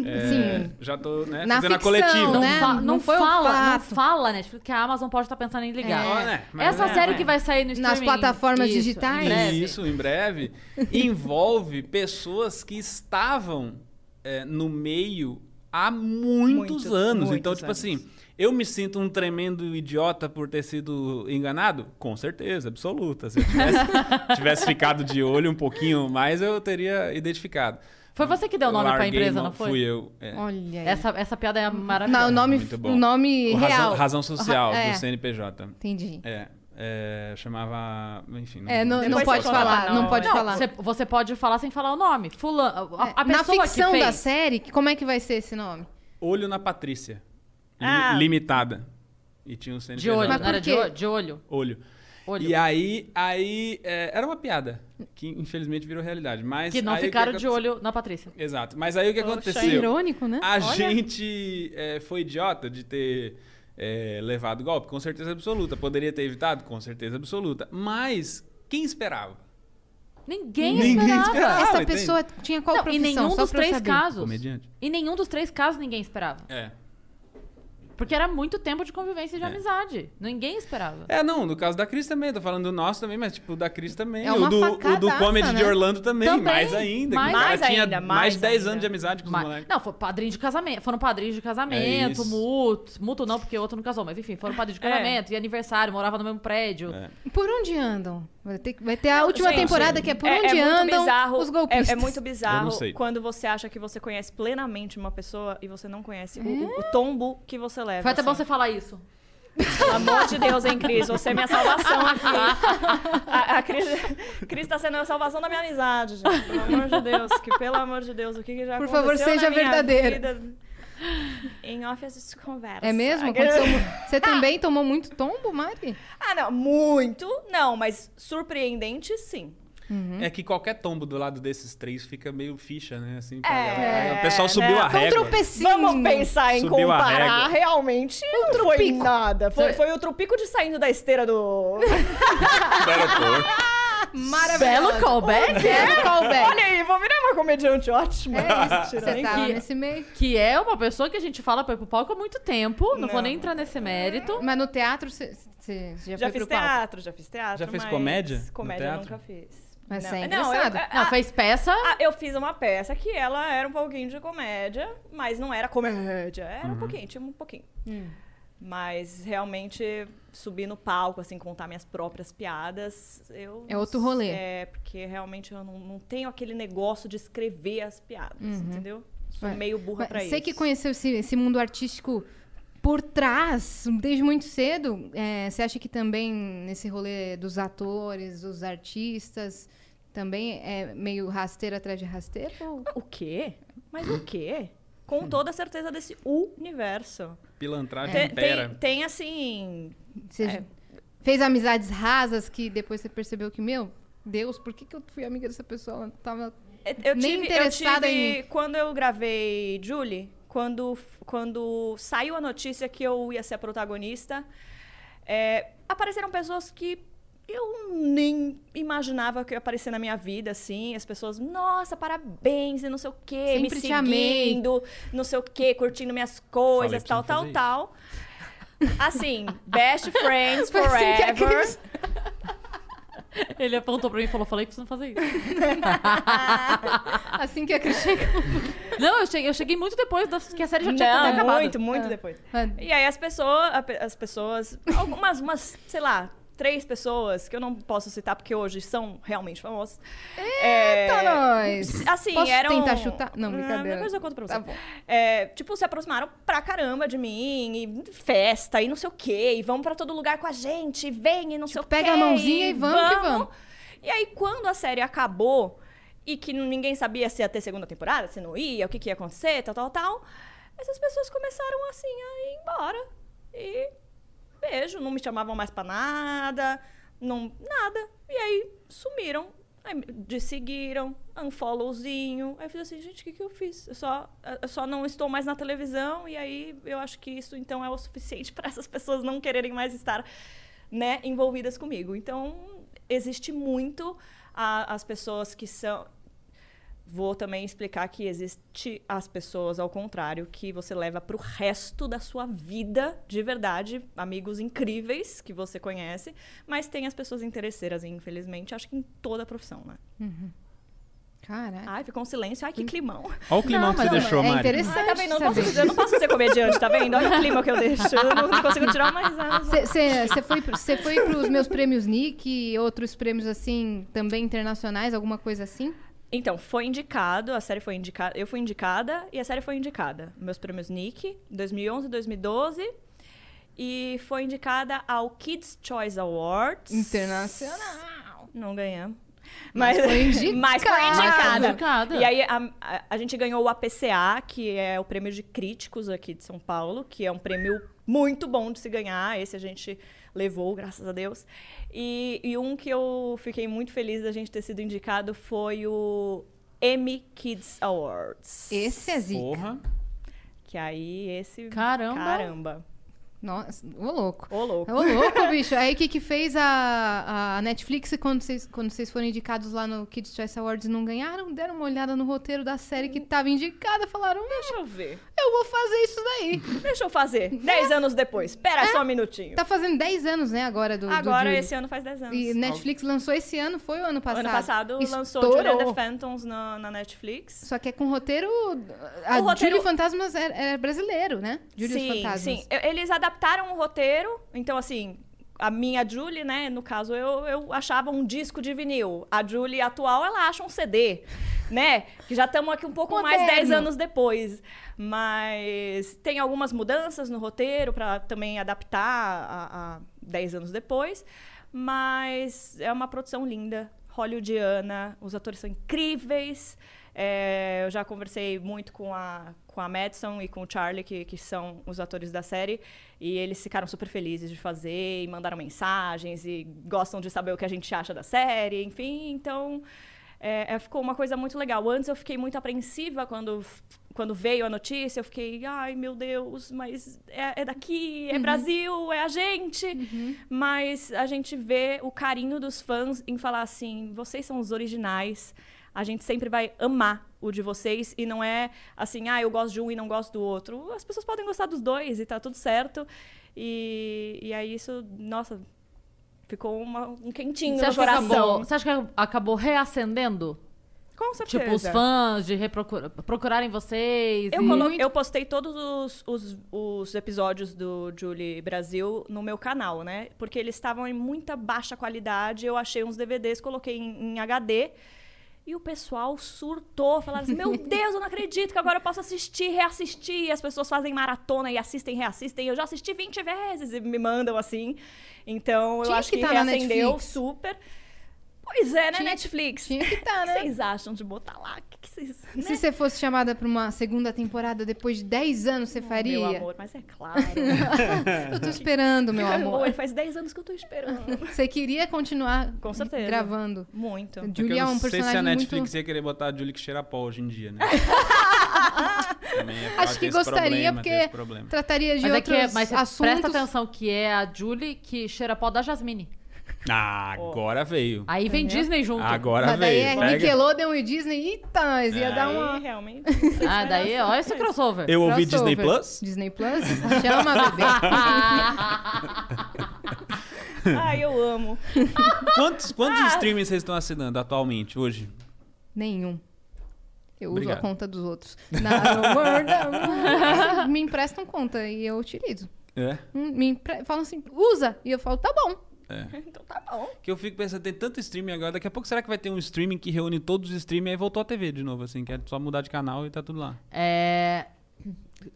D: é, já tô né,
C: Na
D: fazendo a
C: ficção,
D: coletiva.
C: Não,
B: Não,
C: né?
B: fa-
C: Não
B: não
C: foi um
B: fala, não
C: fato.
B: fala, né? Tipo, que a Amazon pode estar pensando em ligar.
D: É, né? Mas
B: Essa
D: é,
B: série
D: é.
B: que vai sair no
C: Nas
B: streaming,
C: plataformas
B: isso, Né? em
C: digitais.
B: breve.
D: Isso, em breve. envolve pessoas que estavam é, no meio há muitos
E: Muitos,
D: anos.
E: muitos
D: então, tipo
E: anos.
D: assim, Eu me sinto um tremendo idiota por ter sido enganado? Com certeza, absoluta. Se eu
B: [LAUGHS]
D: tivesse, tivesse ficado de olho um pouquinho mais, eu teria identificado.
B: Foi você que deu o nome pra
D: Larguei
B: empresa,
D: mão-
B: não foi?
D: Fui eu. é.
C: Olha aí.
B: Essa, essa piada é maravilhosa.
C: Não, o nome,
D: Muito bom.
C: o nome
D: O
C: real.
D: razão, razão social
C: Ra- é.
D: do CNPJ.
C: Entendi.
D: É, é, chamava. Enfim. não-
C: É, não,
E: Depois
C: não
E: você
C: pode
E: fala,
C: falar, não,
E: não,
C: pode
E: é.
B: Não,
C: falar.
B: Você, você pode falar sem falar o nome. Fulano. A, a
C: É, Na
B: pessoa
C: ficção
B: que fez.
C: da série, que- como é que vai ser esse nome?
D: Olho na Patrícia. Li-
E: Ah.
D: Limitada. E tinha um CNPJ.
B: De olho,
C: Mas
B: não era
C: por
B: de
C: quê?
B: olho? De olho.
D: Olho.
B: olho.
D: E aí, aí é, era uma piada, que infelizmente virou realidade. Mas
B: que não
D: aí o
B: ficaram de
D: aconte-
B: olho na Patrícia.
D: Exato. Mas aí o que aconteceu?
C: Irônico, né?
D: A gente é, foi idiota de ter é, levado o golpe? Com certeza absoluta. Poderia ter evitado? Com certeza absoluta. Mas quem esperava?
B: Ninguém,
D: Ninguém
B: esperava.
D: esperava.
C: Essa
D: entende?
C: pessoa tinha qual
B: Não, em
C: profissão?
B: nenhum
C: Só
B: dos
C: pra eu
B: três
C: saber.
B: casos.
D: Comediante.
B: Em nenhum dos três casos ninguém esperava.
D: É.
B: Porque era muito tempo de convivência e de
D: É.
B: amizade. Ninguém esperava.
D: É, não, no caso da Cris também, tô falando do nosso também, mas tipo, da Cris também.
C: É
D: o
C: uma
D: do, o do
C: facadaça,
D: Comedy de
C: né?
D: Orlando também,
B: Também,
D: mais ainda.
B: mais-
D: que o cara
E: Mais
D: tinha
E: ainda,
D: mais
E: mais
D: de 10 anos
E: ainda.
D: de amizade com os
B: Mas-
D: moleques.
B: não, foi padrinho de casamento. Foram padrinhos de
D: É
B: casamento,
D: isso.
B: mútuo. Mútuo não, porque o outro não casou, mas enfim, foram padrinhos de
E: É.
B: casamento e aniversário, morava no mesmo prédio.
D: É.
C: Por onde andam? Vai ter, vai ter a
E: Não,
C: última
E: gente,
C: temporada que é por onde
E: muito
C: andam
E: bizarro,
C: os
E: É,
C: golpistas.
E: é muito
D: Eu não
E: bizarro
D: sei.
E: quando você acha que você conhece plenamente uma pessoa e você não conhece
C: É?
E: o, o tombo que você leva.
B: Foi até bom
E: assim.
B: você falar isso.
E: Pelo amor de Deus, hein, Cris? Você é minha salvação aqui. A, a Cris, Cris tá sendo a salvação da minha amizade, gente. Pelo amor de Deus. Que, pelo amor de Deus, o que, que já
C: Por
E: aconteceu
C: favor, seja
E: na minha
C: verdadeira.
E: vida? Em off, a gente conversa.
C: É mesmo? Aconteceu mu- Você também tomou muito tombo, Mari?
E: Ah, não. Muito, não. Mas surpreendente, sim.
C: Uhum.
D: É que qualquer tombo do lado desses três fica meio ficha, né? Assim, pra
E: É,
D: galera. O pessoal subiu
E: né?
D: a
E: Foi
C: Foi um
D: régua.
C: tropecinho.
E: Vamos pensar em
D: Subiu a régua.
E: comparar. Realmente não foi
C: trupico.
E: nada. Foi,
B: Cê-
E: foi o trupico de saindo da esteira do... [LAUGHS]
C: Maravilhoso.
B: Belo callback!
C: Belo callback.
E: Olha aí, vou virar uma comediante ótima.
C: É isso, você
E: Tirando.
C: tá
B: que-
C: nesse meio.
B: Que é uma pessoa que a gente fala pra ir pro palco há muito tempo. Não, vou nem entrar nesse mérito.
C: Mas no teatro você você já,
E: Já
C: foi
E: fiz
C: pro palco.
E: teatro, já fiz teatro.
D: Já fez
E: mas
D: comédia no
E: Comédia eu
D: teatro?
E: nunca fiz.
C: Mas
E: não.
C: você é
E: não, eu,
C: engraçado.
E: a-
B: Não,
E: a-
B: fez peça.
E: a- Ah, eu fiz uma peça que ela era um pouquinho de comédia, mas não era comédia. Era um pouquinho, tinha um pouquinho.
C: Hum.
E: Mas realmente subir no palco, assim, contar minhas próprias piadas, eu.
C: É outro rolê.
E: É, porque realmente eu não, não tenho aquele negócio de escrever as piadas,
C: Uhum.
E: entendeu? Sou
C: Mas-
E: meio burra
C: Mas
E: pra
C: Você
E: isso.
C: que conheceu esse, esse mundo artístico por trás, desde muito cedo, é, você acha que também nesse rolê dos atores, dos artistas, também é meio rasteira atrás de rasteira? Ou-
E: O quê? Mas o quê?
C: Hum.
E: Com toda a certeza desse universo.
D: Pilantragem
E: Tem,
D: impera.
E: tem, tem, assim.
C: Você
E: É.
C: fez amizades rasas que depois você percebeu que, meu Deus, por que, que eu fui amiga dessa pessoa? Ela tava...
E: É, Eu
C: Nem
E: tive,
C: interessada
E: eu tive,
C: em-
E: Quando eu gravei Julie, quando, quando saiu a notícia que eu ia ser a protagonista, é, apareceram pessoas que eu nem imaginava que ia aparecer na minha vida, assim. As pessoas, nossa, parabéns, e não sei o quê, me
C: Sempre te amei.
E: seguindo, não sei o quê, curtindo minhas coisas,
D: Falei pra
E: tal,
D: você não
E: tal,
D: fazer
E: tal. Assim, best
C: [LAUGHS]
E: friends
C: Foi assim que a
E: forever.
C: Cris-
B: [LAUGHS] Ele apontou pra mim e falou: falei que você não fazer isso.
C: Assim que a Cris
E: [LAUGHS]
C: chegou.
B: não, eu cheguei, eu cheguei muito depois da, que a série já tinha até
E: Não,
B: acabado.
E: muito, muito
C: Ah.
E: depois.
C: Ah,
E: E aí as pessoas, a pe- as pessoas, algumas, umas, sei lá, três pessoas que eu não posso citar porque hoje são realmente famosas.
C: Tá
E: é,
C: nós!
E: Assim,
C: Posso
E: eram.
C: tentar chutar? Não,
E: Ah,
C: brincadeira.
E: Depois eu conto pra você.
C: Tá bom.
E: É, tipo, se aproximaram pra caramba de mim, e festa, e não sei o quê, e vamos pra todo lugar com a gente, e vem, e não sei o quê.
C: Tipo, pega a mãozinha e vamos que vamos.
E: E aí, quando a série acabou, e que ninguém sabia se ia ter segunda temporada, se não ia, o que, que ia acontecer, tal, tal, tal, essas pessoas começaram, assim, a ir embora. E beijo, não me chamavam mais pra nada, não, nada. E aí, sumiram. Aí me desseguiram, unfollowzinho. Aí eu fiz assim, gente, o que, que eu fiz? Eu só, eu só não estou mais na televisão, e aí eu acho que isso então é o suficiente [LAUGHS] para essas pessoas não quererem mais estar né, envolvidas comigo. Então, existe muito a- as pessoas que são. Vou também explicar que existe as pessoas ao contrário, que você leva para o resto da sua vida de verdade, amigos incríveis que você conhece, mas tem as pessoas interesseiras, infelizmente, acho que em toda a profissão, né?
C: Caraca.
E: Ai, ficou um silêncio. Ai, que climão.
D: Olha o climão
C: Não,
D: que você
C: mas
D: deixou,
C: é
D: Mari.
C: interessante
E: Ai, tá vendo? Eu não, posso,
C: saber.
E: eu não posso ser comediante, tá vendo? Olha o clima que eu deixo. Eu não consigo tirar mais [LAUGHS] nada.
C: Você foi, pro- cê foi pros meus prêmios Nick e outros prêmios, assim, também internacionais, alguma coisa assim?
E: Então, foi indicado, a série foi indicada, eu fui indicada e a série foi indicada. Meus prêmios Nick, 2011 2012. E foi indicada ao Kids Choice Awards.
C: Internacional.
E: Não ganhamos. Mas,
C: Mas foi
E: mas foi
C: indicada.
E: indicada.
B: Indicada.
E: E aí a, a- a gente ganhou o APCA, que é o prêmio de críticos aqui de São Paulo, que é um prêmio muito bom de se ganhar. Esse a gente levou, graças a Deus. E, e um que eu fiquei muito feliz da gente ter sido indicado foi o Emmy Kids Awards.
C: Esse é zica.
D: Porra.
E: Que aí, esse.
B: Caramba.
E: Caramba.
C: Nossa, ô louco.
E: Ô, louco.
C: Ô louco, bicho. Aí o que, que fez a, a Netflix quando vocês, quando vocês foram indicados lá no Kids Choice Awards e não ganharam? Deram uma olhada no roteiro da série que tava indicada, falaram, "Hum,
E: Deixa eu ver.
C: eu vou fazer isso daí.
E: Deixa eu fazer. Dez anos depois. Pera só um minutinho.
C: Tá fazendo 10 anos, né, agora do
E: Agora,
C: do Julie.
E: esse ano faz dez anos.
C: E Netflix lançou esse ano, foi o ano passado?
E: Ano passado lançou Julia the Phantoms na, na Netflix.
C: Só que é com roteiro... A
E: O roteiro-
C: Julie Fantasmas era, era brasileiro, né? Julie
E: sim,
C: Fantasmas.
E: sim. E- Eles adaptaram o roteiro, então assim. A minha Julie, né? No caso, eu, eu achava um disco de vinil. A Julie atual, ela acha um CD, né? Que já estamos aqui um pouco mais
C: Moderno.
E: 10 anos depois. Mas tem algumas mudanças no roteiro para também adaptar a, a 10 anos depois. Mas é uma produção linda, hollywoodiana, os atores são incríveis. É, eu já conversei muito com a, com a Madison e com o Charlie, que, que são os atores da série, e eles ficaram super felizes de fazer, e mandaram mensagens, e gostam de saber o que a gente acha da série, enfim, então é, é, ficou uma coisa muito legal. Antes eu fiquei muito apreensiva quando, quando veio a notícia. Eu fiquei, ai meu Deus, mas é, é daqui,
B: Uhum.
E: é Brasil, é a gente. Mas a gente vê o carinho dos fãs em falar assim: vocês são os originais. A gente sempre vai amar o de vocês e não é assim, ah, eu gosto de um e não gosto do outro. As pessoas podem gostar dos dois e tá tudo certo. E, e aí isso, nossa, ficou uma- um quentinho
B: Você
E: no
B: acha, que acabou,
E: coração.
B: você acha que acabou reacendendo?
E: Com certeza.
B: Tipo, os fãs de reprocura- procurarem vocês?
E: Eu,
B: e-
E: colo- eu postei todos os, os- os episódios do Julie Brasil no meu canal, né? Porque eles estavam em muita baixa qualidade. Eu achei uns DVDs, coloquei em, em HD. E o pessoal surtou, falaram
C: [LAUGHS]
E: assim: Meu Deus, eu não acredito que agora eu posso assistir, reassistir. E as pessoas fazem maratona e assistem, reassistem. Eu já assisti 20 vezes e me mandam assim. Então, eu
C: Tinha
E: acho
C: que
E: que,
C: tá na
E: reacendeu
C: Netflix.
E: super. Pois é, né,
C: Tinha-
E: Netflix?
C: Tinha que estar,
E: O [LAUGHS] que
C: né?
E: vocês acham de botar lá? O que que vocês. né?
C: Se você fosse chamada pra uma segunda temporada depois de 10 anos, você faria?
E: Meu amor, mas é claro.
C: Eu tô esperando,
E: [LAUGHS]
C: meu amor.
E: Faz 10 anos que eu tô esperando.
C: Você queria continuar
E: Com certeza. Então.
C: gravando.
E: Muito.
C: Julia
D: É que
C: é
D: eu
C: um
D: não sei
C: personagem
D: se a Netflix
C: muito...
D: ia querer botar a Julie que cheira a pó hoje em dia, né? Também ia ficar
C: Acho que
D: com esse
C: gostaria,
D: problema, tem esse
C: porque
D: problema.
C: trataria de
B: Mas, é que,
C: outros
B: mas você
C: assuntos.
B: presta atenção que é a Julie que cheira pó da Jasmine.
D: Ah, agora veio.
B: Aí vem Disney junto.
D: Ah, Agora
C: Mas daí
D: veio.
C: é
D: Pega- É.
C: Nickelodeon e Disney. Eita, nós ia dar uma...
E: realmente.
B: Ah, daí, olha esse crossover.
D: Eu ouvi Disney
C: crossover.
D: Plus?
C: Disney Plus? Chama, bebê.
D: [LAUGHS]
E: Ai, eu amo.
D: Quantos, quantos streamings vocês estão assinando atualmente, hoje?
C: Nenhum. Eu
D: Obrigado.
C: uso a conta dos
D: [LAUGHS]
C: outros. Na no Word, me emprestam conta e eu utilizo.
D: É.
C: Hum, Me empre... Falam assim, usa. E eu falo, tá bom.
E: Então tá bom.
D: Que eu fico pensando, tem tanto streaming agora, daqui a pouco será que vai ter um streaming que reúne todos os streaming e aí voltou a TV de novo, assim, que é só mudar de canal e tá tudo lá.
B: É,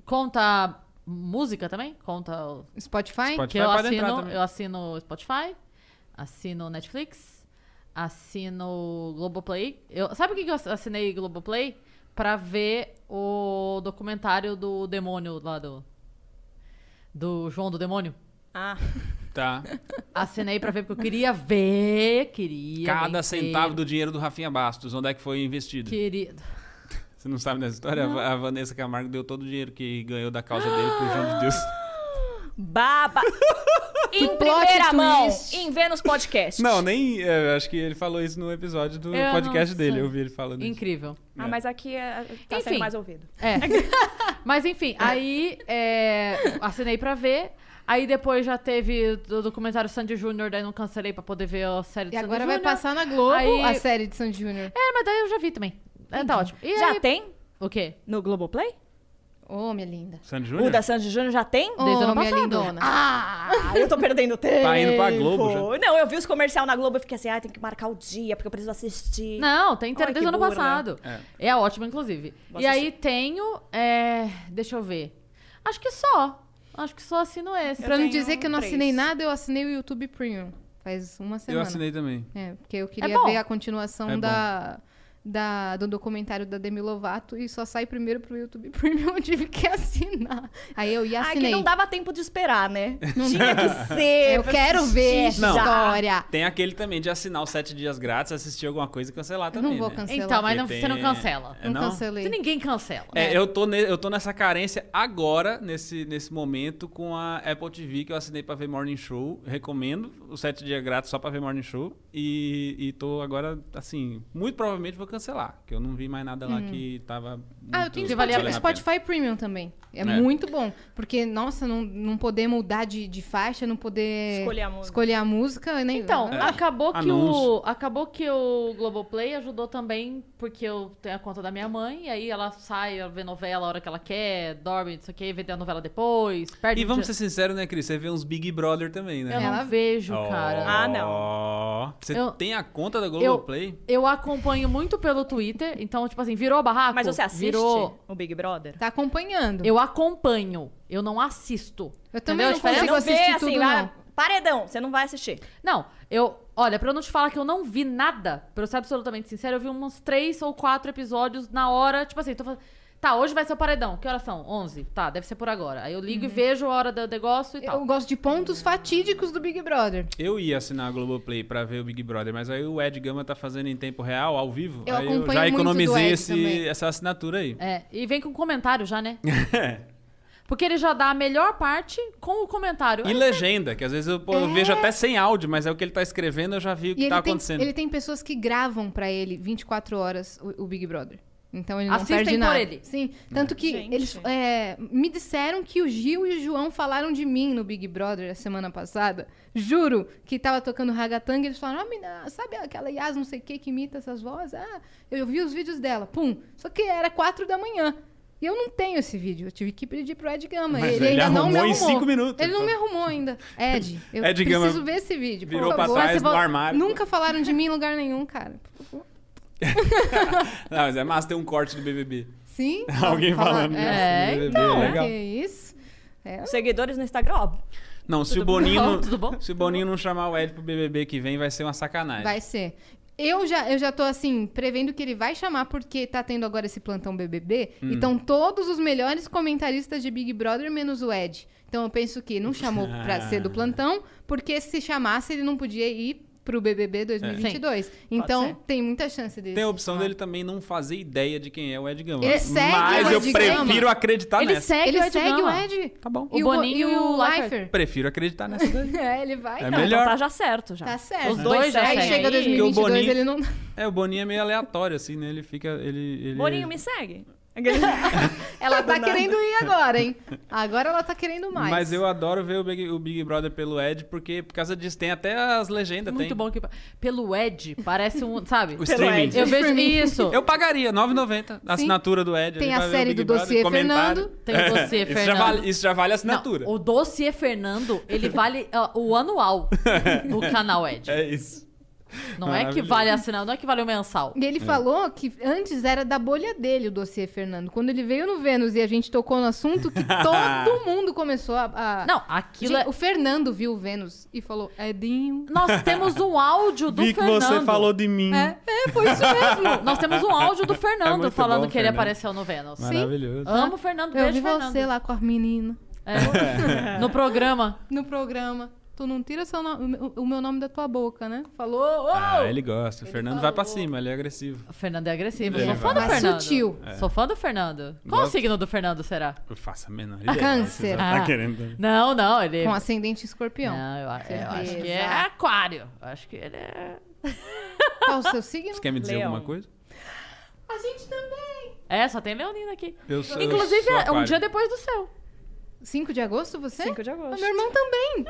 B: Conta música também? Conta. o-
C: Spotify?
D: Spotify.
B: Que eu
D: pode entrar
B: assino,
D: também.
B: eu assino Spotify, assino Netflix, assino Globoplay. Eu, sabe o que que eu ass- assinei Globoplay? Pra ver o documentário do demônio lá do. Do João do Demônio.
E: Ah,
D: Tá.
B: Assinei pra ver, porque eu queria ver, queria.
D: Cada
B: ver
D: centavo
B: inteiro,
D: do dinheiro do Rafinha Bastos, onde é que foi investido?
B: Queria.
D: Você não sabe dessa história? A Va- A Vanessa Camargo deu todo o dinheiro que ganhou da causa dele pro João de Deus.
E: baba. em
C: plot
E: primeira mão,
C: twist.
E: em Vênus
D: [GASPS]
E: Podcast.
D: Não, nem. é, acho que ele falou isso no episódio do
B: Eu
D: podcast
B: não
D: dele.
B: sei.
D: Eu vi ele falando isso.
B: Incrível.
E: Ah, mas aqui é, tá
B: Enfim.
E: sendo mais ouvido.
B: É. Mas enfim, aí é, assinei pra ver. Aí depois já teve do documentário Sandy Júnior, daí não cancelei pra poder ver a série do
C: E
B: Sandy
C: agora vai
B: Júnior.
C: passar na Globo
B: Aí-
C: a série de Sandy Júnior.
B: É, mas daí eu já vi também. É, tá ótimo. E
E: já
B: aí-
E: tem
B: O quê?
E: no Globoplay?
C: Ô, minha linda.
D: Sandy
E: O
D: Júnior?
E: da Sandy Júnior já tem?
C: Ô,
B: Desde o ano
C: minha
B: passado.
C: lindona.
E: Ah, eu tô perdendo tempo.
D: Tá indo pra Globo já.
E: Não, eu vi os comercial na Globo e fiquei assim, ah, tem que marcar o dia, porque eu preciso assistir.
B: Não, tem inteiro
E: Ai,
B: desde o
E: que
B: ano
C: né?
E: burra,
B: passado. É. ótimo, inclusive.
E: Vou
B: e aí
E: assistir.
B: tenho. é, deixa eu ver. Acho que só. Acho que só assino esse.
E: Eu
C: pra não
E: tenho
C: dizer que eu não
E: três.
C: assinei nada, eu assinei o YouTube Premium. Faz uma
D: Eu
C: semana.
D: assinei também.
C: É, porque eu queria
E: bom.
C: ver a continuação
D: É bom.
C: da, da- do documentário da Demi Lovato e só sai primeiro pro YouTube Premium. [LAUGHS] Eu tive que assinar. Aí eu ia
E: Ah,
C: assinei.
E: que não dava tempo de esperar, né? Tinha que ser.
C: Eu quero ver
E: assistir
C: essa
D: Não.
E: já.
C: história.
D: Tem aquele também de assinar os sete dias grátis, assistir alguma coisa e cancelar
C: Eu
D: também.
C: não vou
D: né?
C: cancelar.
B: Então, mas
D: Porque
B: não- você não
D: tem-
B: cancela.
D: É,
C: não,
D: não?
C: cancelei.
B: Se ninguém cancela.
D: É, eu tô, ne- eu tô nessa carência agora, nesse, nesse momento, com a Apple TV que eu assinei pra ver Morning Show. Recomendo o sete dias grátis só pra ver Morning Show. E, e tô agora, assim, muito provavelmente vou cancelar, que eu não vi mais nada lá que tava.
C: Uhum. Ah, eu
D: muito-
C: tenho
B: que valer a
C: Spotify,
D: valendo
C: Spotify Premium também. É,
D: É.
C: muito bom. Porque, nossa, não, não poder mudar de, de faixa, não poder
E: Escolher a música.
C: escolher a música, nem.
B: Então,
D: É.
B: acabou, que o,
D: Anúncio.
B: acabou que o Globoplay ajudou também, porque eu tenho a conta da minha mãe, e aí ela sai, ela vê novela a hora que ela quer, dorme, não sei o quê, vê a novela depois, perde
D: E
B: o
D: vamos ser
B: dia.
D: sinceros, né, Cris? Você vê uns Big Brother também,
B: Eu
D: né?
B: não
C: Ela-
B: vejo, cara.
E: Ah, não.
D: não. Você
B: Eu-
D: tem a conta da
B: Eu,
D: Globoplay?
B: eu acompanho muito pelo Twitter, então, tipo assim, virou barraco.
E: Mas você assiste
B: Virou.
E: o Big Brother?
C: Tá acompanhando.
B: Eu acompanho, eu não assisto.
C: Eu também
B: Entendeu Tipo, a
C: não
B: diferença?
E: Você
C: consigo
E: não vê,
C: assistir
E: assim,
C: tudo,
E: lá,
C: não.
E: paredão, você não vai assistir.
B: Não, eu. Olha, pra eu não te falar que eu não vi nada, pra eu ser absolutamente sincero, eu vi uns três ou quatro episódios na hora, tipo assim, tô falando. Tá, hoje vai ser o paredão. Que horas são? 11. Tá, deve ser por agora. Aí eu ligo e vejo a hora do negócio e
C: Eu
B: tal.
C: gosto de pontos fatídicos do Big Brother.
D: Eu ia assinar a Globoplay pra ver o Big Brother, mas aí o Ed Gama tá fazendo em tempo real, ao vivo.
C: Eu
D: aí eu
C: acompanho
D: já
C: muito do
D: economizei
C: Ed
D: esse-
C: também.
D: essa assinatura aí.
B: É, e vem com comentário já, né? Porque ele já dá a melhor parte com o comentário.
C: É.
D: E legenda, que às vezes eu, pô, eu vejo até sem áudio, mas é o que ele tá escrevendo, eu já vi o
C: E
D: que
C: ele,
D: tá
C: tem,
D: acontecendo.
C: ele tem pessoas que gravam pra ele 24 horas o, o Big Brother. Então ele não
B: Assistem
C: perde
B: por
C: nada.
B: ele.
C: Sim, tanto que
E: Gente.
C: eles é, me disseram que o Gil e o João falaram de mim no Big Brother a semana passada. Juro que tava tocando ragatanga e eles falaram: "Ah, mina, sabe aquela Yas não sei o que que imita essas vozes? Ah, eu vi os vídeos dela. Pum. Só que era 4 da manhã. E eu não tenho esse vídeo. Eu tive que pedir pro Ed Gama.
D: Mas
C: ele,
D: ele
C: ainda não me arrumou.
D: arrumou em cinco minutos. então.
C: Ele não me arrumou ainda. Ed, eu
D: Ed Gama
C: preciso ver esse vídeo. Tipo, por
D: virou pra
C: favor.
D: trás
C: Mas se
D: do
C: vo-
D: armário.
C: Nunca falaram de mim em lugar nenhum, cara. Por favor.
D: [LAUGHS] Não, mas é massa ter um corte do BBB.
C: Sim?
D: [LAUGHS] Alguém
C: Fala-
D: falando. né?
B: é,
D: do BBB,
B: então,
D: legal.
C: Que isso? É.
E: Os seguidores no Instagram, ó.
D: Não, se o,
B: bom?
D: Boninho, não-
B: Tudo bom?
D: se o Boninho não chamar o Ed pro BBB que vem, vai ser uma sacanagem.
C: Vai ser. Eu já, eu já tô, assim, prevendo que ele vai chamar porque tá tendo agora esse plantão BBB.
D: Hum.
C: Então, todos os melhores comentaristas de Big Brother, menos o Ed. Então, eu penso que não chamou
D: [LAUGHS]
C: pra ser do plantão, porque se chamasse, ele não podia ir pro BBB 2022. Então,
E: ser.
C: tem muita chance Ah. dele.
D: É. Tem a
C: se
D: opção
C: chamar.
D: dele também não fazer ideia de quem é o Ed Gama.
C: Ele segue
D: mas
C: o
D: eu
C: Ed Gama.
D: prefiro acreditar
B: ele
D: nessa.
B: segue
C: Ele
B: o Ed
C: segue
B: Gama.
C: o Ed?
D: Tá bom.
C: E
B: O
C: Bo-
B: Boninho
C: e o
B: e o
C: Lifer.
D: Prefiro acreditar nessa daí.
C: [LAUGHS] É, ele vai.
D: É
C: não.
D: melhor.
E: Tá já certo já.
C: Tá certo.
B: Os dois já
C: Aí
B: seguem.
C: chega
D: Porque o
C: 2022,
D: Boninho-
C: ele não.
D: É, o Boninho é meio aleatório, assim, né? Ele fica. Ele, ele...
E: Boninho, me segue.
C: [LAUGHS] [LAUGHS] Ela
E: Do
C: tá
E: nada.
C: querendo ir agora, hein? Agora ela tá querendo mais.
D: Mas eu adoro ver o Big, o Big Brother pelo Ed, porque por causa disso tem até as legendas.
B: Muito
D: tem.
B: bom que. Pelo Ed, parece um. Sabe?
D: O streaming.
B: Eu vejo isso.
D: Eu pagaria, R$ 9,90 a assinatura do Ed.
C: Tem
D: ele
C: a
D: vai ver o
C: série
D: Big
C: do
D: Brother,
C: dossiê
D: comentário. É,
C: Fernando.
B: Tem o dossiê,
D: [LAUGHS] isso Já
B: Fernando.
D: vale, isso já vale a
B: Não,
D: assinatura.
B: o dossiê Fernando,
D: [LAUGHS]
B: ele vale ó, o anual do canal Ed.
D: É isso.
B: Não é que
D: Maravilhoso.
B: vale assinar, não é que vale o mensal.
C: E ele falou que antes era da bolha dele o dossiê Fernando. Quando ele veio no Vênus e a gente tocou no
B: [LAUGHS]
C: assunto, que todo mundo começou a. a-
B: Não, aquilo
C: Gente,
B: é...
C: O Fernando viu o Vênus e falou: "É Edinho.
B: Nós temos um áudio do
D: Vi que
B: Fernando.
D: você falou de mim.
C: É, é, foi isso mesmo.
B: Nós temos um áudio do
D: [LAUGHS] É
B: Fernando
D: muito
B: falando
D: bom,
B: que ele
D: Fernando.
B: apareceu no Vênus.
D: Maravilhoso.
B: Amo o Fernando,
C: [LAUGHS] Eu
B: beijo,
C: vi
B: Fernando.
C: você lá com a menina
B: É, no programa.
C: no programa. Tu não tira seu no- o meu- o meu nome da tua boca, né? Falou.
B: Oh!
C: ô!
D: Ah, ele gosta. O Fernando vai pra cima, ele é agressivo.
B: O Fernando é agressivo.
D: Ele
B: Sou fã do
D: vai. É.
B: Fernando.
C: Sutil.
B: Sou fã do Fernando. Qual o
D: Gosto.
B: signo do Fernando será?
D: Eu faço a menor ideia.
C: Câncer.
D: Você já
B: Ah.
D: Tá querendo.
B: Não, não, ele.
C: Com ascendente escorpião.
B: Não, eu, eu acho
C: Certeza.
B: que é aquário. Eu acho que ele é.
C: Qual o seu signo?
D: Você quer me dizer
E: Leão.
D: alguma coisa?
C: A gente também.
B: É, só tem Leonina aqui.
D: Eu sou,
B: Inclusive,
D: eu sou
B: é um
D: aquário.
B: dia depois do seu.
C: 5 de agosto, você?
E: 5 de agosto.
C: Ah, Meu irmão também.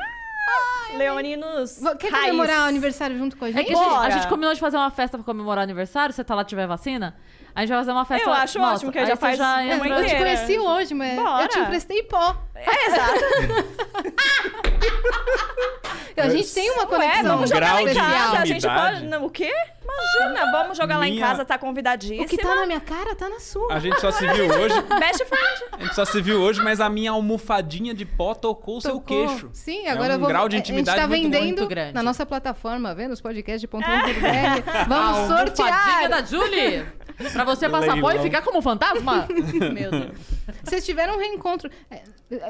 E: Leoninos.
C: Vo- Quer
E: raiz. assim,
C: comemorar o aniversário junto com a
B: É
C: gente?
B: que a gente, a
E: Bora.
B: gente combinou de fazer uma festa pra comemorar o aniversário, você tá lá tiver vacina? A gente vai fazer uma festa.
E: Eu acho
B: nossa,
E: ótimo, que aí já
B: você
E: faz um
B: já
E: uma
B: entra-
C: eu te
E: inteira.
C: conheci hoje, mas eu
E: Bora.
C: te emprestei pó.
E: É, exato.
C: [LAUGHS] A gente tem uma
E: Ué,
C: conexão.
E: vamos jogar lá em
C: especial.
E: casa. A gente
D: intimidade.
E: pode. Não, o quê? Imagina, vamos jogar lá em
D: Minha-
E: casa, tá
C: O
E: convidadíssima.
C: que tá na minha cara, tá na sua.
D: A gente só
B: [LAUGHS]
D: se viu hoje.
E: Best friend.
D: A gente só se viu hoje, mas a minha almofadinha de pó tocou o seu
C: Tocou.
D: queixo.
C: Sim,
D: É
C: agora
D: um
C: eu vou.
D: grau de
C: a
D: intimidade
C: gente tá
D: muito
C: vendendo
B: muito grande.
C: na nossa plataforma, vendo os podcasts de ponto .com.br. [LAUGHS] Vamos
D: um
B: Ah, almofadinha
C: sortear.
B: da Julie! Pra
D: [LAUGHS]
B: você passar pó e
D: Leilão.
B: ficar como um
E: [LAUGHS]
B: fantasma? Meu Deus.
C: Vocês tiveram um reencontro. É,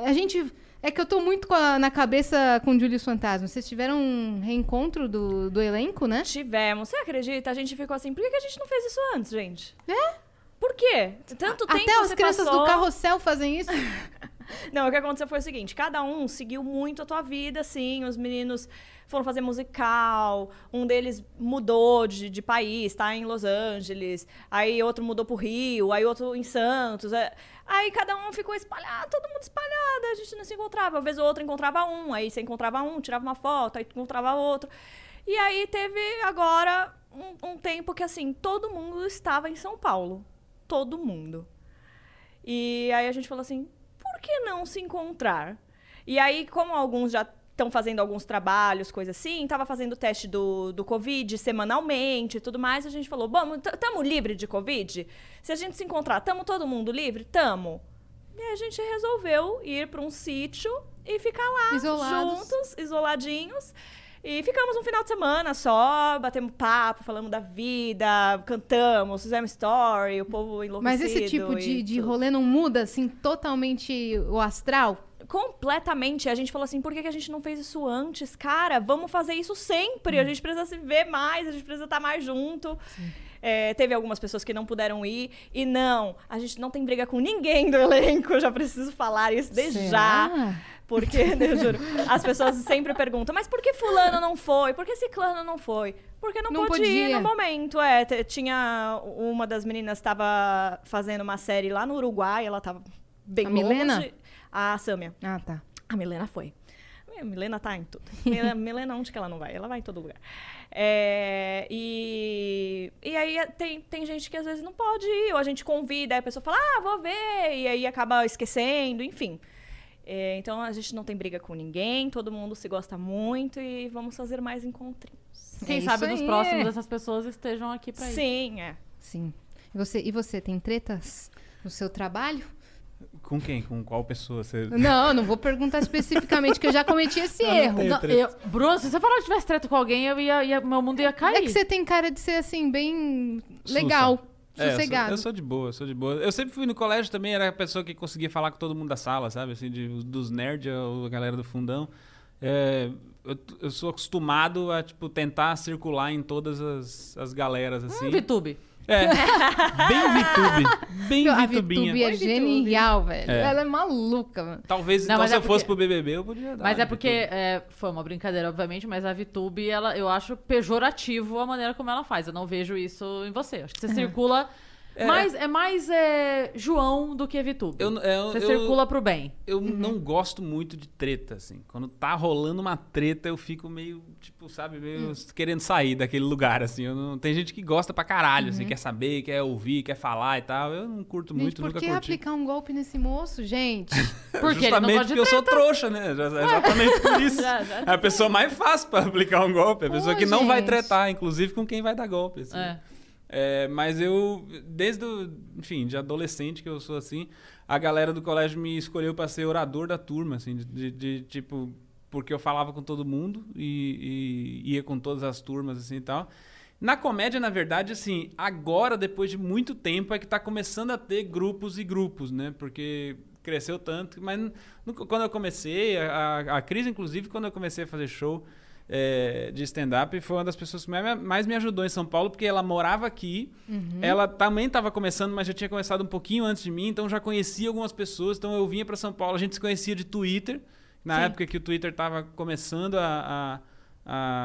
C: A gente. É que eu tô muito com a- na cabeça com Júlio Fantasma. Vocês tiveram um reencontro do, do elenco, né?
E: Tivemos. Você acredita? A gente ficou assim. Por que que a gente não fez isso antes, gente? É? Por quê? Tanto tempo
C: Até as
E: você
C: crianças
E: passou...
C: do carrossel fazem isso.
E: Não, o que aconteceu foi o seguinte: cada um seguiu muito a tua vida, assim. Os meninos foram fazer musical, um deles mudou de, de país, tá em Los Angeles, aí outro mudou pro Rio, aí outro em Santos. é. Aí cada um ficou espalhado, todo mundo espalhado, a gente não se encontrava. Uma vez ou outra encontrava um, aí você encontrava um, tirava uma foto, aí tu encontrava outro. E aí teve agora um- um tempo que, assim, todo mundo estava em São Paulo. Todo mundo. E aí a gente falou assim, por que não se encontrar? E aí, como alguns já estão fazendo alguns trabalhos, coisa assim, tava fazendo o teste do, do Covid semanalmente e tudo mais, a gente falou, vamos, t- tamo livre de Covid? Se a gente se encontrar, tamo todo mundo livre? Tamo. E aí a gente resolveu ir para um sítio e ficar lá
C: Isolados.
E: juntos, isoladinhos. E ficamos um final de semana só, batemos papo, falamos da vida, cantamos, fizemos story, o povo enlouquecido.
C: Mas esse tipo de,
E: e
C: de
E: tudo.
C: rolê não muda, assim, totalmente o astral?
E: Completamente. A gente falou assim, por que, que a gente não fez isso antes? Cara, vamos fazer isso sempre. A
C: Hum.
E: gente precisa se ver mais, a gente precisa estar mais junto. É, teve algumas pessoas que não puderam ir. E não, a gente não tem briga com ninguém do elenco. [LAUGHS] Eu já preciso falar isso desde já.
C: Será?
E: Porque, [LAUGHS] eu juro, as pessoas sempre perguntam, mas por que fulano não foi? Por que ciclano não foi? Porque não,
C: Não
E: podia, ir
C: podia.
E: no momento. É, t- tinha uma das meninas estava fazendo uma série lá no Uruguai, ela estava bem
C: A Milena?
E: longe. A Sâmia.
C: Ah, tá.
E: A Milena foi. A Milena tá em tudo. [LAUGHS] Milena, Milena, onde que ela não vai? Ela vai em todo lugar. É, e, e aí tem, tem gente que às vezes não pode ir, ou a gente convida, aí a pessoa fala, ah, vou ver, e aí acaba esquecendo, enfim. É, então a gente não tem briga com ninguém, todo mundo se gosta muito e vamos fazer mais encontrinhos.
B: Quem
C: É
B: sabe
C: isso
B: nos
C: aí.
B: próximos essas pessoas estejam aqui pra isso.
E: Sim, é.
C: Sim. E você, e você tem tretas no seu trabalho?
D: Com quem? Com qual pessoa? Você...
C: Não, não vou perguntar especificamente, que eu já cometi
D: [LAUGHS]
C: esse erro.
D: tenho
B: Não,
D: treta.
B: eu- Bruno, se você falar que tivesse treta com alguém, eu ia, ia- meu mundo ia cair.
C: É que você tem cara de ser assim, bem
D: Sussa.
C: legal,
D: É, eu sou-
C: sossegado.
D: eu sou de boa, eu sou de boa. Eu sempre fui no colégio também, era a pessoa que conseguia falar com todo mundo da sala, sabe? Assim, de- dos nerds, a galera do fundão. É, eu, eu sou acostumado a, tipo, tentar circular em todas as, as galeras,
C: Ah,
D: assim.
B: Hum, VTube.
D: é.
C: [LAUGHS]
D: Bem VTube. Bem
C: a
D: VTubinha.
C: Vitube é genial, velho.
D: É.
C: Ela é maluca, mano.
D: Talvez,
B: Não,
D: então,
B: mas
D: se
B: é
D: eu fosse
B: porque-
D: pro BBB, eu podia dar. né,
B: Mas é
D: uma
B: porque
D: VTube.
B: é, foi uma brincadeira, obviamente, mas a VTube, ela, eu acho pejorativo a maneira como ela faz. Eu não vejo isso em você. Acho que você circula. Mais, é mais é, João do que VTube.
D: Eu, é, eu,
B: você
D: eu-
B: circula pro
D: [LAUGHS]
B: bem.
D: Eu não gosto muito de treta, assim. Quando tá rolando uma treta, eu fico meio, tipo, sabe,
B: Hum.
D: meio querendo sair daquele lugar, assim. Eu não- Tem gente que gosta pra caralho, assim,
B: Uhum.
D: quer saber, quer ouvir, quer falar e tal. Eu não curto
C: Gente,
D: muito,
C: por
D: nunca
C: que
D: curti. [LAUGHS]
C: aplicar um golpe nesse moço, gente?
B: Porque ele não
D: Justamente
B: gosta de
D: porque eu sou trouxa, né? Já- Exatamente
B: [LAUGHS]
D: por isso.
B: Já- já-
D: É a pessoa mais fácil pra aplicar um golpe. É a pessoa
C: Pô,
D: que não vai
C: gente.
D: tretar, inclusive com quem vai dar golpe. assim.
B: É.
D: É, mas eu, desde, o, enfim, de adolescente que eu sou assim, a galera do colégio me escolheu pra ser orador da turma, assim, de, de- de, tipo, porque eu falava com todo mundo e, e ia com todas as turmas, assim e tal. Na comédia, na verdade, assim, agora, depois de muito tempo, é que tá começando a ter grupos e grupos, né? Porque cresceu tanto, mas no- quando eu comecei, a, a- a Cris, inclusive, quando eu comecei a fazer show, é, de stand-up foi uma das pessoas que mais, mais me ajudou em São Paulo, porque ela morava aqui. Ela também estava começando, mas já tinha começado um pouquinho antes de mim, então já conhecia algumas pessoas. Então eu vinha para São Paulo, a gente se conhecia de Twitter, na época que o Twitter estava Ah, começando a, a,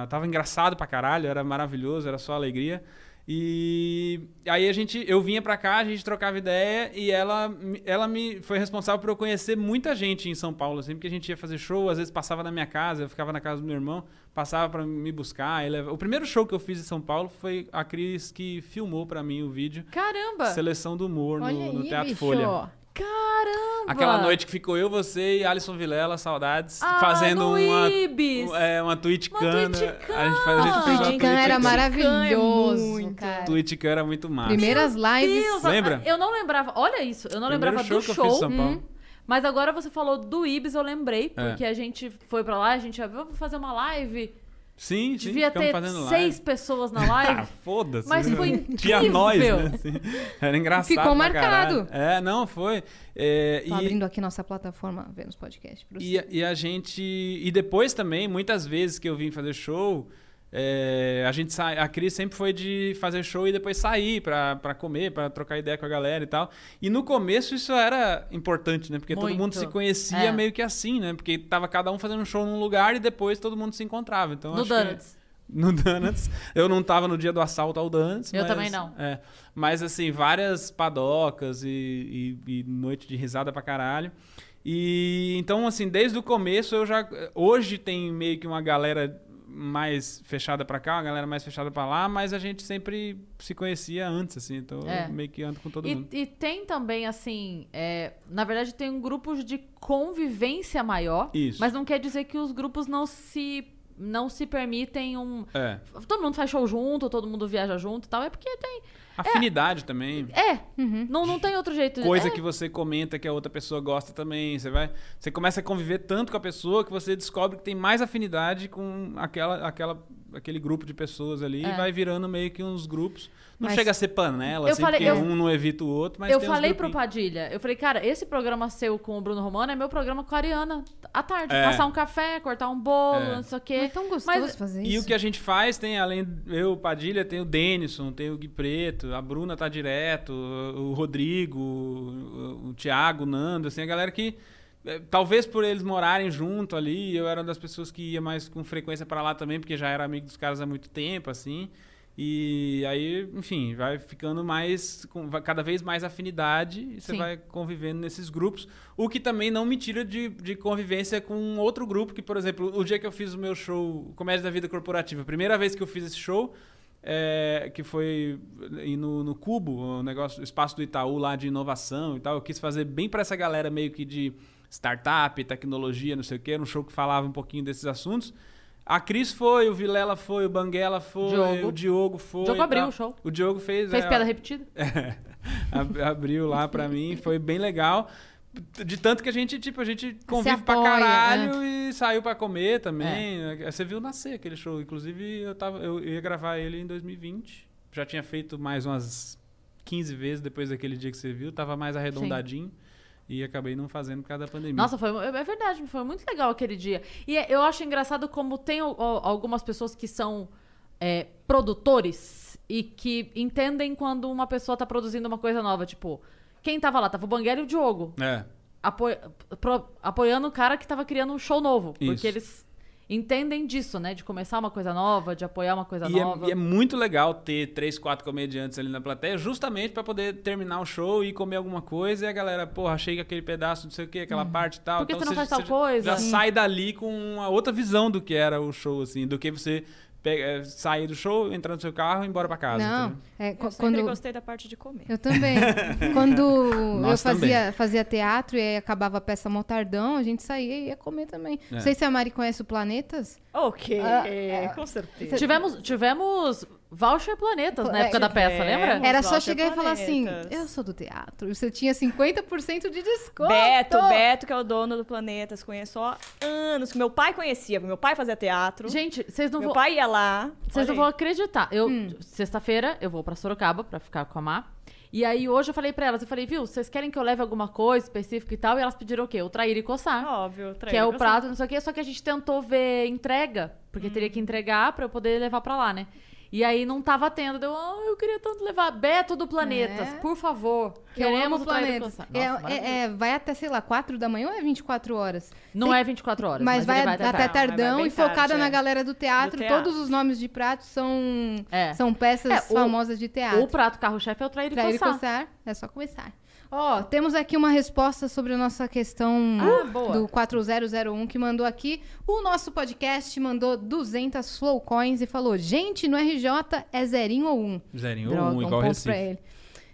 D: a- Tava engraçado pra caralho, era maravilhoso, era só alegria. E, E aí a gente, eu vinha pra cá, a gente trocava ideia e ela, me- ela me foi responsável por eu conhecer muita gente em São Paulo, sempre que a gente ia fazer show, às vezes passava na minha casa, eu ficava na casa do meu irmão, passava pra me buscar. e leva- O primeiro show que eu fiz em São Paulo foi a Cris que filmou pra mim o vídeo
B: Caramba!
D: Seleção do Humor [LAUGHS] no,
C: Olha
D: no
C: aí,
D: Teatro
C: bicho.
D: Folha.
B: Caramba!
D: Aquela noite que ficou eu, você e Alisson Vilela, saudades,
B: Ah,
D: fazendo
B: no
D: uma
B: Ibis.
D: um- é, uma
B: Uma
D: Twitchcana.
B: Twitchcana.
D: A gente faz a gente fez uma
C: Gente, Cana Então era
D: Twitchcana.
C: maravilhoso,
E: é muito.
C: cara.
D: Twitchcana era muito massa.
C: Primeiras lives.
B: Deus,
D: Lembra?
B: Eu não lembrava. Olha isso, eu não
D: Primeiro
B: lembrava
D: show
B: do
D: que eu
B: show. Hum.
D: fiz em São Paulo.
B: Mas agora você falou do Ibis, eu lembrei,
D: É.
B: porque a gente foi pra lá, a gente já vamos fazer uma live.
D: Sim, sim,
B: Devia
D: ficamos
B: ter
D: fazendo
B: seis
D: live.
B: pessoas na
D: Ah,
B: live.
D: foda-se.
B: Mas foi
D: [LAUGHS] Tinha
B: incrível.
D: nós, né? Assim, Era engraçado.
C: Ficou
D: pra caralho.
C: marcado.
D: É, não, foi. É,
C: Tô
D: e-
C: abrindo aqui nossa plataforma Vênus Podcast. pra
D: E, é
C: você.
D: a- e a gente. E depois também, muitas vezes que eu vim fazer show, é, a gente sai, a Cris sempre foi de fazer show e depois sair pra, pra comer, pra trocar ideia com a galera e tal. E no começo isso era importante, né? Porque todo
B: Muito.
D: mundo se conhecia
B: É.
D: meio que assim, né? Porque tava cada um fazendo um show num lugar e depois todo mundo se encontrava. [LAUGHS] Então,
B: no
D: acho que-
B: Donuts.
D: no [LAUGHS] Donuts. Eu não tava no dia do assalto ao Donuts.
B: Eu
D: mas-
B: também não.
D: é. mas, assim, várias padocas e, e- e noite de risada pra caralho. E então, assim, desde o começo eu já. Hoje tem meio que uma galera mais fechada pra cá, uma galera mais fechada pra lá, mas a gente sempre se conhecia antes, assim. Então
B: É.
D: eu meio que ando com todo mundo.
B: E, e tem também, assim, é, na verdade tem grupos de convivência maior,
D: Isso.
B: mas não quer dizer que os grupos não se, não se permitem um...
D: É.
B: Todo mundo faz show junto, todo mundo viaja junto e tal, é porque tem...
D: Afinidade também.
B: É, não, não tem outro jeito.
D: coisa
B: é,
D: que você comenta que a outra pessoa gosta também. Você vai, você começa a conviver tanto com a pessoa que você descobre que tem mais afinidade com aquela, aquela, aquele grupo de pessoas ali e vai virando meio que uns grupos. Não
C: Mas-
D: chega a ser panela,
B: É. Eu
D: assim,
B: falei-
D: porque
B: eu-
D: um não evita o outro, mas
B: eu
D: tem
B: falei
D: uns
B: pro
D: grupinhos.
B: Padilha, eu falei, cara, esse programa seu com o Bruno Romano é meu programa com a Ariana, à tarde.
D: É.
B: Passar um café, cortar um bolo,
D: É.
B: não sei o
C: Não
B: quê.
C: é tão gostoso
B: Mas-
C: fazer
D: E
C: isso.
D: o que é a gente faz tem, além eu, Padilha, tem o Denison, tem o Gui Preto, a Bruna tá direto, o Rodrigo, o, o Thiago, o Nando, assim, a galera que. eh, Talvez por eles morarem junto ali, eu era uma das pessoas que ia mais com frequência pra lá também, porque já era amigo dos caras há muito tempo, assim. E aí, enfim, vai ficando mais, com vai cada vez mais afinidade e você
B: Sim.
D: vai convivendo nesses grupos. O que também não me tira de, de convivência com outro grupo, que, por exemplo, o dia que eu fiz o meu show Comédia da Vida Corporativa, a primeira vez que eu fiz esse show, é, que foi em- no, no Cubo, o negócio, o espaço do Itaú lá de inovação e tal, eu quis fazer bem pra essa galera meio que de startup, tecnologia, não sei o quê, era um show que falava um pouquinho desses assuntos. A Cris foi, o Vilela foi, o Banguela foi,
B: Diogo.
D: o Diogo foi.
B: Diogo
D: e
B: abriu
D: tal.
B: o show.
D: O Diogo fez.
B: Fez
D: é,
B: piada repetida?
D: [LAUGHS] Ab- abriu lá pra mim, foi bem legal. De tanto que a gente, tipo, a gente convive pra
C: apoia,
D: caralho e saiu pra comer também. Você viu nascer aquele show. Inclusive, eu, tava, eu ia gravar ele em 2020. Já tinha feito mais umas 15 vezes depois daquele dia que você viu. Tava mais arredondadinho. E acabei não fazendo por causa da pandemia.
B: Nossa, foi, é verdade, foi muito legal aquele dia. E é- eu acho engraçado como tem al- al- algumas pessoas que são é, produtores e que entendem quando uma pessoa tá produzindo uma coisa nova. Tipo, quem tava lá? Tava o Banguera e o Diogo,
D: É.
B: apo- pro- apoiando o cara que tava criando um show novo.
D: Isso.
B: Porque eles entendem disso, né? De começar uma coisa nova, de apoiar uma coisa
D: E é,
B: nova.
D: e é muito legal ter três, quatro comediantes ali na plateia, justamente pra poder terminar o show e comer alguma coisa. E a galera, porra, achei que aquele pedaço, não sei o que, aquela parte e tal.
B: Por que
D: então
B: Uhum. você não faz tal
D: já-
B: coisa?
D: Já
B: Sim.
D: sai dali com uma outra visão do que era o show, assim, do que você pega- eh, sair do show, entrar no seu carro e ir embora pra casa.
C: Não,
D: entendeu?
C: é, qu-
E: Eu sempre
C: quando,
E: gostei da parte de comer.
C: Eu também.
D: [LAUGHS]
C: Quando
D: Nós
C: eu fazia, fazia teatro e aí acabava a peça Motardão, a gente saía e ia comer também.
D: É.
C: Não sei se a Mari conhece o Planetas.
E: Ok,
C: Ah,
E: com certeza.
B: Tivemos, tivemos voucher planetas na
C: É,
B: época da peça, lembra?
E: Os
C: Era só
E: Walter
C: chegar e falar assim:
E: Planetas.
C: eu sou do teatro. E você tinha 50% de desconto.
E: Beto, Beto, que é o dono do Planetas, conheço há anos. que Meu pai conhecia, meu pai fazia teatro.
B: Gente, vocês não
E: meu
B: vão.
E: pai ia lá.
B: Vocês não
E: olha
B: vão
E: aí.
B: acreditar. Eu, sexta-feira, eu vou pra Sorocaba pra ficar com a Mar. E aí hoje eu falei pra elas, eu falei, viu, vocês querem que eu leve alguma coisa específica e tal? E elas pediram o quê? O trair e coçar.
E: Óbvio,
B: que
E: traíra,
B: é o
E: você- [LAUGHS]
B: prato, não sei o quê. Só que a gente tentou ver entrega, porque teria que entregar pra eu poder levar pra lá, né? E aí não tava tendo. Deu, ah, eu queria tanto levar Beto do Planetas,
C: É.
B: por favor.
C: Eu amo
B: Queremos o Planeta.
C: planetas.
B: Nossa,
C: É-
B: maravilhoso.
C: é- é, vai até, sei lá, 4 da manhã ou é 24 horas?
B: Não
C: Tem-
B: é 24 horas,
C: Mas, vai,
B: ele
C: até,
E: tarde. Não,
C: tardão
E: vai
C: e
E: bem tarde,
C: focada na
E: é.
C: galera do teatro.
E: Do teatro.
C: Todos os nomes de pratos são,
B: É.
C: são peças
B: É, o-
C: famosas de teatro.
B: O prato carro-chefe é o traíra
C: Pra
B: e
C: ele
B: coçar.
C: começar, é só começar. Ó, temos aqui uma resposta sobre a nossa questão
B: Ah, boa.
C: do 4001 que mandou aqui. O nosso podcast mandou 200 flowcoins e falou: gente, no RJ é zerinho ou um.
D: Zerinho,
C: Droga,
D: um,
C: um
D: igual
C: ponto pra
D: Recife.
C: ele.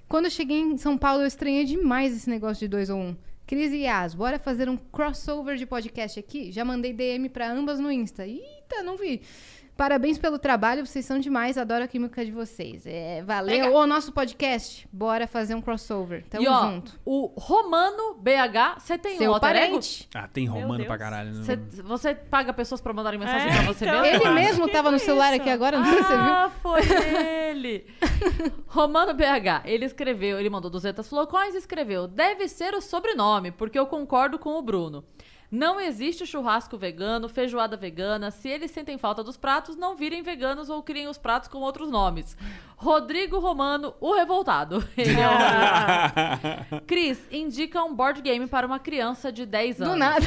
C: Quando eu cheguei em São Paulo, eu estranhei demais esse negócio de dois ou um. Cris e Yas, bora fazer um crossover de podcast aqui? Já mandei DM pra ambas no Insta. Eita, não vi. Parabéns pelo trabalho, vocês são demais, adoro a química de vocês. É, valeu. O nosso podcast, bora fazer um crossover. Tamo
B: e ó,
C: junto.
B: o Romano BH, você tem
C: Seu
B: um alter ego?
C: parente.
D: Ah, tem romano
E: Deus.
D: pra caralho. né?
B: Você, você paga pessoas pra mandarem mensagem
E: É,
B: pra você
E: então.
B: mesmo?
C: Ele
E: acho
C: mesmo
E: que
C: tava no
E: foi
C: celular
E: isso.
C: aqui agora, não sei se você viu.
B: Ah, foi ele! [LAUGHS] Romano BH, ele escreveu, ele mandou 200 flocões e escreveu: deve ser o sobrenome, porque eu concordo com o Bruno. Não existe churrasco vegano, feijoada vegana. Se eles sentem falta dos pratos, não virem veganos ou criem os pratos com outros nomes. Rodrigo Romano, o revoltado. Ele é [LAUGHS]
E: Ah,
B: o- Cris, indica um board game para uma criança de 10 anos.
C: Do nada.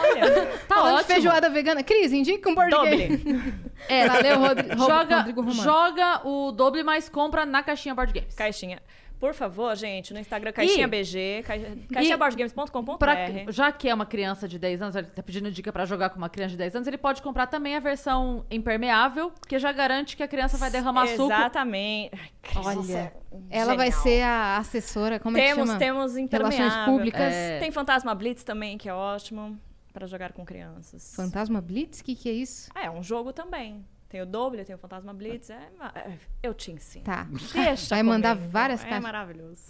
E: Olha,
B: Tá
C: Falando de
B: ótimo.
C: feijoada vegana. Cris, indica um board game.
B: É,
C: [LAUGHS] Valeu, Rodri-
B: [LAUGHS]
C: Ro-
B: joga,
C: Rodrigo Romano.
B: joga o doble, mas compra na caixinha Board Games.
E: Caixinha. Por favor, gente, no Instagram, caixinha BG, cai- caixinhaboardgames.com.br.
B: Pra- já que é uma criança de 10 anos, ele tá pedindo dica pra jogar com uma criança de 10 anos, ele pode comprar também a versão impermeável, que já garante que a criança vai derramar suco.
E: Exatamente. Ai, Cris,
B: Olha,
E: nossa,
C: Ela vai
E: é genial.
C: ser a assessora, como é que
E: temos,
C: chama?
E: temos impermeável.
C: Relações públicas.
B: É.
E: Tem Fantasma Blitz também, que é ótimo pra jogar com crianças.
C: Fantasma Blitz? O que, que é isso?
E: Ah, é um jogo também. Tem o Doble, tem o Fantasma Blitz. É, ma- é, eu te ensino.
C: Tá.
E: [LAUGHS] Deixa
C: Vai mandar
E: comigo.
C: várias
E: É
C: caixas.
E: maravilhoso.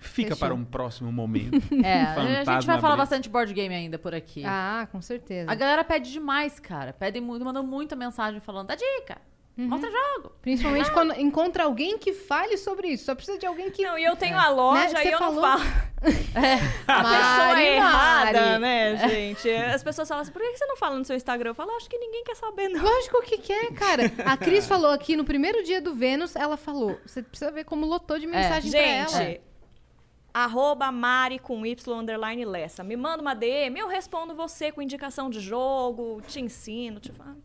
D: Fica
C: Fechou.
D: para um próximo momento.
B: [LAUGHS] É, a gente
D: Fantasma
B: vai falar
D: Blitz.
B: bastante board game ainda por aqui.
C: Ah, com certeza.
B: A galera pede demais, cara. Pedem muito, mandam muita mensagem falando, dá dica,
C: Uhum.
B: mostra jogo.
C: Principalmente quando encontra alguém que fale sobre isso. Só precisa de alguém que.
E: Não, e eu tenho a loja
C: Né,
E: e
C: você
E: eu
C: falou.
E: não
C: [LAUGHS]
E: falo. [LAUGHS] É, A pessoa
C: Mari,
E: é errada,
C: Mari.
E: né,
C: [LAUGHS]
E: gente? As pessoas falam assim, por que você não fala no seu Instagram? Eu falo, acho que ninguém quer saber, não.
C: Lógico que quer, cara. A
E: [LAUGHS]
C: Cris falou aqui no primeiro dia do Vênus, ela falou. Você precisa ver como lotou de mensagem pra ela.
E: É, Gente, arroba Mari com Y underline Lessa. Me manda uma DM, eu respondo você com indicação de jogo, te ensino, te falo.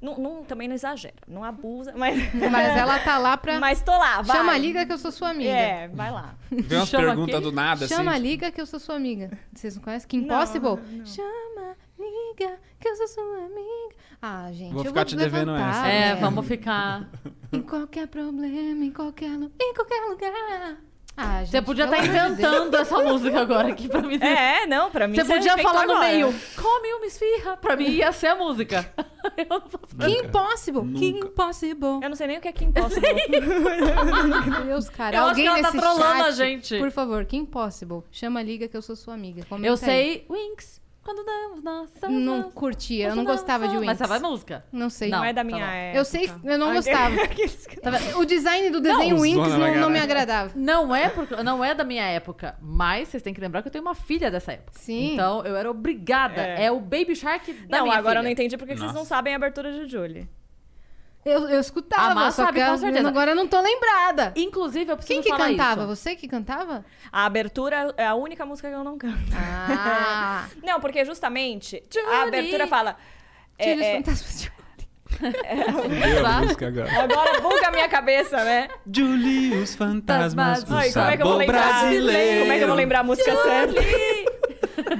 E: Não, não- também não exagera, não abusa, mas.
C: Mas ela tá lá pra.
E: [LAUGHS] Mas tô lá, vai.
C: Chama a liga que eu sou sua amiga.
E: É, vai lá.
D: Vem umas
B: Chama
D: perguntas
B: aquele-
D: do nada,
C: Chama a
D: assim.
C: liga que eu sou sua amiga. Vocês não conhecem? Kim
E: Não,
C: Possible? Chama a liga que eu sou sua amiga. Ah, gente,
D: Vou
C: eu
D: ficar
C: vou
D: te devendo
C: levantar,
D: essa.
B: É,
C: né?
B: vamos ficar...
C: Em qualquer problema, em qualquer, lu- em qualquer lugar. Ah, gente,
B: Você podia
C: pelo
B: estar
C: amor de Deus.
B: inventando essa música agora aqui pra mim.
E: [LAUGHS] É, não, pra mim.
B: Você podia
E: feito
B: falar no
E: agora.
B: meio, come uma esfirra. Pra mim ia ser a
C: [LAUGHS]
B: música. Eu não faço
C: Que impossible! Que impossible!
E: Eu não sei nem o que é Kim Possible.
B: [LAUGHS]
C: Meu Deus, cara.
B: Eu acho
C: alguém
B: que ela tá
C: nesse
B: trolando
C: chat,
B: a gente.
C: Por favor, que impossible. Chama a liga que eu sou sua amiga. Comenta
B: Eu
C: aí.
B: sei Winx. Quando damos nossa.
C: Não curtia, eu não gostava de Wings.
B: Mas sabe a música.
C: Não sei.
E: Não,
B: Não,
E: é da
B: tá
E: minha
B: bom.
E: época.
C: Eu sei, eu
B: [LAUGHS]
C: não
E: Ah,
C: gostava.
E: [LAUGHS] aqueles que-
C: Tá vendo? O design do desenho
D: Não,
C: Winx
D: zona, né,
C: não, não
D: cara?
C: me agradava.
B: Não é, por- não é da minha época, mas vocês têm que lembrar que eu tenho uma filha dessa época.
C: Sim.
B: Então eu era obrigada. É,
E: É.
B: o Baby Shark da
E: Não,
B: minha
E: agora eu não
B: filha.
E: entendi porque que vocês não
D: Nossa.
E: sabem a abertura de Julie.
C: Eu, eu escutava,
B: A Má
C: só
B: sabe,
C: que
B: com
E: um
C: eu-
B: certeza.
C: agora eu não tô lembrada.
B: Inclusive, eu preciso
C: Quem que
B: falar
C: cantava?
B: isso.
C: Você que cantava?
E: A abertura é a única música que eu não canto. [LAUGHS]
C: Ah!
E: Não, porque justamente
B: Julie.
E: a abertura fala. é,
C: [LAUGHS] Tira os
E: é,
C: fantasmas de
D: Deu a
B: Exato.
D: música agora.
E: agora buga a minha cabeça, né?
D: Julie, os fantasmas do
E: Ai, como é que eu vou
D: sabor
E: lembrar?
D: brasileiro.
E: Como é que eu vou lembrar a música certa?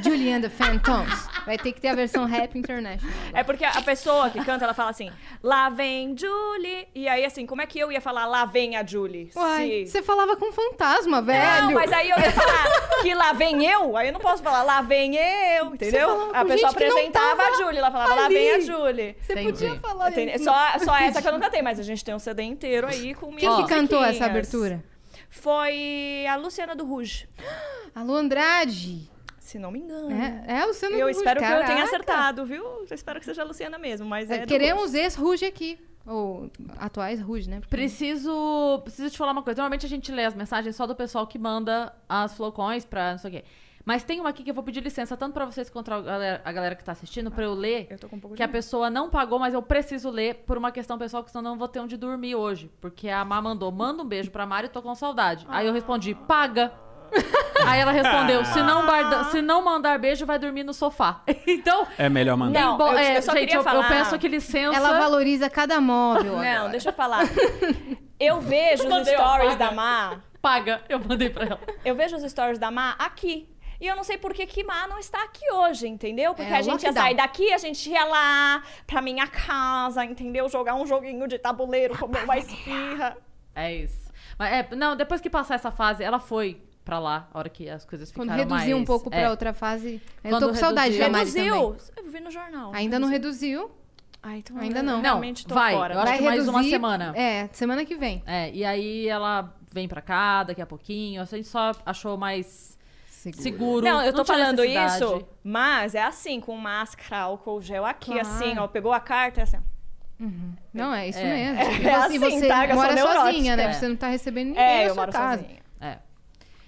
C: Julie and the Phantoms. Vai ter que ter a versão rap international.
E: É porque a pessoa que canta, ela fala assim, lá vem Julie. E aí, assim, como é que eu ia falar lá vem a Julie?
C: Uai,
E: Se-
C: você falava com fantasma, velho.
E: Não, mas aí eu ia falar que lá vem eu, aí eu não posso falar lá vem eu,
C: falava
E: entendeu?
C: com
E: A pessoa
C: gente que não
E: apresentava
C: tava
E: a Julie, ela falava lá
C: ali.
E: vem a Julie.
C: Você
B: Entendi.
C: podia falar
E: Entende?
C: isso.
E: Só, só essa que eu nunca tenho, mas a gente tem um CD inteiro aí com minhas
C: Quem que cantou
E: musiquinhas.
C: essa abertura?
E: Foi a Luciana do Ruge,
C: Alô Andrade.
E: se não me engano.
C: É, é o seu nome
E: Eu
C: Ruge,
E: espero que eu
C: caraca.
E: tenha acertado, viu? Eu espero que seja a Luciana mesmo, mas é.
C: É,
E: do
C: queremos ex-Ruge aqui. Ou atuais Ruge, né? Porque-
B: Preciso, preciso te falar uma coisa. Normalmente a gente lê as mensagens só do pessoal que manda as flocões pra não sei o quê. Mas tem uma aqui que eu vou pedir licença, tanto pra vocês quanto a galera, a galera que tá assistindo, pra eu ler.
E: Eu tô com um pouco
B: Que a
E: de
B: pessoa não pagou, mas eu preciso ler por uma questão pessoal, que senão eu não vou ter onde dormir hoje. Porque a Má mandou, manda um beijo pra Mari, tô com saudade. Aí eu respondi, paga. [LAUGHS] Aí ela respondeu, se não, barda- se não mandar beijo, vai dormir no sofá. [LAUGHS] Então,
D: É melhor mandar.
E: Não,
B: bom,
E: eu-
B: é,
E: eu só
B: gente,
E: queria
B: eu, eu
E: falar-
B: peço que licença.
C: Ela valoriza cada móvel.
E: Não, deixa eu [LAUGHS] falar. Eu vejo os
B: Mandei uma
E: stories
B: vaga.
E: da Má.
B: Paga, eu mandei pra ela.
E: Eu vejo os stories da Má aqui. E eu não sei por que que Má não está aqui hoje, entendeu? Porque
C: É,
E: a gente ia
C: lockdown.
E: sair daqui, a gente ia lá pra minha casa, entendeu? Jogar um joguinho de tabuleiro, comer uma esfirra.
B: É isso. Mas, é, não, depois que passar essa fase, ela foi pra lá, a hora que as coisas ficaram
C: Quando reduzir
B: mais-
C: um pouco
B: é.
C: pra outra fase. Eu
B: Quando
C: tô com saudade
B: reduzir.
C: da Mari também.
E: Reduziu. Eu vi no jornal.
C: Ainda não reduziu.
E: Ai, então
C: Ainda
E: eu
C: não.
E: Realmente tô
B: vai,
E: fora.
B: eu acho
C: vai
B: que mais
C: reduzir.
B: uma semana.
C: É, semana que vem.
B: É, e aí ela vem pra cá daqui a pouquinho. A gente só achou mais
C: Seguro.
B: seguro.
E: Não, eu tô
B: tinha
E: falando
B: necessidade.
E: isso, mas é assim, com máscara, álcool gel aqui,
C: Claro.
E: assim, ó. Pegou a carta, é assim. ó.
C: Não, é isso mesmo. E
E: é
C: você-
E: assim,
C: você
E: tá? Eu sou
C: mora
E: neurótica.
C: sozinha, né?
B: É.
C: Você não tá recebendo ninguém
E: É,
C: na
E: eu
C: sua
E: moro
C: casa.
E: sozinha.
B: É.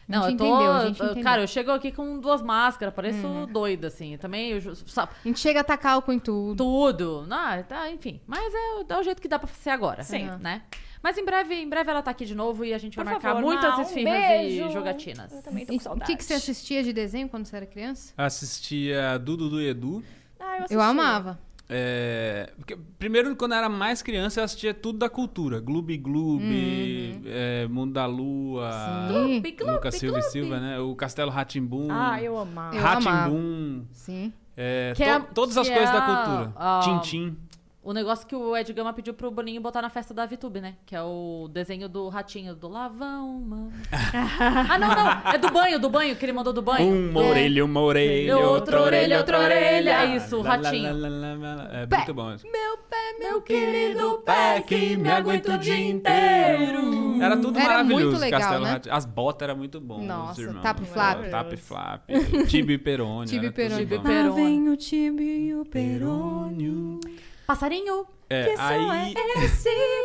B: Não,
C: gente
B: eu tô.
C: entendeu, a gente
B: eu-
C: entendeu.
B: Cara, eu chego aqui com duas máscaras, pareço
E: Hum.
B: doida, assim. Também, eu, ju- sabe,
C: A gente chega a tacar álcool em tudo.
B: tudo. Não, tá, enfim. Mas é, o- é o jeito que dá pra ser agora.
E: Sim.
B: Né? Mas em breve, em breve ela tá aqui de novo e a gente
E: Por
B: vai marcar
E: favor,
B: muitas
E: Má, um
B: esfirras
E: beijo.
B: e jogatinas.
E: Eu também tô
C: E
E: com
C: O
E: saudade.
C: que, que você assistia de desenho quando você era criança?
D: Assistia Dudu do Edu.
E: Ah, eu,
C: Eu
E: assistia.
C: amava.
D: É, porque, primeiro, quando eu era mais criança, eu assistia tudo da cultura. Gloob Gloob,
E: Hum.
D: é, Mundo da Lua,
C: Sim.
B: Pic, pic,
D: Lucas
B: pic,
D: Silva e
B: pic.
D: Silva, né? O Castelo Ratimbum.
E: Ah, eu amava.
C: Eu amava.
D: Ratimbum.
C: Sim.
D: É,
B: Que é-
D: to- todas as
B: que
D: coisas
B: é
D: da
B: a-
D: cultura.
B: a-
D: Tintim.
B: O negócio que o Ed Gama pediu pro Boninho botar na festa da VTube, né? Que é o desenho do ratinho do lavão, mano.
C: [LAUGHS]
B: ah, não, não. É do banho, do banho, que ele mandou do banho.
D: Uma
E: é.
D: orelha, uma orelha,
B: Outra
D: outra
B: orelha,
D: orelha,
B: outra
D: outra
B: orelha.
D: orelha.
B: É isso, o
D: Lá, lá,
B: ratinho.
D: lá, lá, lá, lá. É
C: Pé.
D: muito bom isso.
C: Meu
E: É,
C: pé,
B: Meu querido pé É que me aguenta o dia inteiro.
D: Era tudo
C: Era muito
D: maravilhoso,
C: legal,
D: Castelo
C: né?
D: Rá-Tim. As botas eram muito bom.
C: Nossa,
D: os irmãos.
C: Tap Flap.
D: É, Tap
C: [LAUGHS]
D: Flap. Tibi e Perônio.
C: Tibi e
D: era tudo
C: Perônio.
D: bom.
B: Perona.
C: o Tibi e o
D: Perônio.
B: Passarinho,
D: É, aí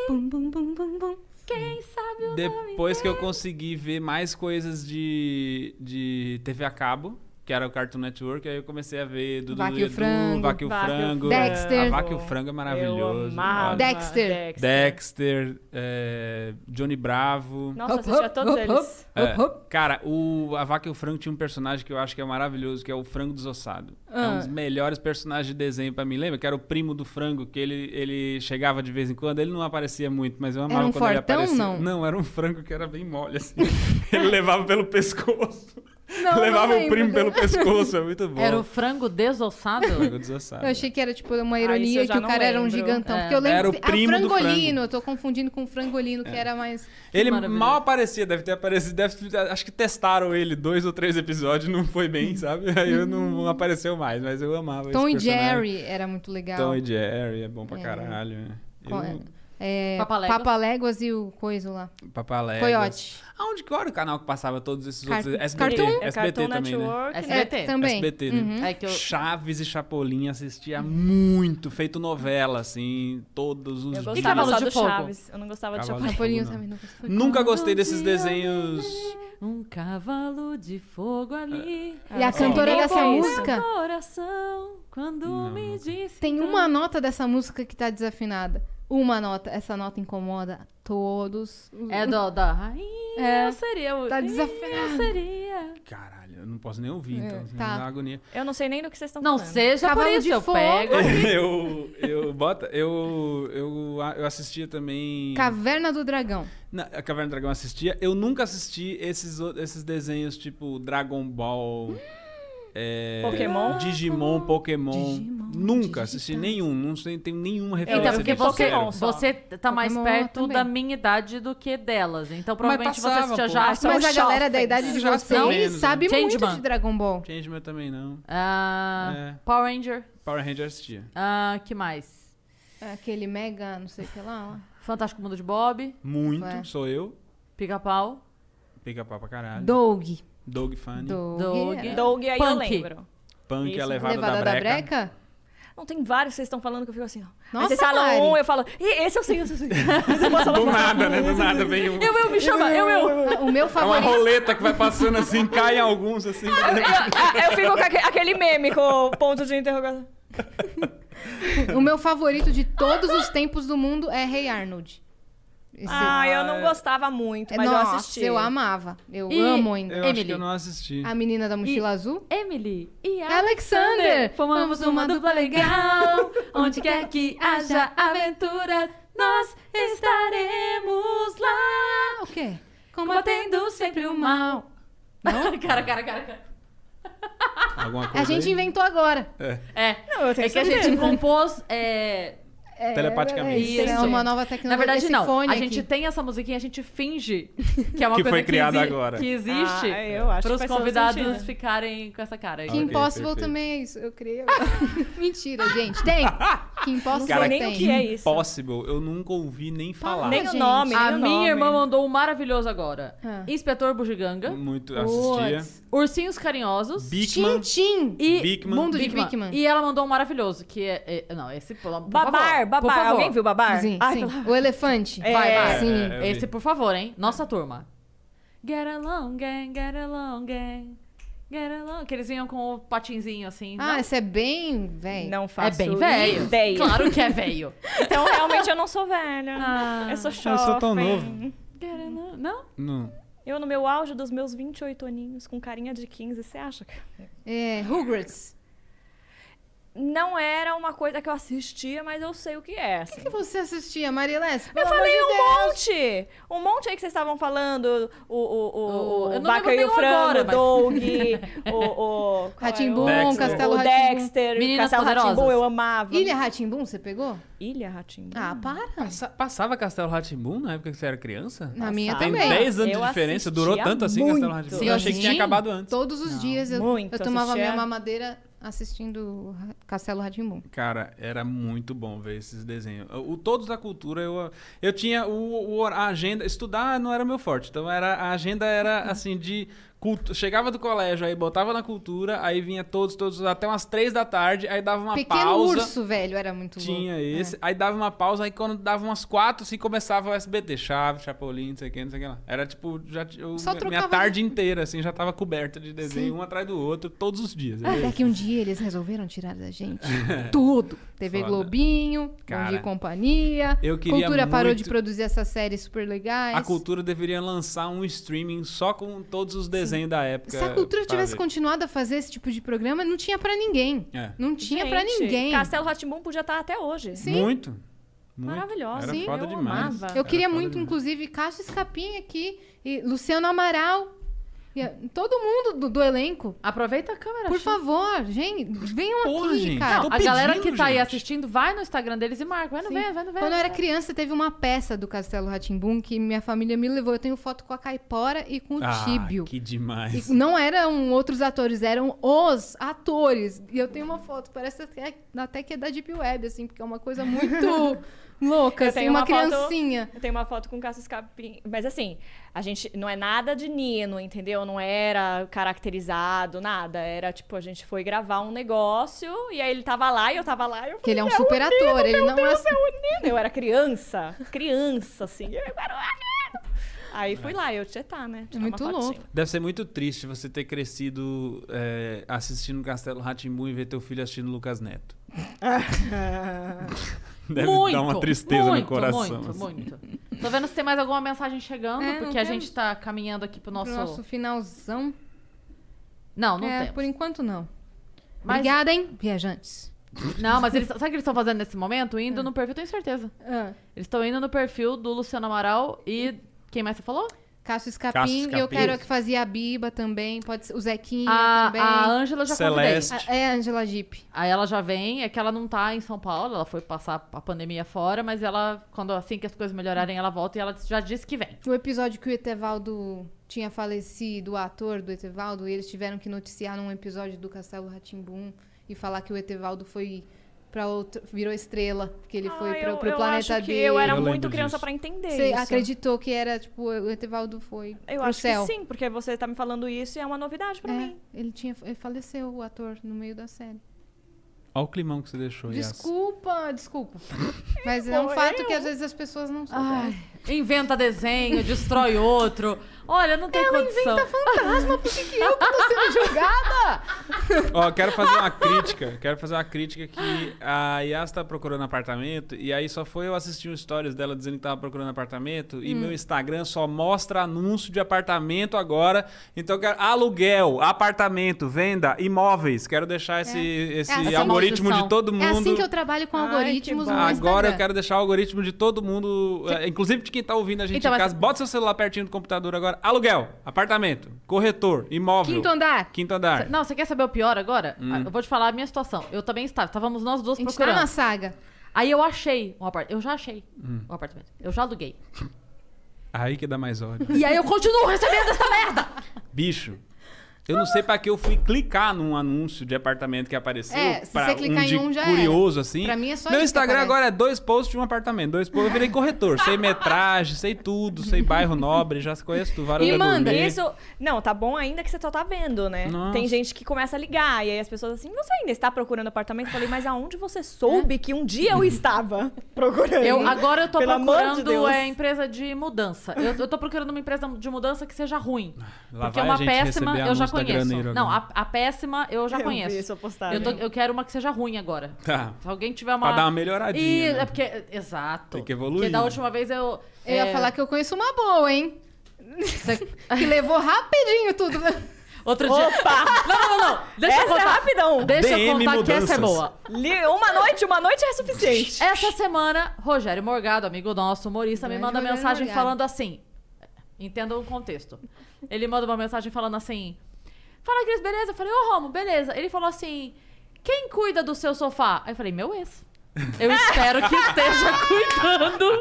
C: Bum, bum, bum, bum, bum.
B: quem sabe o nome?
D: depois que eu consegui ver mais coisas de, de TV a cabo, que era o Cartoon Network, aí eu comecei a ver Dudu
C: Vaca e o
D: Edu,
C: Frango.
D: Vaca e o
E: Vaca e o
D: Frango.
C: Dexter.
D: A Vaca e o Frango é maravilhoso.
E: Eu amava.
D: Olha.
C: Dexter.
D: Dexter, é, Johnny Bravo.
E: Nossa, eu
C: Hop,
E: assistia
C: hop,
E: todos
C: hop,
E: eles.
D: É,
C: Hop, hop.
D: Cara, o, a Vaca e o Frango tinha um personagem que eu acho que é maravilhoso, que é o Frango Desossado. É
C: Ah.
D: um dos melhores personagens de desenho pra mim. Lembra que era o primo do frango, que ele, ele chegava de vez em quando. Ele não aparecia muito, mas eu amava
C: um
D: quando ele
C: fortão,
D: aparecia.
C: não?
D: era um frango que era bem mole, assim. [LAUGHS] ele levava pelo pescoço.
C: Não,
D: levava
C: não
D: o
C: lembro.
D: primo pelo pescoço, é
C: [LAUGHS]
D: muito bom.
B: Era o frango [LAUGHS] desossado?
D: Frango Desossado.
C: Eu achei que era tipo uma
E: Ah, isso eu
C: ironia
E: já
C: que o
E: não
C: cara era um
E: lembro.
C: gigantão.
B: É.
C: Porque eu lembro.
D: Era o
C: que-
D: primo
C: ah,
D: do É.
C: frangolino. Eu tô confundindo com o frangolino, que era mais.
D: Ele
B: maravilhoso.
D: mal aparecia, deve ter aparecido. deve- acho que testaram ele dois ou três episódios, não foi bem, sabe? [LAUGHS] Aí eu não, não apareceu mais, mas eu amava
C: Hum. Tom
D: esse
C: e
D: personagem.
C: Jerry era muito legal.
D: né? Tom e Jerry é bom pra
C: É.
D: caralho. né?
C: Qual
D: Eu-
C: É,
B: Papa Léguas.
C: Papa Léguas e o coiso lá.
D: Papaléguas.
C: Coiote.
D: Aonde que era o canal que passava todos esses
C: Car-
D: outros? SBT.
C: Cartoon?
E: É
D: SBT
E: Cartoon
D: também, né?
E: Network. né?
B: SBT.
C: É, também.
D: SBT, né?
B: É que eu-
D: Chaves e Chapolin assistia muito, feito novela, assim, todos os
E: Eu
D: dias.
E: gostava
B: Cavalo
E: só
B: de
E: do
B: Fogo?
E: Chaves. Eu não gostava de
D: Cavalo
E: Chapolin.
D: de
C: Napolinho
D: Não.
C: também não gostei.
D: Nunca gostei desses desenhos.
B: Um cavalo de fogo ali.
C: E a
E: Sim.
C: cantora
E: Ninguém
C: dessa
E: fez.
C: música
B: Meu coração, quando
D: Não,
B: me
D: nunca.
B: disse.
C: tem
B: tanto.
C: uma nota dessa música que tá desafinada. Uma nota. Essa nota incomoda todos. os-
B: É do, da rainha,
C: É.
B: eu seria o...
C: Tá
B: Eu
D: né?
C: desafinado.
B: seria...
D: Caralho, eu não posso nem ouvir, então. assim,
C: tá.
D: dá agonia.
E: Eu não sei nem do que vocês estão
B: Não
E: falando.
B: seja
C: Cavalo
B: por isso,
C: de
B: eu
C: fogo.
B: pego.
D: eu, eu, bota, eu, eu, eu assistia também.
C: Caverna do Dragão.
D: Na, a Caverna do Dragão eu assistia. Eu nunca assisti esses, o- esses desenhos tipo Dragon
C: Hum.
D: Ball. é,
E: Pokémon?
D: Digimon, Pokémon. nunca assisti nenhum. Não sei, tenho nenhuma referência.
B: Então,
E: Eu
B: porque
E: vi
D: disso,
B: você,
D: sério.
E: Pokémon só.
B: você tá mais
C: Pokémon
B: perto
C: também.
B: da minha idade do que delas. Então, provavelmente você
D: passava,
B: assistia
D: pô.
B: já.
E: Ah, só
C: Mas
E: os
C: a galera da
E: jovens.
C: idade de
D: Já são
C: vocês
D: menos, né?
C: sabe muito
B: Changeman.
C: de Dragon Ball.
D: Changeman também não.
B: Ah,
D: É.
B: Power Ranger.
D: Power Ranger eu assistia.
B: Ah, que mais?
C: Aquele mega, não sei o que lá. ó.
B: Fantástico Mundo de Bob.
D: Muito,
C: Ué.
D: sou eu.
B: Pica-pau.
D: Pica-pau pra caralho.
C: Doug.
D: Doug Funny.
C: Doug. É.
B: Doug.
C: era.
E: Doug, aí eu
B: Punk.
E: lembro.
D: Punk,
E: Isso.
D: a levada,
C: Levada da breca?
E: Não, tem vários que vocês estão falando que eu fico assim, ó.
C: Nossa,
E: Aí vocês falam
C: Mari.
E: um, eu falo, "Ih, esse eu sei, esse eu sei. Mas
D: [LAUGHS]
E: eu posso falar
D: Do
E: um.
D: nada, né? Do nada vem um.
E: Eu, eu, me chama, eu,
D: [LAUGHS]
E: eu. eu,
C: O meu
D: É uma
C: favorito.
D: roleta que vai passando assim, cai alguns assim.
E: eu- eu fico com aque- aquele meme com ponto de interrogação.
C: O meu favorito de todos os tempos do mundo é Rei Arnold. Esse-
E: Ah, eu não gostava muito,
C: É,
E: mas
C: Nossa,
E: eu assisti.
C: eu amava. Eu
B: E-
C: amo ainda.
D: Eu acho que
B: Emily.
D: eu não assisti.
C: A menina da mochila azul.
B: Emily e
C: Alexander,
B: Alexander, formamos uma dupla legal. [LAUGHS] Onde quer que haja aventuras, nós estaremos lá.
C: O quê?
B: Combatendo sempre o mal. [LAUGHS] cara, cara, cara, cara.
D: Alguma coisa
C: A gente
D: aí?
C: inventou agora.
B: É.
E: Não, eu tenho
B: É que a
E: certeza.
B: gente compôs. é,
C: É,
D: Telepaticamente.
C: isso é
B: Isso.
C: uma nova
B: na
C: tecnologia.
B: verdade,
C: esse
B: não.
C: fone
B: A gente
C: aqui.
B: tem essa musiquinha, a gente finge que é uma
D: Que
B: coisa
D: foi criada
B: que exi-
D: agora.
B: Que existe.
E: Ah, eu acho
B: Para os
E: que faz todo
B: convidados
E: sentido.
B: ficarem com essa cara. aí.
C: Que
D: Ok,
C: Impossible
D: perfeito.
C: também é isso. Eu criei. agora. [LAUGHS] Mentira, gente. Tem. Que Impossible
E: Cara,
C: tem.
E: nem o que é isso.
D: Impossible, eu nunca ouvi nem falar.
E: Nem o
C: gente.
E: nome, nem
B: A
E: o
B: minha
E: nome.
B: irmã mandou um maravilhoso agora.
C: Ah.
B: Inspetor Bugiganga,
D: Muito assistia.
B: Ursinhos Carinhosos
D: Bigman,
C: Tim Tim.
B: e
D: Bigman.
C: Mundo de
B: Bigman.
C: Bigman.
B: E ela mandou um maravilhoso, que é... é- não, esse... Por, por
E: Babar,
B: favor, por
E: babar.
B: favor.
E: Alguém viu babar?
C: Sim,
E: Ai,
C: sim.
E: pelo-
C: O elefante.
E: É.
C: Vai,
D: É,
C: vai. Sim.
D: é, eu vi.
B: Esse, por favor, hein? Nossa turma. Get along, gang, get along, gang. Get along. Que eles vinham com o patinzinho, assim.
C: Ah,
B: Não,
C: esse é bem, velho.
E: Não
B: é
E: faço
B: bem velho.
E: ideia.
B: Claro que é velho.
E: [LAUGHS] Então, realmente, eu não sou velha.
B: Ah.
E: eu sou
D: eu
E: jovem.
D: sou tão novo.
B: [LAUGHS] Get along. Não?
D: Não.
E: Eu, no meu auge dos meus 28 aninhos, com carinha de 15, você acha que...
C: É, Rugrats.
E: Não era uma coisa que eu assistia, mas eu sei o que é.
C: O que você assistia, Marilés?
E: Eu falei um monte! Um monte aí que vocês estavam falando. O, o, o,
B: O-
E: o
B: eu não
E: Vaca
B: lembro
E: e o
B: nenhum
E: Frango,
B: agora,
E: o
B: mas-
E: Doug, o... o
C: Ratimbum,
E: qual é
D: Dexter.
C: Castelo
E: o
C: Ratimbum.
E: Dexter,
B: Meninas
E: Castelo Ratimbum,
B: Poderosas.
E: eu amava.
C: Ilha Ratimbum, você pegou?
E: Ilha Ratimbum.
C: Ah, para.
D: passava Castelo Rá-Tim-Bum na época que você era criança?
C: Na minha
E: Tem
D: Tem
C: também.
D: 10 anos
E: Eu
D: de diferença,
E: assistia
D: durou tanto assim
E: muito.
D: Castelo Rá-Tim-Bum?
B: Sim,
D: Eu achei que tinha
B: sim.
D: acabado antes.
C: Todos os dias eu,
E: muito,
C: eu tomava
E: assistia.
C: minha mamadeira assistindo Castelo Ratimbum.
D: Cara, era muito bom ver esses desenhos. O Todos da Cultura, eu, eu tinha o, o hor- a agenda. Estudar não era meu forte. Então era, a agenda era assim de. Culto, chegava do colégio, aí botava na cultura, aí vinha todos, todos, até umas três da tarde, aí dava uma
C: Pequeno
D: pausa.
C: Urso, velho, era muito
D: Tinha
C: louco.
D: esse. Aí dava uma pausa, aí quando dava umas quatro, assim, começava o SBT. Chave, Chapolin, não sei o que, não sei o que lá. Era tipo, já, t- eu,
C: Só
D: minha
C: trocava
D: tarde inteira, assim, já tava coberta de desenho, um atrás do outro, todos os dias.
C: É. Até que um dia eles resolveram tirar da gente
D: [LAUGHS]
C: tudo. TV
D: Foda.
C: Globinho, Bom Dia
D: Cara,
C: e Companhia.
D: eu queria
C: Cultura parou de
D: muito-
C: produzir essas séries super legais.
D: A cultura deveria lançar um streaming só com todos os desenhos da época.
C: Se a cultura
D: pra
C: tivesse
D: ver.
C: continuado a fazer esse tipo de programa, não tinha pra ninguém.
D: É.
C: Não tinha pra
E: Gente,
C: ninguém.
E: Castelo Ratimbum podia estar até hoje.
D: Muito. muito.
E: Maravilhosa.
D: Era
E: Sim,
D: foda
E: eu
D: demais.
E: amava.
C: Eu
D: Era
C: queria
D: foda
C: muito,
D: demais.
C: inclusive, Cássio Escapim aqui, e Luciano Amaral, e a- todo mundo do, do elenco.
B: Aproveita a câmera.
C: Por
B: Chico.
C: favor, gente, venham
D: Porra,
C: aqui,
D: gente,
C: cara.
D: tô
B: A galera que
D: pedindo,
B: tá aí
D: gente.
B: assistindo, vai no Instagram deles e marca. Vai no
C: Sim.
B: ver, vai no ver. É.
C: Quando eu era criança, teve uma peça do Castelo Ratimbum que minha família me levou. Eu tenho foto com a Caipora e com o
D: Ah,
C: Tíbio.
D: que
C: E
D: demais.
C: não eram outros atores, eram os atores. E eu tenho uma foto, parece até, até que é da Deep Web, assim, porque é uma coisa muito louca,
E: Eu
C: assim,
E: tenho
C: uma,
E: uma foto-
C: criancinha.
E: Eu tenho uma foto com Cassius Capim. Mas assim, a gente não é nada de Nino, entendeu? Não era caracterizado, nada. Era tipo, a gente foi gravar um negócio e aí ele tava lá e eu tava lá e eu
C: Que
E: falei,
C: ele é um
E: "Meu
C: super ator, ele não é.
E: Deus, é o Nino. Eu era criança. Criança, assim. Eu era o Nino. Aí
D: É.
E: fui lá, eu tietá, né? Tirar uma
C: Muito
E: fotinha.
C: louco.
D: Deve ser muito triste você ter crescido é, assistindo Castelo Ratimbu e ver teu filho assistindo Lucas Neto. Deve
B: muito,
D: dar uma tristeza
B: muito,
D: no coração.
B: Muito,
D: assim.
B: muito. Tô vendo se tem mais alguma mensagem chegando,
C: É, não
B: porque a
C: temos.
B: gente tá caminhando aqui pro nosso.
C: Pro nosso finalzão.
B: Não, não
C: é,
B: tem.
C: por enquanto não.
B: Mas-
C: Obrigada, hein, viajantes.
B: Não, mas eles, sabe o que eles estão fazendo nesse momento? Indo no perfil, tenho certeza.
C: Ah,
B: Eles estão indo no perfil do Luciano Amaral e. Quem mais você falou?
C: Cássio
D: Cássio
C: Escapim,
D: Escapim.
C: eu quero a que fazia a Biba também, pode ser o Zequinha
B: a,
C: também.
B: a Ângela já
D: Celeste.
B: convidei.
C: A- é a Angela Jeep.
B: Aí ela já vem, é que ela não tá em São Paulo, ela foi passar a pandemia fora, mas ela, quando assim que as coisas melhorarem, ela volta e ela já disse que vem.
C: O episódio que o Etevaldo tinha falecido, o ator do Etevaldo, e eles tiveram que noticiar num episódio do Castelo Ratimbum e falar que o Etevaldo foi para outro, virou estrela, porque ele foi
E: Ah,
C: para
E: eu-
C: o
E: eu
C: planeta
E: acho que
C: dele.
E: Eu era
D: Eu lembro
E: muito criança
D: disso.
E: pra entender
C: Você
E: isso.
C: acreditou que era tipo o Etevaldo foi
E: Eu
C: pro
E: acho
C: céu?
E: que sim, porque você tá me falando isso e é uma novidade pra
C: É,
E: mim.
C: ele tinha ele faleceu o ator no meio da série.
D: Olha o climão que você deixou, Yas.
C: Desculpa, desculpa. Mas é um
E: Pô,
C: fato
E: eu-
C: que às vezes as pessoas não sabem.
B: Ai, inventa [LAUGHS] desenho, destrói outro. Olha, não tem condição.
C: Inventa fantasma, por que, que eu que tô sendo julgada?
D: Ó, quero fazer uma crítica. Quero fazer uma crítica que a Yas tá procurando apartamento e aí só foi eu assistir um stories dela dizendo que tava procurando apartamento
C: Hum.
D: e meu Instagram só mostra anúncio de apartamento agora. Então eu quero aluguel, apartamento, venda, imóveis. Quero deixar esse, esse
C: assim que-
D: algoritmo de
B: maldição.
D: todo mundo.
C: É assim que eu trabalho com
E: Ai, que
C: algoritmos
E: bom.
C: no Instagram.
D: Agora eu quero deixar o algoritmo de todo mundo, eh, inclusive de quem tá ouvindo a gente
B: Então,
D: em
B: mas-
D: casa. Bota seu celular pertinho do computador agora. Aluguel, apartamento, corretor, imóvel.
C: Quinto andar.
D: Quinto andar.
B: Não, você quer saber o pior agora? Ah, Eu vou te falar a minha situação. Eu também estava. Estávamos nós duas
C: A gente tá
B: procurando.
C: na saga.
B: Aí eu achei um apartamento. Eu já achei um apartamento. Eu já aluguei.
D: Aí que dá mais ódio.
B: E aí eu continuo recebendo essa merda.
D: Bicho, eu não sei pra que eu fui clicar num anúncio de apartamento que apareceu.
C: É, se
D: pra
C: você clicar em
D: de
C: um, já
D: Curioso, assim.
C: Pra mim é só
D: Meu
C: isso que
D: Instagram
C: aparece.
D: agora é dois posts de um apartamento. Dois posts, eu virei corretor. sei metragem, sei tudo, sei bairro nobre, já conheço tu, varanda
C: E manda,
D: gourmet.
B: é
E: Isso, não, tá bom ainda que você só tá vendo, né?
D: Nossa.
E: Tem gente que começa a ligar e aí as pessoas assim, você ainda está procurando apartamento? Eu falei, mas aonde você soube que um dia
D: [LAUGHS]
E: eu estava procurando?
B: Eu, agora eu tô
E: Pelo amor de
B: procurando
E: Deus.
B: é, empresa de mudança. Eu, eu tô procurando uma empresa de mudança que seja ruim.
D: Lá
B: porque é
D: vai
B: uma
D: a gente
B: péssima
D: receber
B: eu já
D: anúncio da Graneiro
B: conheço. Não, a,
D: agora.
B: a péssima eu já
E: Eu vi
B: conheço.
E: sua postagem.
B: eu, tô- eu quero uma que seja ruim agora.
D: Tá.
B: Se alguém tiver uma.
D: Pra dar uma melhoradinha,
B: E,
D: né?
B: [LAUGHS] é porque. Exato.
D: Tem que evoluir.
B: Porque da última vez eu.
C: Eu ia
B: é,
C: falar que eu conheço uma boa, hein? que levou rapidinho tudo.
B: Outro dia.
E: Opa!
B: Não, não, não, não. Deixa eu
E: Essa é
B: contar.
E: rapidão!
B: Deixa eu
D: DM
B: contar que essa é
D: mudanças.
B: boa.
E: Li- Uma noite, uma noite é suficiente.
B: Essa semana, Rogério Morgado, amigo nosso, humorista, me
C: Grande
B: manda
C: Rogério
B: mensagem
C: Morgado.
B: falando assim. Entenda o contexto. Ele manda uma mensagem falando assim: Fala, Cris, beleza? Eu falei, ô Romo, beleza. Ele falou assim: Quem cuida do seu sofá? Aí eu falei, meu ex. Eu espero que esteja
C: [LAUGHS]
B: cuidando.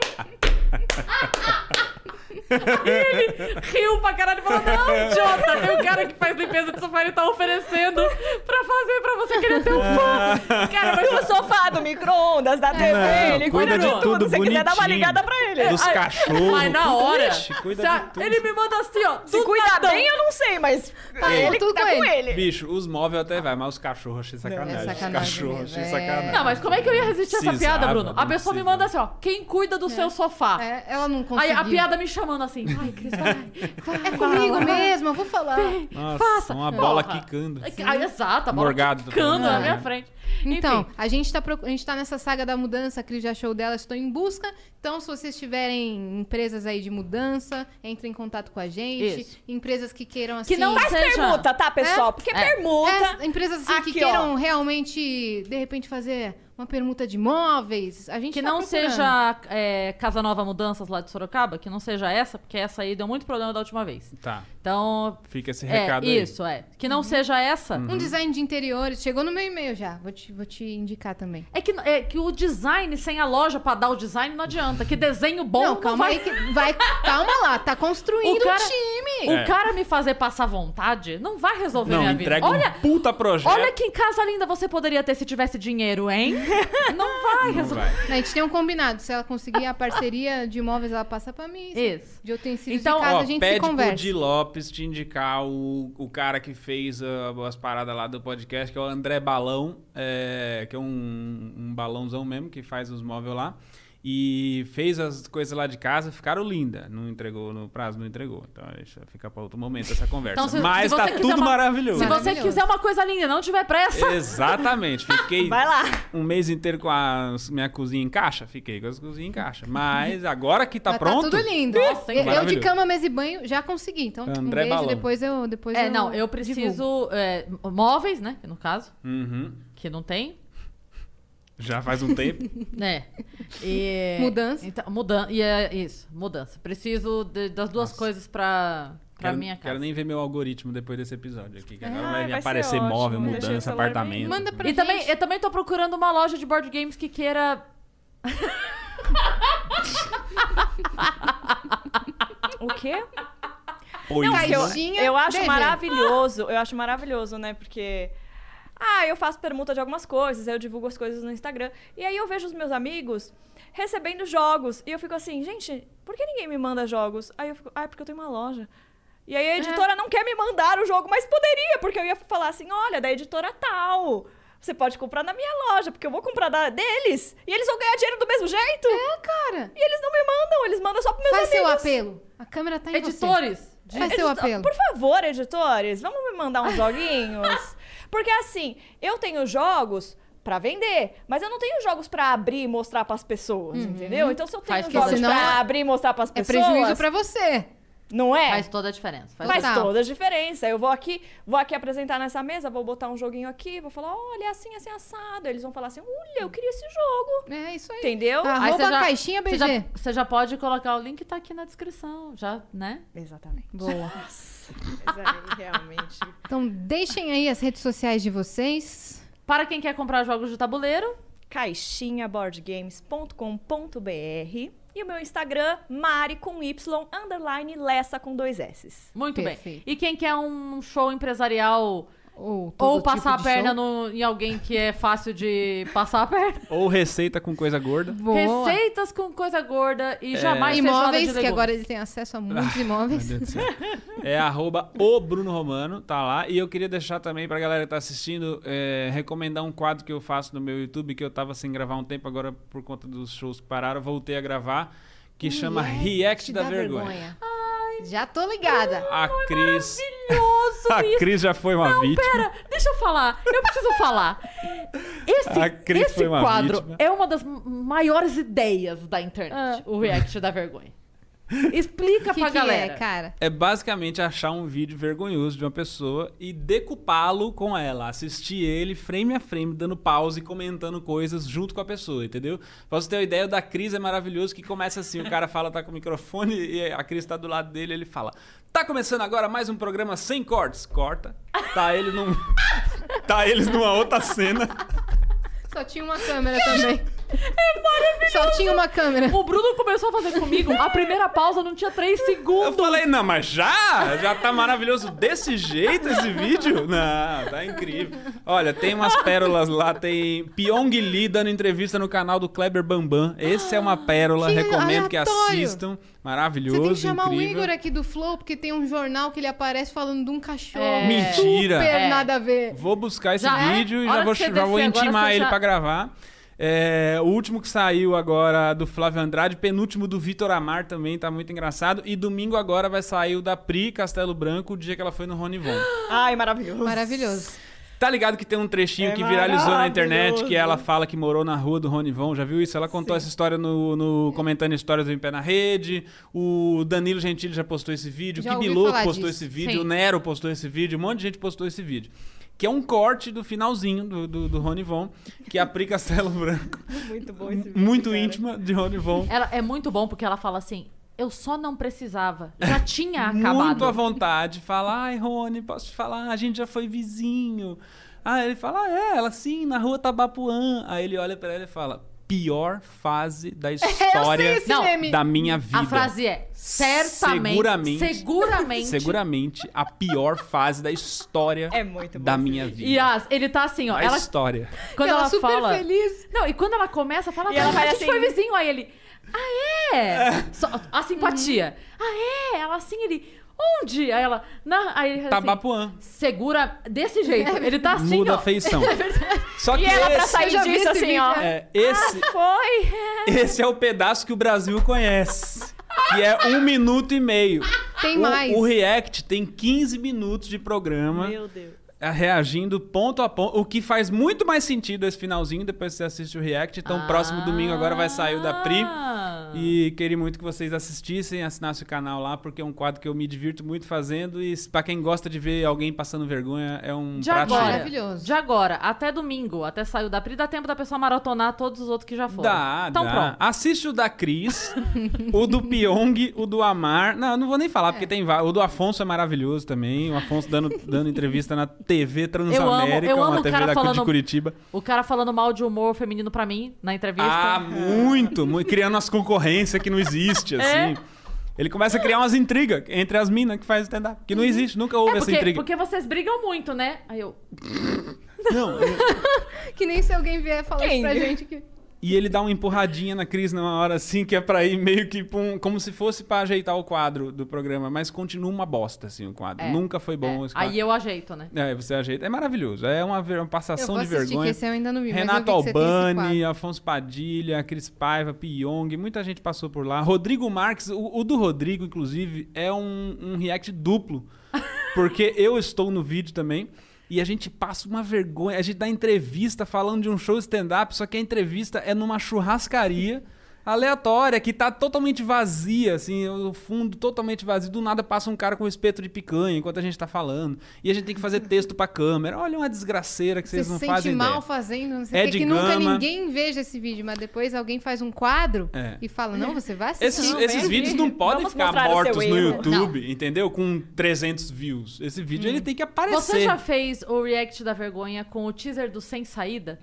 B: E ele riu pra caralho e falou: Não, idiota, tem um cara que faz limpeza de sofá e tá oferecendo pra fazer pra você querer ter um
C: É.
B: fã. Cara, mas É.
E: Do sofá, do micro-ondas, da TV,
D: Não,
E: ele
D: cuida
E: cuida,
D: de tudo,
E: Se quiser dar uma
D: bonitinho.
E: ligada pra ele.
D: Dos
E: Ah,
D: cachorros.
B: Mas na hora,
D: Ixi, cuida
B: se a-
D: de tudo.
B: ele me manda assim, ó.
E: Se
B: do
E: cuidar
B: nadão.
E: bem, eu não sei, mas tá
C: É.
E: ele que
C: Tudo
E: tá
C: com
E: com
C: ele.
E: ele.
D: Bicho, os móveis até vai, mas os cachorros achei sacanagem.
C: é sacanagem
D: os cachorros achei
C: mesmo, é.
D: sacanagem.
B: Não, mas como é que eu ia resistir a essa
D: Precisava,
B: piada, Bruno? A
D: não
B: pessoa me
D: precisava.
B: manda assim, ó. Quem cuida do seu sofá?
C: É, ela não conseguiu.
B: Aí a piada me chamando assim. Ai, Cris, vai. vai,
C: É comigo mesmo, eu vou falar.
D: Nossa,
B: faça.
D: uma bola
B: Porra.
D: quicando.
B: Ah, exato, a bola
D: Morgado, tá
B: quicando na
D: falando.
B: minha frente.
C: Então,
B: Enfim,
C: a gente, tá, proc- a gente tá nessa saga da mudança, a Cris já achou dela, estou em busca. Então, se vocês tiverem empresas aí de mudança, entrem em contato com a gente.
B: Isso.
C: Empresas que queiram assim.
B: Que não
E: Faz
B: Seja-
E: permuta, tá, pessoal? Porque
B: É.
E: permuta.
C: É, empresas assim que
E: Aqui,
C: queiram
E: ó.
C: realmente, de repente, fazer uma permuta de imóveis. A gente
B: que
C: tá
B: não
C: procurando.
B: seja é, Casa Nova Mudanças lá de Sorocaba, que não seja essa, porque essa aí deu muito problema da última vez.
D: Tá,
B: Então,
D: fica esse
B: é,
D: recado aí. Uhum.
B: isso, é. Que não seja essa.
C: Um design de interiores. Chegou no meu e-mail já. Vou te, vou te indicar também.
B: É que, é que o design sem a loja pra dar o design não adianta. Que desenho bom
C: não,
B: não
C: calma
B: vai...
C: aí. Que vai, calma lá. Tá construindo
B: O
C: o
B: cara-
C: time.
B: O
D: É.
B: cara me fazer passar vontade não vai resolver
D: Não,
B: minha vida.
D: entrega
B: Olha,
D: um puta projeto.
B: olha que casa linda você poderia ter se tivesse dinheiro,
C: [LAUGHS]
B: hein? Não vai
D: Não
B: resolver.
D: vai.
C: A gente tem um combinado. Se ela conseguir a parceria de imóveis, ela passa pra mim. Se
B: Isso.
C: De utensílios
B: Então,
C: de casa,
D: Ó,
C: a gente
D: pede
C: se
D: pro
C: conversa.
D: Di Lopes te indicar o, o cara que fez ah, as paradas lá do podcast, que é o André Balão, é, que é um, um balãozão mesmo, que faz os móveis lá. E fez as coisas lá de casa, ficaram linda. Não entregou no prazo, não entregou. Então deixa ficar pra outro
B: [LAUGHS]
D: momento essa conversa.
B: Então, se-
D: Mas
B: se você
D: tá
B: quiser
D: tudo
B: uma-
D: maravilhoso.
B: Se você
C: Maravilhoso.
B: quiser uma coisa linda e não tiver pressa,
D: Exatamente. Fiquei
E: Vai lá.
D: um mês inteiro com a minha cozinha em caixa. Fiquei com a cozinha em caixa. Mas agora que tá
C: Mas
D: pronto.
C: Tá tudo
D: [LAUGHS]
C: lindo.
B: Nossa, hein?
C: eu, eu de
D: Maravilhoso.
C: cama, mesa e banho já consegui. Então, um
D: André
C: beijo.
D: Balão.
C: Depois eu. Depois
B: é, não, eu
C: divulgo.
B: preciso é, móveis, né? No caso,
D: Uhum.
B: que não tem.
D: Já faz um tempo.
B: né? E-
C: Mudança.
B: Então, mudan e é isso, mudança. Preciso de- das duas
D: Nossa.
B: coisas pra, pra
D: quero,
B: minha casa.
D: quero nem ver meu algoritmo depois desse episódio aqui. Que agora
E: Ai,
D: vai,
E: vai ser
D: aparecer
E: ótimo.
D: móvel,
E: Deixa o
D: mudança,
E: celular bem-
D: apartamento.
C: Manda pra
B: E
C: gente.
B: também, eu também tô procurando uma loja de board games que queira.
E: O quê?
D: Pois
E: Não,
D: é.
E: eu,
C: Caixinha,
E: eu acho
C: bebê.
E: maravilhoso, eu acho maravilhoso, né? Porque. Ah, eu faço permuta de algumas coisas, eu divulgo as coisas no Instagram. E aí eu vejo os meus amigos recebendo jogos. E eu fico assim, gente, por que ninguém me manda jogos? Aí eu fico, ah, é porque eu tenho uma loja. E
C: É.
E: aí a editora não quer me mandar o jogo, mas poderia, porque eu ia falar assim, olha, da editora tal. Você pode comprar na minha loja, porque eu vou comprar da deles. E eles vão ganhar dinheiro do mesmo jeito.
C: Ah, cara,
E: E eles não me mandam, eles mandam só pros meus
C: faz seu
E: amigos.
C: apelo. A câmera tá em você.
B: Editores!
C: Faz seu
E: Edito-
C: apelo.
E: É Por favor, editores, vamos me mandar
C: [LAUGHS]
E: uns joguinhos? Porque assim, eu tenho jogos pra vender, mas eu não tenho jogos pra abrir e mostrar pras pessoas, entendeu? Então se eu tenho
B: Faz que-
E: jogos
C: senão
E: pra
C: é-
E: abrir e mostrar pras
C: Uhum. É
E: pessoas,
C: prejuízo pra você.
E: não é?
B: Faz toda a diferença. Faz
E: Faz
C: Total.
E: toda a diferença. Eu vou aqui, vou aqui apresentar nessa mesa, vou botar um joguinho aqui, vou falar, olha, é assim, assim, assado. Eles vão falar assim, olha, eu queria esse jogo.
C: É isso aí.
E: Entendeu?
C: Ah.
B: Aí
C: Arroba
B: você já-
C: caixinha
B: você já-
C: BG.
B: Você já pode colocar o link, tá aqui na descrição. Já, né?
E: Exatamente. [LAUGHS]
C: Boa.
E: Mas aí, realmente.
C: Então deixem aí as redes sociais de vocês.
B: Para quem quer comprar jogos de tabuleiro,
E: caixinhaboardgames.com.br e o meu Instagram, Mari com Y, underline Lessa com dois S.
B: muito
C: Perfeito.
B: bem. E quem quer um show empresarial
C: Ou, todo
B: ou
C: tipo
B: passar
C: de
B: a perna
C: show.
B: no- em alguém que é fácil de passar a perna,
D: Ou receita com coisa gorda.
C: Boa. Ah,
B: receitas com coisa gorda e jamais feijoada de
C: Imóveis, que
B: legumes.
C: agora ele tem acesso a muitos imóveis.
D: Meu Deus do céu. É arroba o Bruno Romano, tá lá. E eu queria deixar também pra galera que tá assistindo, é, recomendar um quadro que eu faço no meu YouTube, que eu tava sem gravar um tempo, agora por conta dos shows que pararam, voltei a gravar, que chama React da, vergonha.
C: Já tô ligada.
D: A Cris.
B: [LAUGHS] Maravilhoso
D: A
B: isso.
D: Cris já foi uma vítima.
B: Pera, deixa eu falar. Eu preciso falar. Esse,
D: A Cris
B: esse
D: foi uma
B: quadro
D: vítima.
B: é uma das m- maiores ideias da internet. O react da vergonha. Explica
C: O Ah. que,
B: pra
C: que
B: galera.
C: é, cara?
D: É basicamente achar um vídeo vergonhoso de uma pessoa e decupá-lo com ela, assistir ele frame a frame, dando pause e comentando coisas junto com a pessoa, entendeu? Pra você ter uma ideia, o da Cris é maravilhoso que começa assim, o cara fala, tá com o microfone e a Cris tá do lado dele, ele fala: "Tá começando agora mais um programa sem cortes". Corta. Tá ele num [LAUGHS] Tá eles numa outra cena.
C: Só tinha uma câmera também. É maravilhoso. Só tinha uma câmera.
B: O Bruno começou a fazer comigo. A primeira pausa não tinha três
D: Eu
B: segundos.
D: falei: "Não, mas já, já tá maravilhoso desse jeito esse vídeo?". [LAUGHS] Não, tá incrível. Olha, tem umas pérolas lá, tem Pyong Lee dando entrevista no canal do Kleber Bambam. Esse é uma pérola,
C: Que
D: recomendo que
C: aleatório.
D: assistam. Maravilhoso,
C: Você tem que chamar
D: incrível.
C: o Igor aqui do Flow, porque tem um jornal que ele aparece falando de um cachorro.
B: É.
D: Mentira.
C: Super
B: É.
C: nada a ver.
D: Vou buscar esse
B: Já é?
D: vídeo e
B: Hora
D: já
B: que
D: vou,
B: você
D: ch- já vou
B: descer agora,
D: intimar
B: você
D: ele
B: já-
D: pra gravar. É, o último que saiu agora do Flávio Andrade, penúltimo do Vitor Amar também, tá muito engraçado. E domingo agora vai sair o da Pri Castelo Branco, o dia que ela foi no Ronivon.
E: Ai, maravilhoso.
C: Maravilhoso.
D: Tá ligado que tem um trechinho
E: É
D: que viralizou na
E: maravilhoso.
D: internet que ela fala que morou na rua do Ronivon, já viu isso? Ela contou essa história no, no comentando histórias do Em Pé na Rede. O Danilo Gentili já postou esse vídeo,
C: Já
D: o
C: ouvi
D: Kibiloco
C: falar
D: postou
C: disso,
D: esse vídeo, o
B: sim.
D: Nero postou esse vídeo, um monte de gente postou esse vídeo. Que é um corte do finalzinho do, do, do Ronivon, que é a Pri Castelo Branco,
E: Muito bom esse vídeo.
D: muito
E: cara.
D: íntima de Ronivon.
B: Ela é muito bom porque ela fala assim: eu só não precisava. Já tinha
D: Muito à
B: acabado.
D: vontade, fala, ai, Rony, posso te falar? A gente já foi vizinho. Ah, ele fala, ah, é, ela sim, na rua Tabapuã. Aí ele olha pra ela e fala, pior fase da história
C: esse
B: Não,
C: meme.
D: da minha vida.
B: A frase é: certamente.
D: Seguramente.
B: Seguramente.
D: Seguramente a pior fase da história
E: É muito bom
D: da
E: esse
D: minha vida.
B: E as, ele tá assim, ó.
D: Da
B: Ela, Assim,
D: história.
B: quando ela,
C: super
B: fala.
C: feliz.
B: Não, e quando ela começa, fala,
E: E ela
B: "Ah, a
E: vai
B: gente
E: assim-
B: foi vizinho, aí ele, ah, é? Só- a simpatia.
E: Uhum.
B: Ah, é? Ela assim, ele, onde? Aí ela, na, aí ele assim,
D: Tabapuã.
B: segura, desse jeito, ele tá assim,
D: Tá, Muda
B: ó.
D: a feição. Só que
E: E ela pra
D: esse,
E: sair
C: já vi esse
E: disso assim,
C: vídeo,
E: ó.
C: né?
D: é, esse,
B: Ah!
E: Foi.
D: esse é o pedaço que o Brasil conhece. Que é um minuto e meio.
C: Tem
D: O-
C: mais.
D: O, React tem 15 minutos de programa
E: Meu Deus.
D: eh, reagindo ponto a ponto, o que faz muito mais sentido esse finalzinho depois que você assiste o React. Então, próximo domingo agora vai sair o da Pri.
B: Ah.
D: E queria muito que vocês assistissem, assinassem o canal lá, porque é um quadro que eu me divirto muito fazendo. E s- pra quem gosta de ver alguém passando vergonha, é um
B: De
D: prato
B: agora,
D: cheio.
C: Maravilhoso.
B: de agora, até domingo, até saiu da Pri, dá tempo da pessoa maratonar todos os outros que já foram.
D: Dá,
B: então
D: dá.
B: pronto.
D: Assiste o da Cris, o do Pyong, o do Amar. Não, eu não vou nem falar, porque tem va- O do Afonso é maravilhoso também. O Afonso dando, dando entrevista na TV Transamérica,
B: eu amo
D: uma
B: o
D: TV
B: cara
D: da de
B: falando-
D: Curitiba.
B: O cara falando mal de humor feminino pra mim na entrevista.
D: Ah, muito, muito. Criando umas concorrências que não existe,
B: É.
D: assim. Ele começa a criar umas intrigas entre as minas que faz stand-up. Que não existe, nunca houve
B: é
D: essa
B: porque,
D: intriga.
B: porque vocês brigam muito, né? Aí eu,
D: Não, eu-
C: Que nem se alguém vier falar
E: Quem?
D: Tá
C: isso pra gente. Que...
D: E ele dá uma empurradinha na Cris numa hora assim, que é pra ir meio que pra um- como se fosse pra ajeitar o quadro do programa, mas continua uma bosta, assim, o quadro.
B: É,
D: Nunca foi bom esse quadro.
B: Aí eu ajeito, né?
D: É, você ajeita. É maravilhoso. É uma, ver- uma
C: Eu
D: passação
C: vou
D: de
C: assistir, que
D: vergonha.
C: esse eu ainda não vi, mas eu
D: Renato
C: vi que você tem esse
D: Albani,
C: quadro.
D: Afonso Padilha, Cris Paiva, Pyong, muita gente passou por lá. Rodrigo Marques, o, o do Rodrigo, inclusive, é um, um
C: [LAUGHS]
D: react duplo. Porque eu estou no vídeo também. E a gente passa uma vergonha. A gente dá entrevista falando de um show stand-up, só que a entrevista é numa churrascaria aleatória, que tá totalmente vazia, assim, o fundo totalmente vazio. Do nada passa um cara com espeto de picanha enquanto a gente tá falando. E a gente tem que fazer texto pra câmera. Olha uma desgraceira que
C: Você
D: vocês
C: se
D: não
C: sente
D: fazem
C: mal
D: ideia.
C: fazendo, não sei
D: É
C: o que,
D: de
C: que nunca
D: gama.
C: ninguém veja esse vídeo, mas depois alguém faz um quadro
D: É.
C: e fala, não, você vai assistir.
D: Esses,
E: Não,
D: esses
E: vem
D: vídeos
E: aqui.
D: não podem
E: Vamos
D: ficar
E: mostrar o
D: mortos
E: seu
D: no
E: erro.
D: YouTube, entendeu? Com 300 views. Esse vídeo ele tem que aparecer.
B: Você já fez o react da vergonha com o teaser do Sem Saída?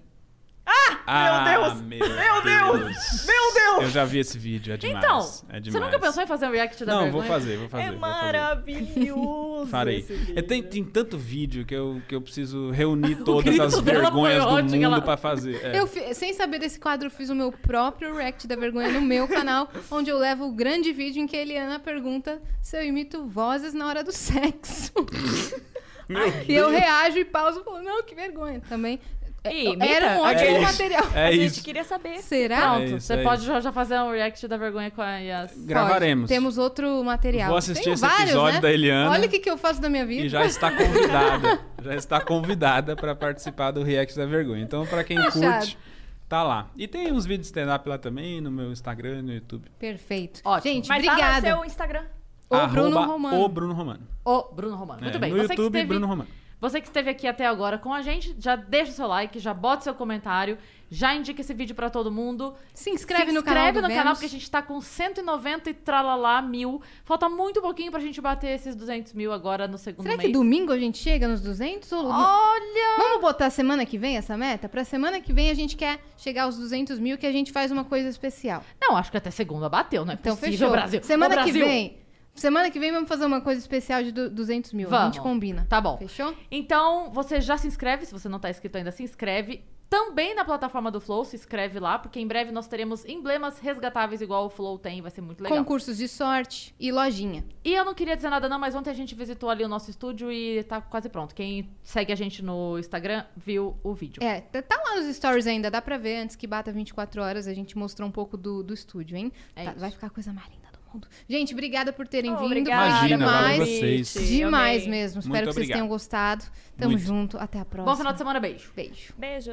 D: Ah,
E: Deus!
D: Meu,
E: Meu Deus! Meu Deus!
D: Eu já vi esse vídeo, é demais.
B: Então,
D: é
B: você
D: demais.
B: nunca pensou em fazer um react da
D: Não,
B: vergonha?
D: vou fazer, vou fazer.
E: É
D: vou fazer.
E: maravilhoso.
D: tá Farei.
E: esse vídeo.
D: É, tem, tem tanto vídeo que eu, que eu preciso reunir todas
B: grito
D: as
B: dela
D: vergonhas
B: foi
D: do
B: ótimo,
D: mundo
B: ela-
D: pra fazer. É.
C: Eu fi- sem saber desse quadro, eu fiz o meu próprio react da vergonha no meu canal, [LAUGHS] onde eu levo o grande vídeo em que a Eliana pergunta se eu imito vozes na hora do sexo. [LAUGHS]
D: Meu
C: e eu reajo e pauso e falo, não, que vergonha. Também
E: Ih,
C: eu-
E: imita.
C: era um
D: É
C: ótimo
D: isso.
C: material.
D: É
E: a gente
D: isso.
E: queria saber.
C: Será?
B: Pronto,
D: É isso,
B: você
D: é
B: pode
D: isso.
B: já- já fazer um react da vergonha com a Yas.
D: Gravaremos.
C: Pode. Temos outro material.
D: Vou assistir
C: Tem
D: esse
C: vários,
D: episódio
C: né?
D: da Eliana.
C: Olha o que, que eu faço da minha vida.
D: E já está convidada. já está convidada para participar do React da Vergonha. Então, para quem curte,
C: Fechado.
D: tá lá. E tem uns vídeos de stand-up lá também, no meu Instagram, no YouTube.
C: Perfeito.
B: Ótimo.
C: Gente,
E: Mas
C: obrigada.
E: lá no seu Instagram.
C: O Bruno
D: Arroba
C: Romano.
D: O Bruno Romano.
B: O Bruno Romano. Muito
D: É,
B: bem.
D: No
B: você,
D: YouTube,
B: que esteve,
D: Bruno Romano.
B: você que esteve aqui até agora com a gente, já deixa o seu like, já bota o seu comentário, já indica esse vídeo pra todo mundo.
C: Se inscreve
B: Se
C: no canal.
B: inscreve
C: do
B: no canal,
C: Vênus.
B: porque a gente tá com 190 e tralalá mil. Falta muito pouquinho pra gente bater esses 200 mil agora no segundo
C: Será
B: mês.
C: que domingo a gente chega nos 200? Ou...
B: Olha!
C: Vamos botar semana que vem essa meta? Pra semana que vem a gente quer chegar aos 200 mil que a gente faz uma coisa especial.
B: Não, acho que até segunda bateu, não é
C: Então
B: possível,
C: fechou.
B: Brasil.
C: Semana
B: Ô, Brasil.
C: que vem. Semana que vem vamos fazer uma coisa especial de du- 200 mil. A
B: Vamos.
C: gente combina.
B: Tá bom.
C: Fechou?
B: Então, você já se inscreve, se você não tá inscrito ainda, se inscreve. Também na plataforma do Flow, se inscreve lá, porque em breve nós teremos emblemas resgatáveis igual o Flow tem, vai ser muito legal.
C: Concursos de sorte e lojinha.
B: E eu não queria dizer nada não, mas ontem a gente visitou ali o nosso estúdio e tá quase pronto. Quem segue a gente no Instagram viu o vídeo.
C: É, tá tá lá nos stories ainda, dá pra ver. Antes que bata 24 horas, a gente mostrou um pouco do, do estúdio, hein?
B: É
C: Tá,
B: isso.
C: vai ficar a coisa mais linda do mundo. Gente, obrigada por terem vindo.
E: Obrigada,
C: foi
D: Oh, Imagina, valeu
C: demais.
D: vocês.
E: Amei.
C: Demais mesmo. Espero que vocês
D: obrigado.
C: tenham gostado. Tamo
D: Muito.
C: junto. Até a próxima.
B: Bom final de semana, beijo.
C: Beijo.
E: Beijo.